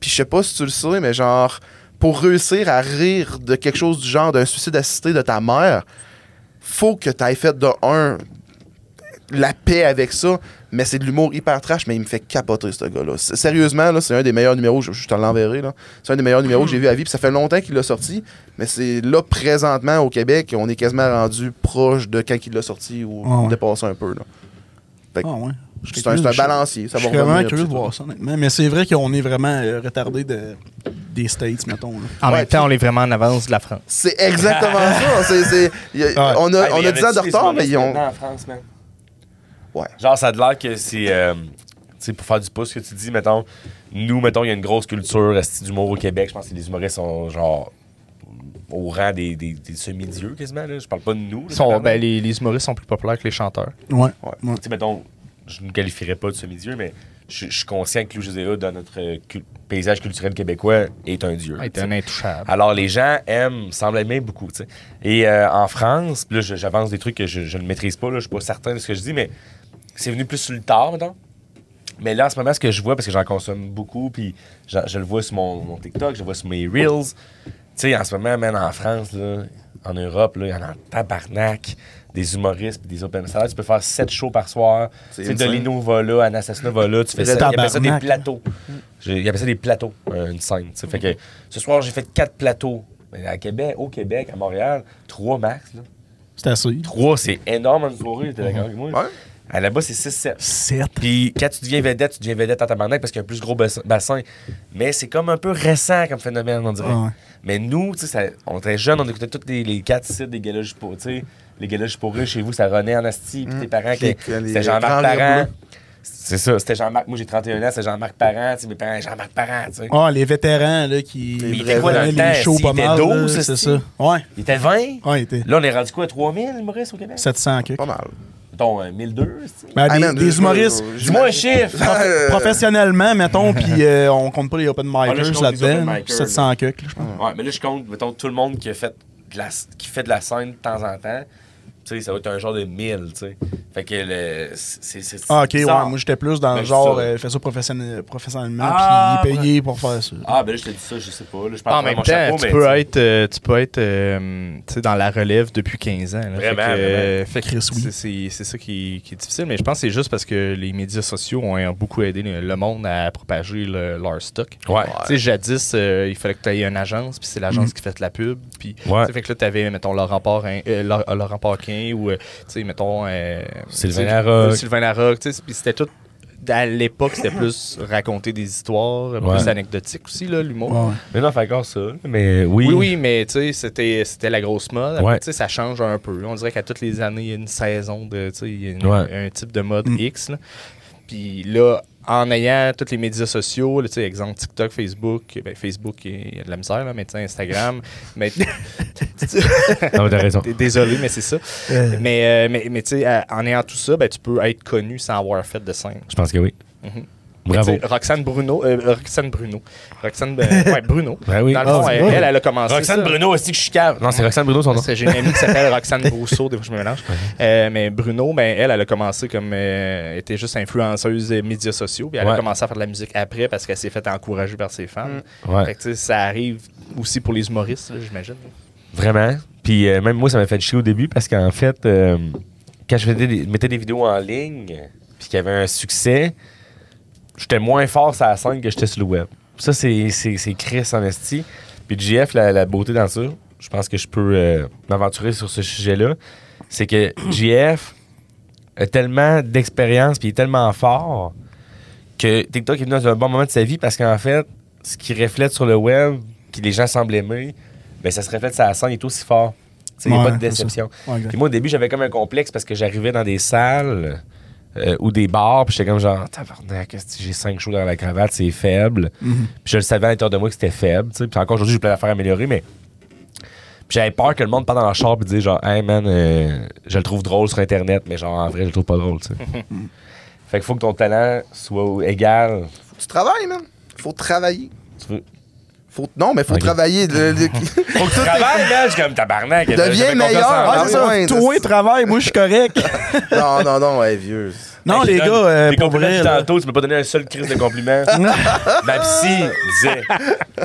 Speaker 2: Puis je sais pas si tu le sais, mais genre, pour réussir à rire de quelque chose du genre d'un suicide assisté de ta mère, faut que t'ailles fait de un la paix avec ça, mais c'est de l'humour hyper trash, mais il me fait capoter ce gars-là. S- Sérieusement, là, c'est un des meilleurs numéros, je, je te l'enverrai, là. C'est un des meilleurs numéros que j'ai vu à vie, puis ça fait longtemps qu'il l'a sorti, mais c'est là, présentement, au Québec, on est quasiment rendu proche de quand il l'a sorti ou
Speaker 1: Ah ouais.
Speaker 2: dépassé un peu, là. Fait que-
Speaker 1: Ah, ouais. Je
Speaker 2: c'est un, c'est un balancier. Ça
Speaker 1: Je
Speaker 2: va
Speaker 1: suis vraiment
Speaker 2: revenir,
Speaker 1: curieux de
Speaker 2: puis
Speaker 1: voir ça, honnêtement. Mais c'est vrai qu'on est vraiment euh, retardé de, des States, mettons. là.
Speaker 4: En
Speaker 2: Ouais,
Speaker 4: même temps, on est vraiment en avance de la France.
Speaker 2: C'est c'est
Speaker 3: *laughs*
Speaker 2: exactement ça. C'est- c'est- y a-
Speaker 1: Ouais.
Speaker 2: On a,
Speaker 3: Hey,
Speaker 2: on
Speaker 3: mais y
Speaker 2: a
Speaker 3: en
Speaker 2: 10 ans de
Speaker 3: a-tu des
Speaker 2: retard, mais ils ont.
Speaker 3: humoristes maintenant en France, man?
Speaker 2: Ouais.
Speaker 3: Genre, ça a de l'air que c'est. euh, tu tu sais, pour faire du pouce, que tu dis, mettons, nous, mettons, il y a une grosse culture esti, d'humour au Québec. Je pense que les humoristes sont genre au rang des, des, des semi-dieux quasiment. Là. Je parle pas de nous. là,
Speaker 4: Ils sont-
Speaker 3: clairement.
Speaker 4: ben, les, les humoristes sont plus populaires que les chanteurs.
Speaker 1: Ouais.
Speaker 2: Ouais.
Speaker 1: ouais.
Speaker 3: Tu sais, mettons, je ne qualifierais pas de semi-dieu, mais je, je suis conscient que Lou José dans notre euh, cul- paysage culturel québécois, est un dieu.
Speaker 4: Ah,
Speaker 3: tu
Speaker 4: était
Speaker 3: sais.
Speaker 4: un intouchable.
Speaker 3: Alors, les gens aiment, semblent aimer beaucoup. tu sais. Et euh, en France, puis là, je- j'avance des trucs que je, je ne maîtrise pas, là, je suis pas certain de ce que je dis, mais c'est venu plus sur le tard, mettons. Mais là, en ce moment, ce que je vois, parce que j'en consomme beaucoup, puis je, je le vois sur mon, mon TikTok, je le vois sur mes Reels. Tu sais, en ce moment, même en France, là, en Europe, là, il y en a un tabarnak. Des humoristes, puis des open stars. Tu peux faire 7 shows par soir.
Speaker 2: C'est
Speaker 3: Tu sais,
Speaker 2: insane.
Speaker 3: Dolino va là, Anastasia va là. Tu fais ça. Ils appellent ça des
Speaker 1: Tabarnak.
Speaker 3: plateaux. J'ai- Ils appellent ça des plateaux, euh, une scène. tu sais. Fait que ce soir, j'ai fait 4 plateaux. Mais à Québec, au Québec, à Montréal, 3 max. Là.
Speaker 1: C'est assez.
Speaker 3: 3, c'est énorme en une soirée. T'es d'accord avec moi?
Speaker 2: Ouais.
Speaker 3: Ah, Là-bas, c'est 6-7.
Speaker 1: 7.
Speaker 3: Puis quand tu deviens vedette, tu deviens vedette à tabarnak parce qu'il y a un plus gros bassin- bassin. Mais c'est comme un peu récent comme phénomène, on dirait.
Speaker 1: Ah ouais.
Speaker 3: Mais nous, tu sais, ça- on était jeunes, on écoutait tous les, les quatre sites des galas pour, tu sais, les galas pour riches chez vous, ça renaît en asti, puis tes parents,
Speaker 2: les-
Speaker 3: qui-
Speaker 2: les-
Speaker 3: c'était
Speaker 2: les grands
Speaker 3: Jean-Marc
Speaker 2: verres
Speaker 3: Parent.
Speaker 2: bleus.
Speaker 3: C'est ça, c'était Jean-Marc, moi j'ai 31 ans, c'est Jean-Marc Parent, tu sais, mes parents, Jean-Marc Parent, tu sais.
Speaker 1: Ah, les vétérans là, qui
Speaker 3: Mais il
Speaker 2: était quoi
Speaker 1: prenaient
Speaker 3: dans le
Speaker 1: les
Speaker 3: temps?
Speaker 1: shows
Speaker 3: S'il
Speaker 1: pas
Speaker 3: était
Speaker 1: mal. là,
Speaker 3: 12,
Speaker 1: c'est
Speaker 3: est-ce
Speaker 1: ça. Ouais.
Speaker 3: Il était 20?
Speaker 1: Ouais, il était
Speaker 3: Là, on est rendu quoi, à 3000 humoristes au Québec?
Speaker 1: 700 quelque.
Speaker 2: Pas mal.
Speaker 3: Mettons, euh, 1002, tu sais.
Speaker 1: Ben,
Speaker 2: Ah,
Speaker 1: des,
Speaker 2: man,
Speaker 1: des
Speaker 2: je-
Speaker 1: humoristes
Speaker 2: je-
Speaker 3: Dis-moi un chiffre!
Speaker 2: Euh,
Speaker 1: professionnellement, mettons,
Speaker 2: *laughs*
Speaker 1: puis euh, on compte pas les open
Speaker 3: Ah, là, je
Speaker 1: micers
Speaker 3: compte les open
Speaker 1: là-dedans.
Speaker 3: micers,
Speaker 1: 700 quelque, là, je pense.
Speaker 3: Ouais, mais là, je compte, mettons, tout le monde qui, a fait de la, qui fait de la scène de temps en temps. Tu sais, ça va être un genre de 1000, tu sais. Fait que le, c'est, c'est,
Speaker 1: Ah, ok, ouais,
Speaker 3: bizarre.
Speaker 1: moi j'étais plus dans le
Speaker 3: Ben, c'est
Speaker 1: genre,
Speaker 3: ça.
Speaker 1: euh, fais ça professionnel- professionnellement,
Speaker 3: Ah,
Speaker 1: puis payé pour faire ça.
Speaker 3: Ah, ben là, je te dis ça, je sais pas. Là, je parle
Speaker 4: En même temps, tu, peux être, euh, tu peux être euh, tu sais, dans la relève depuis 15 ans. là. Fait
Speaker 3: Vraiment,
Speaker 4: que, euh, fait que
Speaker 1: Chris, oui.
Speaker 4: c'est- c'est- C'est ça qui, qui est difficile, mais je pense que c'est juste parce que les médias sociaux ont beaucoup aidé le, le monde à propager le- leur stock.
Speaker 3: Ouais.
Speaker 4: Tu sais, jadis, euh, il fallait que tu ailles une agence, puis c'est l'agence
Speaker 1: Mhm.
Speaker 4: qui fait de la pub. Puis, tu sais, Fait que là, tu avais, mettons, Laurent, Parrain, euh, Laurent- euh, Laurent Paquin ou, euh, tu sais, mettons... euh,
Speaker 3: Sylvain
Speaker 4: tu sais,
Speaker 3: Larocque.
Speaker 4: Sylvain Larocque, tu sais, puis c'était tout... À l'époque, c'était plus raconter des histoires,
Speaker 3: Ouais.
Speaker 4: plus anecdotique aussi, là, l'humour.
Speaker 1: Ouais, ouais.
Speaker 3: Mais non, fait encore ça. Mais oui.
Speaker 4: Oui, oui, mais tu sais, c'était, c'était la grosse mode. Après,
Speaker 3: Ouais.
Speaker 4: tu sais, ça change un peu. On dirait qu'à toutes les années, il y a une saison de. Tu sais, il y a une-
Speaker 3: Ouais.
Speaker 4: un type de mode
Speaker 1: Mm.
Speaker 4: X. là. Puis là, en ayant tous les médias sociaux, là, tu sais, exemple TikTok, Facebook, ben, Facebook, il y a de la misère, là, mais tu sais, Instagram.
Speaker 1: *laughs*
Speaker 4: mais,
Speaker 3: Non, mais t'as raison.
Speaker 4: Dé- Désolé, mais c'est ça.
Speaker 1: Euh.
Speaker 4: Mais, euh, mais, mais tu sais, euh, en ayant tout ça, ben, tu peux être connu sans avoir fait de scène.
Speaker 3: Je pense que oui.
Speaker 4: Mais tu sais, Roxane Bruno. euh, Roxane Bruno.
Speaker 1: *laughs*
Speaker 4: Roxane. euh, ouais, Bruno.
Speaker 3: Ben oui.
Speaker 4: Dans le fond,
Speaker 1: Ah,
Speaker 4: elle,
Speaker 1: ouais.
Speaker 4: elle, elle a commencé.
Speaker 3: Roxane
Speaker 4: ça.
Speaker 3: Bruno, aussi que je suis cave. Non, c'est Roxane Bruno son nom.
Speaker 4: Parce que j'ai une amie qui
Speaker 3: *laughs*
Speaker 4: s'appelle Roxane Brousseau, des fois je me mélange. Euh, mais Bruno, ben, elle, elle a commencé comme. euh, était juste influenceuse des médias sociaux. Puis elle
Speaker 3: Ouais.
Speaker 4: a commencé à faire de la musique après parce qu'elle s'est faite encourager par ses fans.
Speaker 3: Ouais.
Speaker 4: Fait que, tu sais, ça arrive aussi pour les humoristes, là, j'imagine.
Speaker 3: Vraiment. Puis euh, même moi, ça m'a fait chier au début parce qu'en fait, euh, quand je faisais des- mettais des vidéos en ligne puis qu'il y avait un succès, j'étais moins fort sur la scène que j'étais sur le web. Ça, c'est, c'est, c'est Chris en esti. Puis JF, la, la beauté dans ça, je pense que je peux euh, m'aventurer sur ce sujet-là, c'est que JF a tellement d'expérience puis il est tellement fort que TikTok est venu dans un bon moment de sa vie parce qu'en fait, ce qui reflète sur le web, que les gens semblent aimer, ben ça se reflète sur la scène, il est aussi fort. Tu sais, Il n'y a
Speaker 1: Ouais,
Speaker 3: pas de
Speaker 1: c'est
Speaker 3: déception.
Speaker 1: Ouais, exact.
Speaker 3: Puis moi, au début, j'avais comme un complexe parce que j'arrivais dans des salles euh, ou des bars, puis j'étais comme genre, tabarnak, esti, j'ai cinq shows dans la cravate, c'est faible.
Speaker 1: Mhm.
Speaker 3: Puis je le savais à l'intérieur de moi que c'était faible. tu sais. Puis encore aujourd'hui, j'ai plein d'affaires à améliorer, mais puis j'avais peur que le monde parte dans leur char et dise genre, hey man, euh, je le trouve drôle sur Internet, mais genre en vrai, je le trouve pas drôle, tu sais. *laughs* fait qu'il faut que ton talent soit au- égal.
Speaker 2: Tu travailles, man. Faut travailler.
Speaker 3: Tu veux-
Speaker 2: Faut... Non, mais faut
Speaker 3: Ok.
Speaker 2: travailler. Le-
Speaker 3: *laughs*
Speaker 2: le-
Speaker 3: Faut que tu travailles, là, je suis comme tabarnak.
Speaker 2: Deviens
Speaker 3: j'avais confiance
Speaker 2: meilleur.
Speaker 3: en
Speaker 2: Ah,
Speaker 3: moi.
Speaker 1: Ah,
Speaker 2: ouais,
Speaker 1: c'est ça.
Speaker 2: ouais,
Speaker 1: Toi,
Speaker 2: c'est-
Speaker 1: travaille, moi, je suis correct.
Speaker 2: *laughs* non, non, non, ouais, vieux.
Speaker 1: non,
Speaker 3: Hey,
Speaker 1: les
Speaker 3: je
Speaker 1: gars,
Speaker 3: donne
Speaker 1: euh,
Speaker 3: des
Speaker 1: pour
Speaker 3: compliments
Speaker 1: vrai.
Speaker 3: depuis
Speaker 1: là.
Speaker 3: tantôt, tu m'as pas donné un seul crise de
Speaker 1: *laughs*
Speaker 3: compliment. Ma psy disait.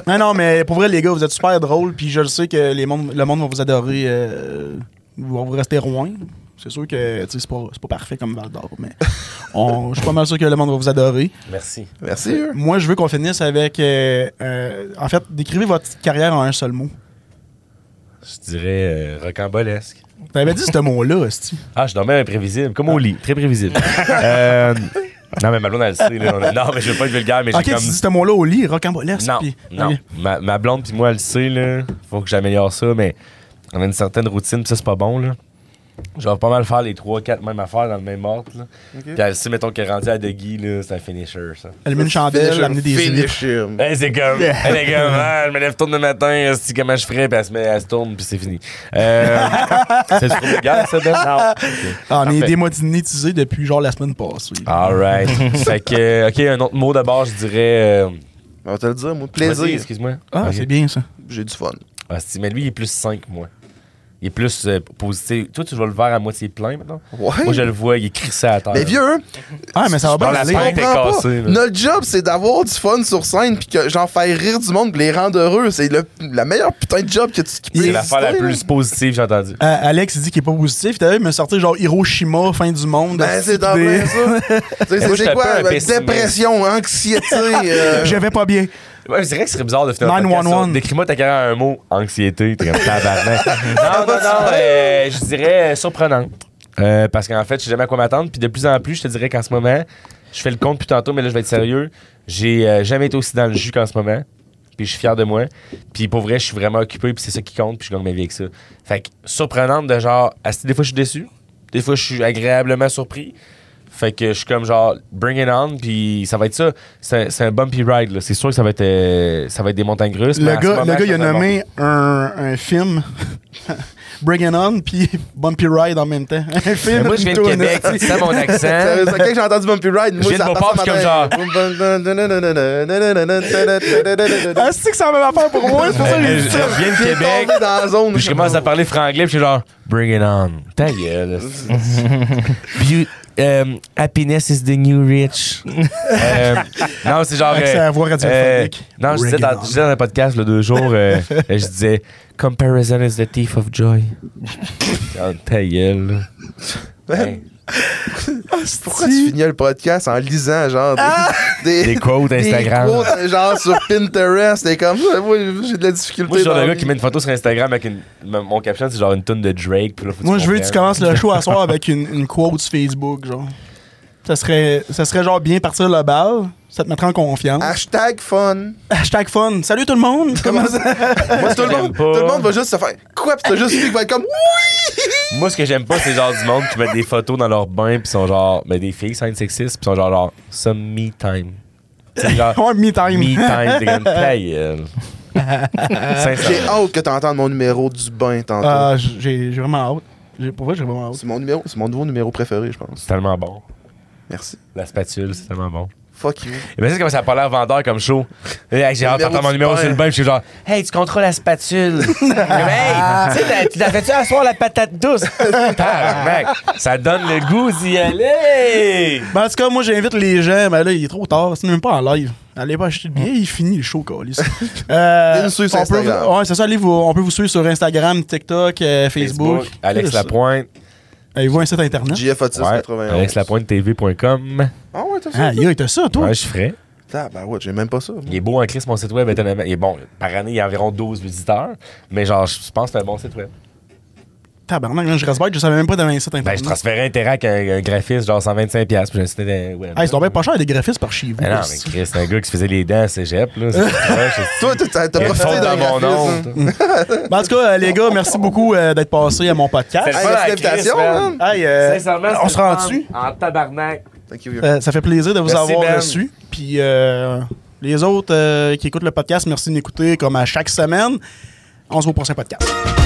Speaker 1: Non, non, mais pour vrai, les gars, vous êtes super drôles, puis je le sais que les mondes, le monde va vous adorer. euh, vous va vous rester loin. C'est sûr que tu sais, c'est pas, c'est pas parfait comme Val d'Or,
Speaker 2: *laughs*
Speaker 1: mais on- je suis pas mal sûr que le monde va vous adorer.
Speaker 3: Merci.
Speaker 2: Merci, vieux.
Speaker 1: Moi, je veux qu'on finisse avec. euh, euh, en fait, décrivez votre carrière en un seul mot.
Speaker 3: Je dirais euh, rocambolesque.
Speaker 1: T'avais dit ce mot-là, hostie.
Speaker 3: Ah, je dormais imprévisible, comme au lit, très prévisible. *laughs* Euh, non, mais ma blonde, elle le sait. là. On a- Non, mais je veux pas être vulgaire, mais
Speaker 1: Ok,
Speaker 3: *laughs* j'ai
Speaker 1: tu
Speaker 3: comme.
Speaker 1: dis ce mot-là au lit, rocambolesque.
Speaker 3: Non,
Speaker 1: puis-
Speaker 3: non.
Speaker 1: ok.
Speaker 3: Ma, ma blonde puis moi, elle le sait, là. Faut que j'améliore ça, mais on a une certaine routine, puis ça, c'est pas bon, là. Je vais pas mal faire les 3-4 mêmes affaires dans le même ordre. Là. Puis elle, si, mettons qu'elle est rendue à Deggy, là, c'est un finisher, ça.
Speaker 1: Allumer une chandelle, amener des huîtres.
Speaker 2: huîtres.
Speaker 3: *laughs* Hey, c'est comme, elle est comme, ah, je me lève tourne le matin, c'est comment je ferais, puis elle se, met, elle se tourne, puis c'est fini. *laughs* Euh, c'est sur les gars, ça, Ben? Non.
Speaker 1: Ah, on est
Speaker 3: Parfait. Ah,
Speaker 1: démonétisé depuis genre la semaine passée.
Speaker 3: *laughs* Alright. fait que, euh, ok, un autre mot d'abord, je dirais. euh,
Speaker 2: On va te le dire, moi.
Speaker 3: vas-y,
Speaker 2: Plaisir.
Speaker 3: Excuse-moi.
Speaker 1: Ah,
Speaker 3: Ok.
Speaker 1: c'est bien ça.
Speaker 2: J'ai du fun.
Speaker 3: Ah, si, mais lui, il est plus 5 que moi. Il est plus euh, positif. Toi, tu vois le verre à moitié plein maintenant?
Speaker 2: Ouais.
Speaker 3: Moi, je le vois, il est crissé à terre.
Speaker 2: Mais vieux, hein?
Speaker 1: Ah, mais ça va
Speaker 3: Dans
Speaker 1: bien
Speaker 3: la
Speaker 1: aller.
Speaker 3: pente est
Speaker 2: comprends pas.
Speaker 3: cassée. là.
Speaker 2: Notre job, c'est d'avoir du fun sur scène puis que j'en fais rire du monde, puis les rendre heureux. C'est le, la meilleure putain de job que tu qui peut
Speaker 3: C'est
Speaker 2: exister,
Speaker 3: l'affaire la
Speaker 2: là.
Speaker 3: plus positive, j'ai entendu.
Speaker 1: Euh, Alex dit qu'il est pas positif. T'as vu, il m'a sorti genre Hiroshima, fin du monde.
Speaker 2: Ben, c'est dans
Speaker 1: des-
Speaker 2: plein ça. Tu sais,
Speaker 3: Moi,
Speaker 2: c'est-
Speaker 3: j'étais
Speaker 2: C'est quoi?
Speaker 3: pas un
Speaker 2: ben,
Speaker 3: pessimiste.
Speaker 2: dépression,
Speaker 3: *laughs*
Speaker 2: anxiété.
Speaker 1: *laughs*
Speaker 2: euh,
Speaker 1: Je vais pas bien.
Speaker 3: Ouais, je dirais que ce serait bizarre de finir un
Speaker 1: 911.
Speaker 3: podcast sur- Décris-moi ta carrière en un mot. Anxiété, t'es comme
Speaker 2: *laughs*
Speaker 3: tabarnak. non, non, non, euh, je dirais euh, surprenante. Euh, parce qu'en fait, je sais jamais à quoi m'attendre. Puis de plus en plus, je te dirais qu'en ce moment, je fais le compte plus tantôt, mais là, je vais être sérieux. J'ai euh, jamais été aussi dans le jus qu'en ce moment. Puis je suis fier de moi. Puis pour vrai, je suis vraiment occupé. Puis c'est ça qui compte. Puis je gagne ma vie avec ça. Fait que surprenante de genre, asti, des fois, je suis déçu. Des fois, je suis agréablement surpris. Fait que je suis comme genre, bring it on, puis ça va être ça. C'est un- c'est un, bumpy ride, là. C'est sûr que ça va être, euh, ça va être des montagnes russes. mais
Speaker 1: Le
Speaker 3: en ce
Speaker 1: gars,
Speaker 3: moment,
Speaker 1: le gars,
Speaker 3: je
Speaker 1: il a
Speaker 3: pense que
Speaker 1: nommé un, un film *laughs* Bring It On puis Bumpy Ride en même temps. Un
Speaker 3: ça va.
Speaker 1: film.
Speaker 3: Moi, je viens de
Speaker 1: une
Speaker 3: Québec, tu
Speaker 1: *laughs*
Speaker 3: sais mon
Speaker 2: Ça-
Speaker 3: accent.
Speaker 2: ça- Quand j'ai entendu Bumpy Ride, moi,
Speaker 3: Je viens de
Speaker 2: ça
Speaker 3: Beauport,
Speaker 2: passe
Speaker 3: puis
Speaker 2: *laughs*
Speaker 1: toune. Ah, c'est que c'est la même affaire pour moi, c'est pour ça que j'ai
Speaker 3: Je
Speaker 1: dit ça.
Speaker 3: je viens de Québec,
Speaker 2: tombé dans la zone.
Speaker 3: puis je commence à parler franglais, puis je suis genre, bring it on.
Speaker 1: *laughs*
Speaker 3: Ta gueule. Beau- um, happiness is the new rich. Euh, non, c'est genre. euh,
Speaker 1: Avec sa voix radiophonique.
Speaker 3: non, je disais, dans,
Speaker 1: Bring it
Speaker 3: je
Speaker 1: on.
Speaker 3: disais dans un podcast, le deux jours, euh, je disais, comparison is the thief of joy. Oh, ta gueule, là.
Speaker 1: Ben,
Speaker 3: Hey.
Speaker 2: Pourquoi tu finis le podcast en lisant, genre, des,
Speaker 3: Ah! Des quotes Instagram.
Speaker 2: des quotes, euh, genre, sur Pinterest. T'es comme, moi, j'ai de la difficulté.
Speaker 3: Moi, je suis genre
Speaker 2: dans la
Speaker 3: le gars
Speaker 2: vie.
Speaker 3: qui met une photo sur Instagram avec une. m- Mon caption, c'est genre une tonne de Drake. puis là, faut
Speaker 1: Moi, je veux que tu
Speaker 3: comprennes.
Speaker 1: commences
Speaker 3: *laughs*
Speaker 1: le show à soir avec une, une quote sur Facebook, genre. Ça serait, ça serait genre bien partir le bal. Ça te mettrait en confiance.
Speaker 2: Ah. Hashtag fun.
Speaker 1: Hashtag fun. Salut tout le
Speaker 2: *laughs*
Speaker 1: monde. Comment ça?
Speaker 2: Moi, tout, le
Speaker 3: j'aime
Speaker 2: monde,
Speaker 3: pas.
Speaker 2: tout le monde va juste se faire quoi, pis t'as juste lui qui va être comme
Speaker 3: *laughs* Moi, ce que j'aime pas, c'est genre du monde qui met des photos dans leur bain, puis sont genre. Ben, des filles, 5, 6, 6, puis sont genre, genre, some me time. C'est genre.
Speaker 2: Ah.
Speaker 1: Ouais, me time.
Speaker 3: Me time, t'es
Speaker 1: *laughs*
Speaker 3: comme ta gueule.
Speaker 2: J'ai
Speaker 1: oh.
Speaker 3: Sincèrement.
Speaker 2: hâte que t'entendes mon numéro du bain tantôt.
Speaker 1: Ah, j'ai j'ai vraiment hâte. J'ai- Pour vrai, j'ai vraiment hâte.
Speaker 2: C'est mon numéro, c'est mon nouveau numéro préféré, je pense.
Speaker 3: C'est tellement bon.
Speaker 2: Merci.
Speaker 3: La spatule, c'est tellement bon.
Speaker 2: Fuck you.
Speaker 3: Imagine comment ça a pas l'air vendeur comme show. Et, hey, j'ai hâte
Speaker 2: Numéro
Speaker 3: d'entendre mon
Speaker 2: du
Speaker 3: numéro
Speaker 2: pain.
Speaker 3: sur le bain, puis je suis genre, hey, tu contrôles la spatule.
Speaker 1: *laughs*
Speaker 3: Comme, hey, tu sais, t'as- tu t'as fait-tu asseoir la patate
Speaker 1: *laughs*
Speaker 3: douce? Tabarnak. ça donne le goût d'y aller.
Speaker 1: Ben, en tout cas, moi, j'invite les gens. Mais là, il est trop tard. C'est même pas en live. Allez pas acheter de billets. Il finit le show,
Speaker 2: *laughs*
Speaker 1: Calis. Euh,
Speaker 2: Viens nous suivre sur
Speaker 1: on peut-
Speaker 2: Instagram.
Speaker 1: ouais, c'est ça. Allez, vous, on peut vous suivre sur Instagram, TikTok, euh, Facebook.
Speaker 3: Alex Lapointe.
Speaker 1: Avez-vous un site internet?
Speaker 2: JF Otis
Speaker 3: Ouais.
Speaker 2: 91.
Speaker 3: AlexLapointeTV.com.
Speaker 2: Ah ouais, t'as ça.
Speaker 1: Ah, yo, t'as ça, toi?
Speaker 3: Ouais, je ferais.
Speaker 2: Ah, ben ouais, j'ai même pas ça. moi.
Speaker 3: Il est beau en Chris, mon site web. étonnamment. Il est bon. Par année, il y a environ 12 visiteurs. Mais genre, je pense que c'est un bon site web.
Speaker 1: Tabarnak, là, je reste bête, je savais même pas d'avoir un site
Speaker 3: Ben,
Speaker 1: internet.
Speaker 3: je transférais Interac à un, un graphiste, genre 125$, piastres, puis j'ai un site euh, web.
Speaker 1: Hey, c'est tombé pas cher des graphistes par chez vous.
Speaker 3: Mais non,
Speaker 1: là,
Speaker 3: mais
Speaker 1: c'est-
Speaker 3: Chris, c'est un gars qui se faisait les dents à cégep, là. C'est proche, c'est-
Speaker 2: Toi, t'as- t'as
Speaker 3: Il y
Speaker 2: t'as
Speaker 3: a une
Speaker 2: profité
Speaker 3: faute
Speaker 2: d'un
Speaker 3: dans mon nom.
Speaker 2: graphisme.
Speaker 3: toi.
Speaker 1: Ben, en tout cas, euh, les gars, merci beaucoup euh, d'être passés à mon podcast.
Speaker 2: Hey,
Speaker 3: C'est pas la
Speaker 2: merci l'invitation,
Speaker 3: crise, man.
Speaker 2: man.
Speaker 1: Hey, euh, on
Speaker 3: c'est
Speaker 1: se rend
Speaker 3: le fun.
Speaker 1: dessus?
Speaker 3: En tabarnak.
Speaker 2: Thank you.
Speaker 1: Euh, ça fait plaisir de vous
Speaker 3: Merci,
Speaker 1: avoir
Speaker 3: Ben.
Speaker 1: reçu. Puis euh, les autres euh, qui écoutent le podcast, merci de m'écouter comme à chaque semaine. On se voit au prochain podcast.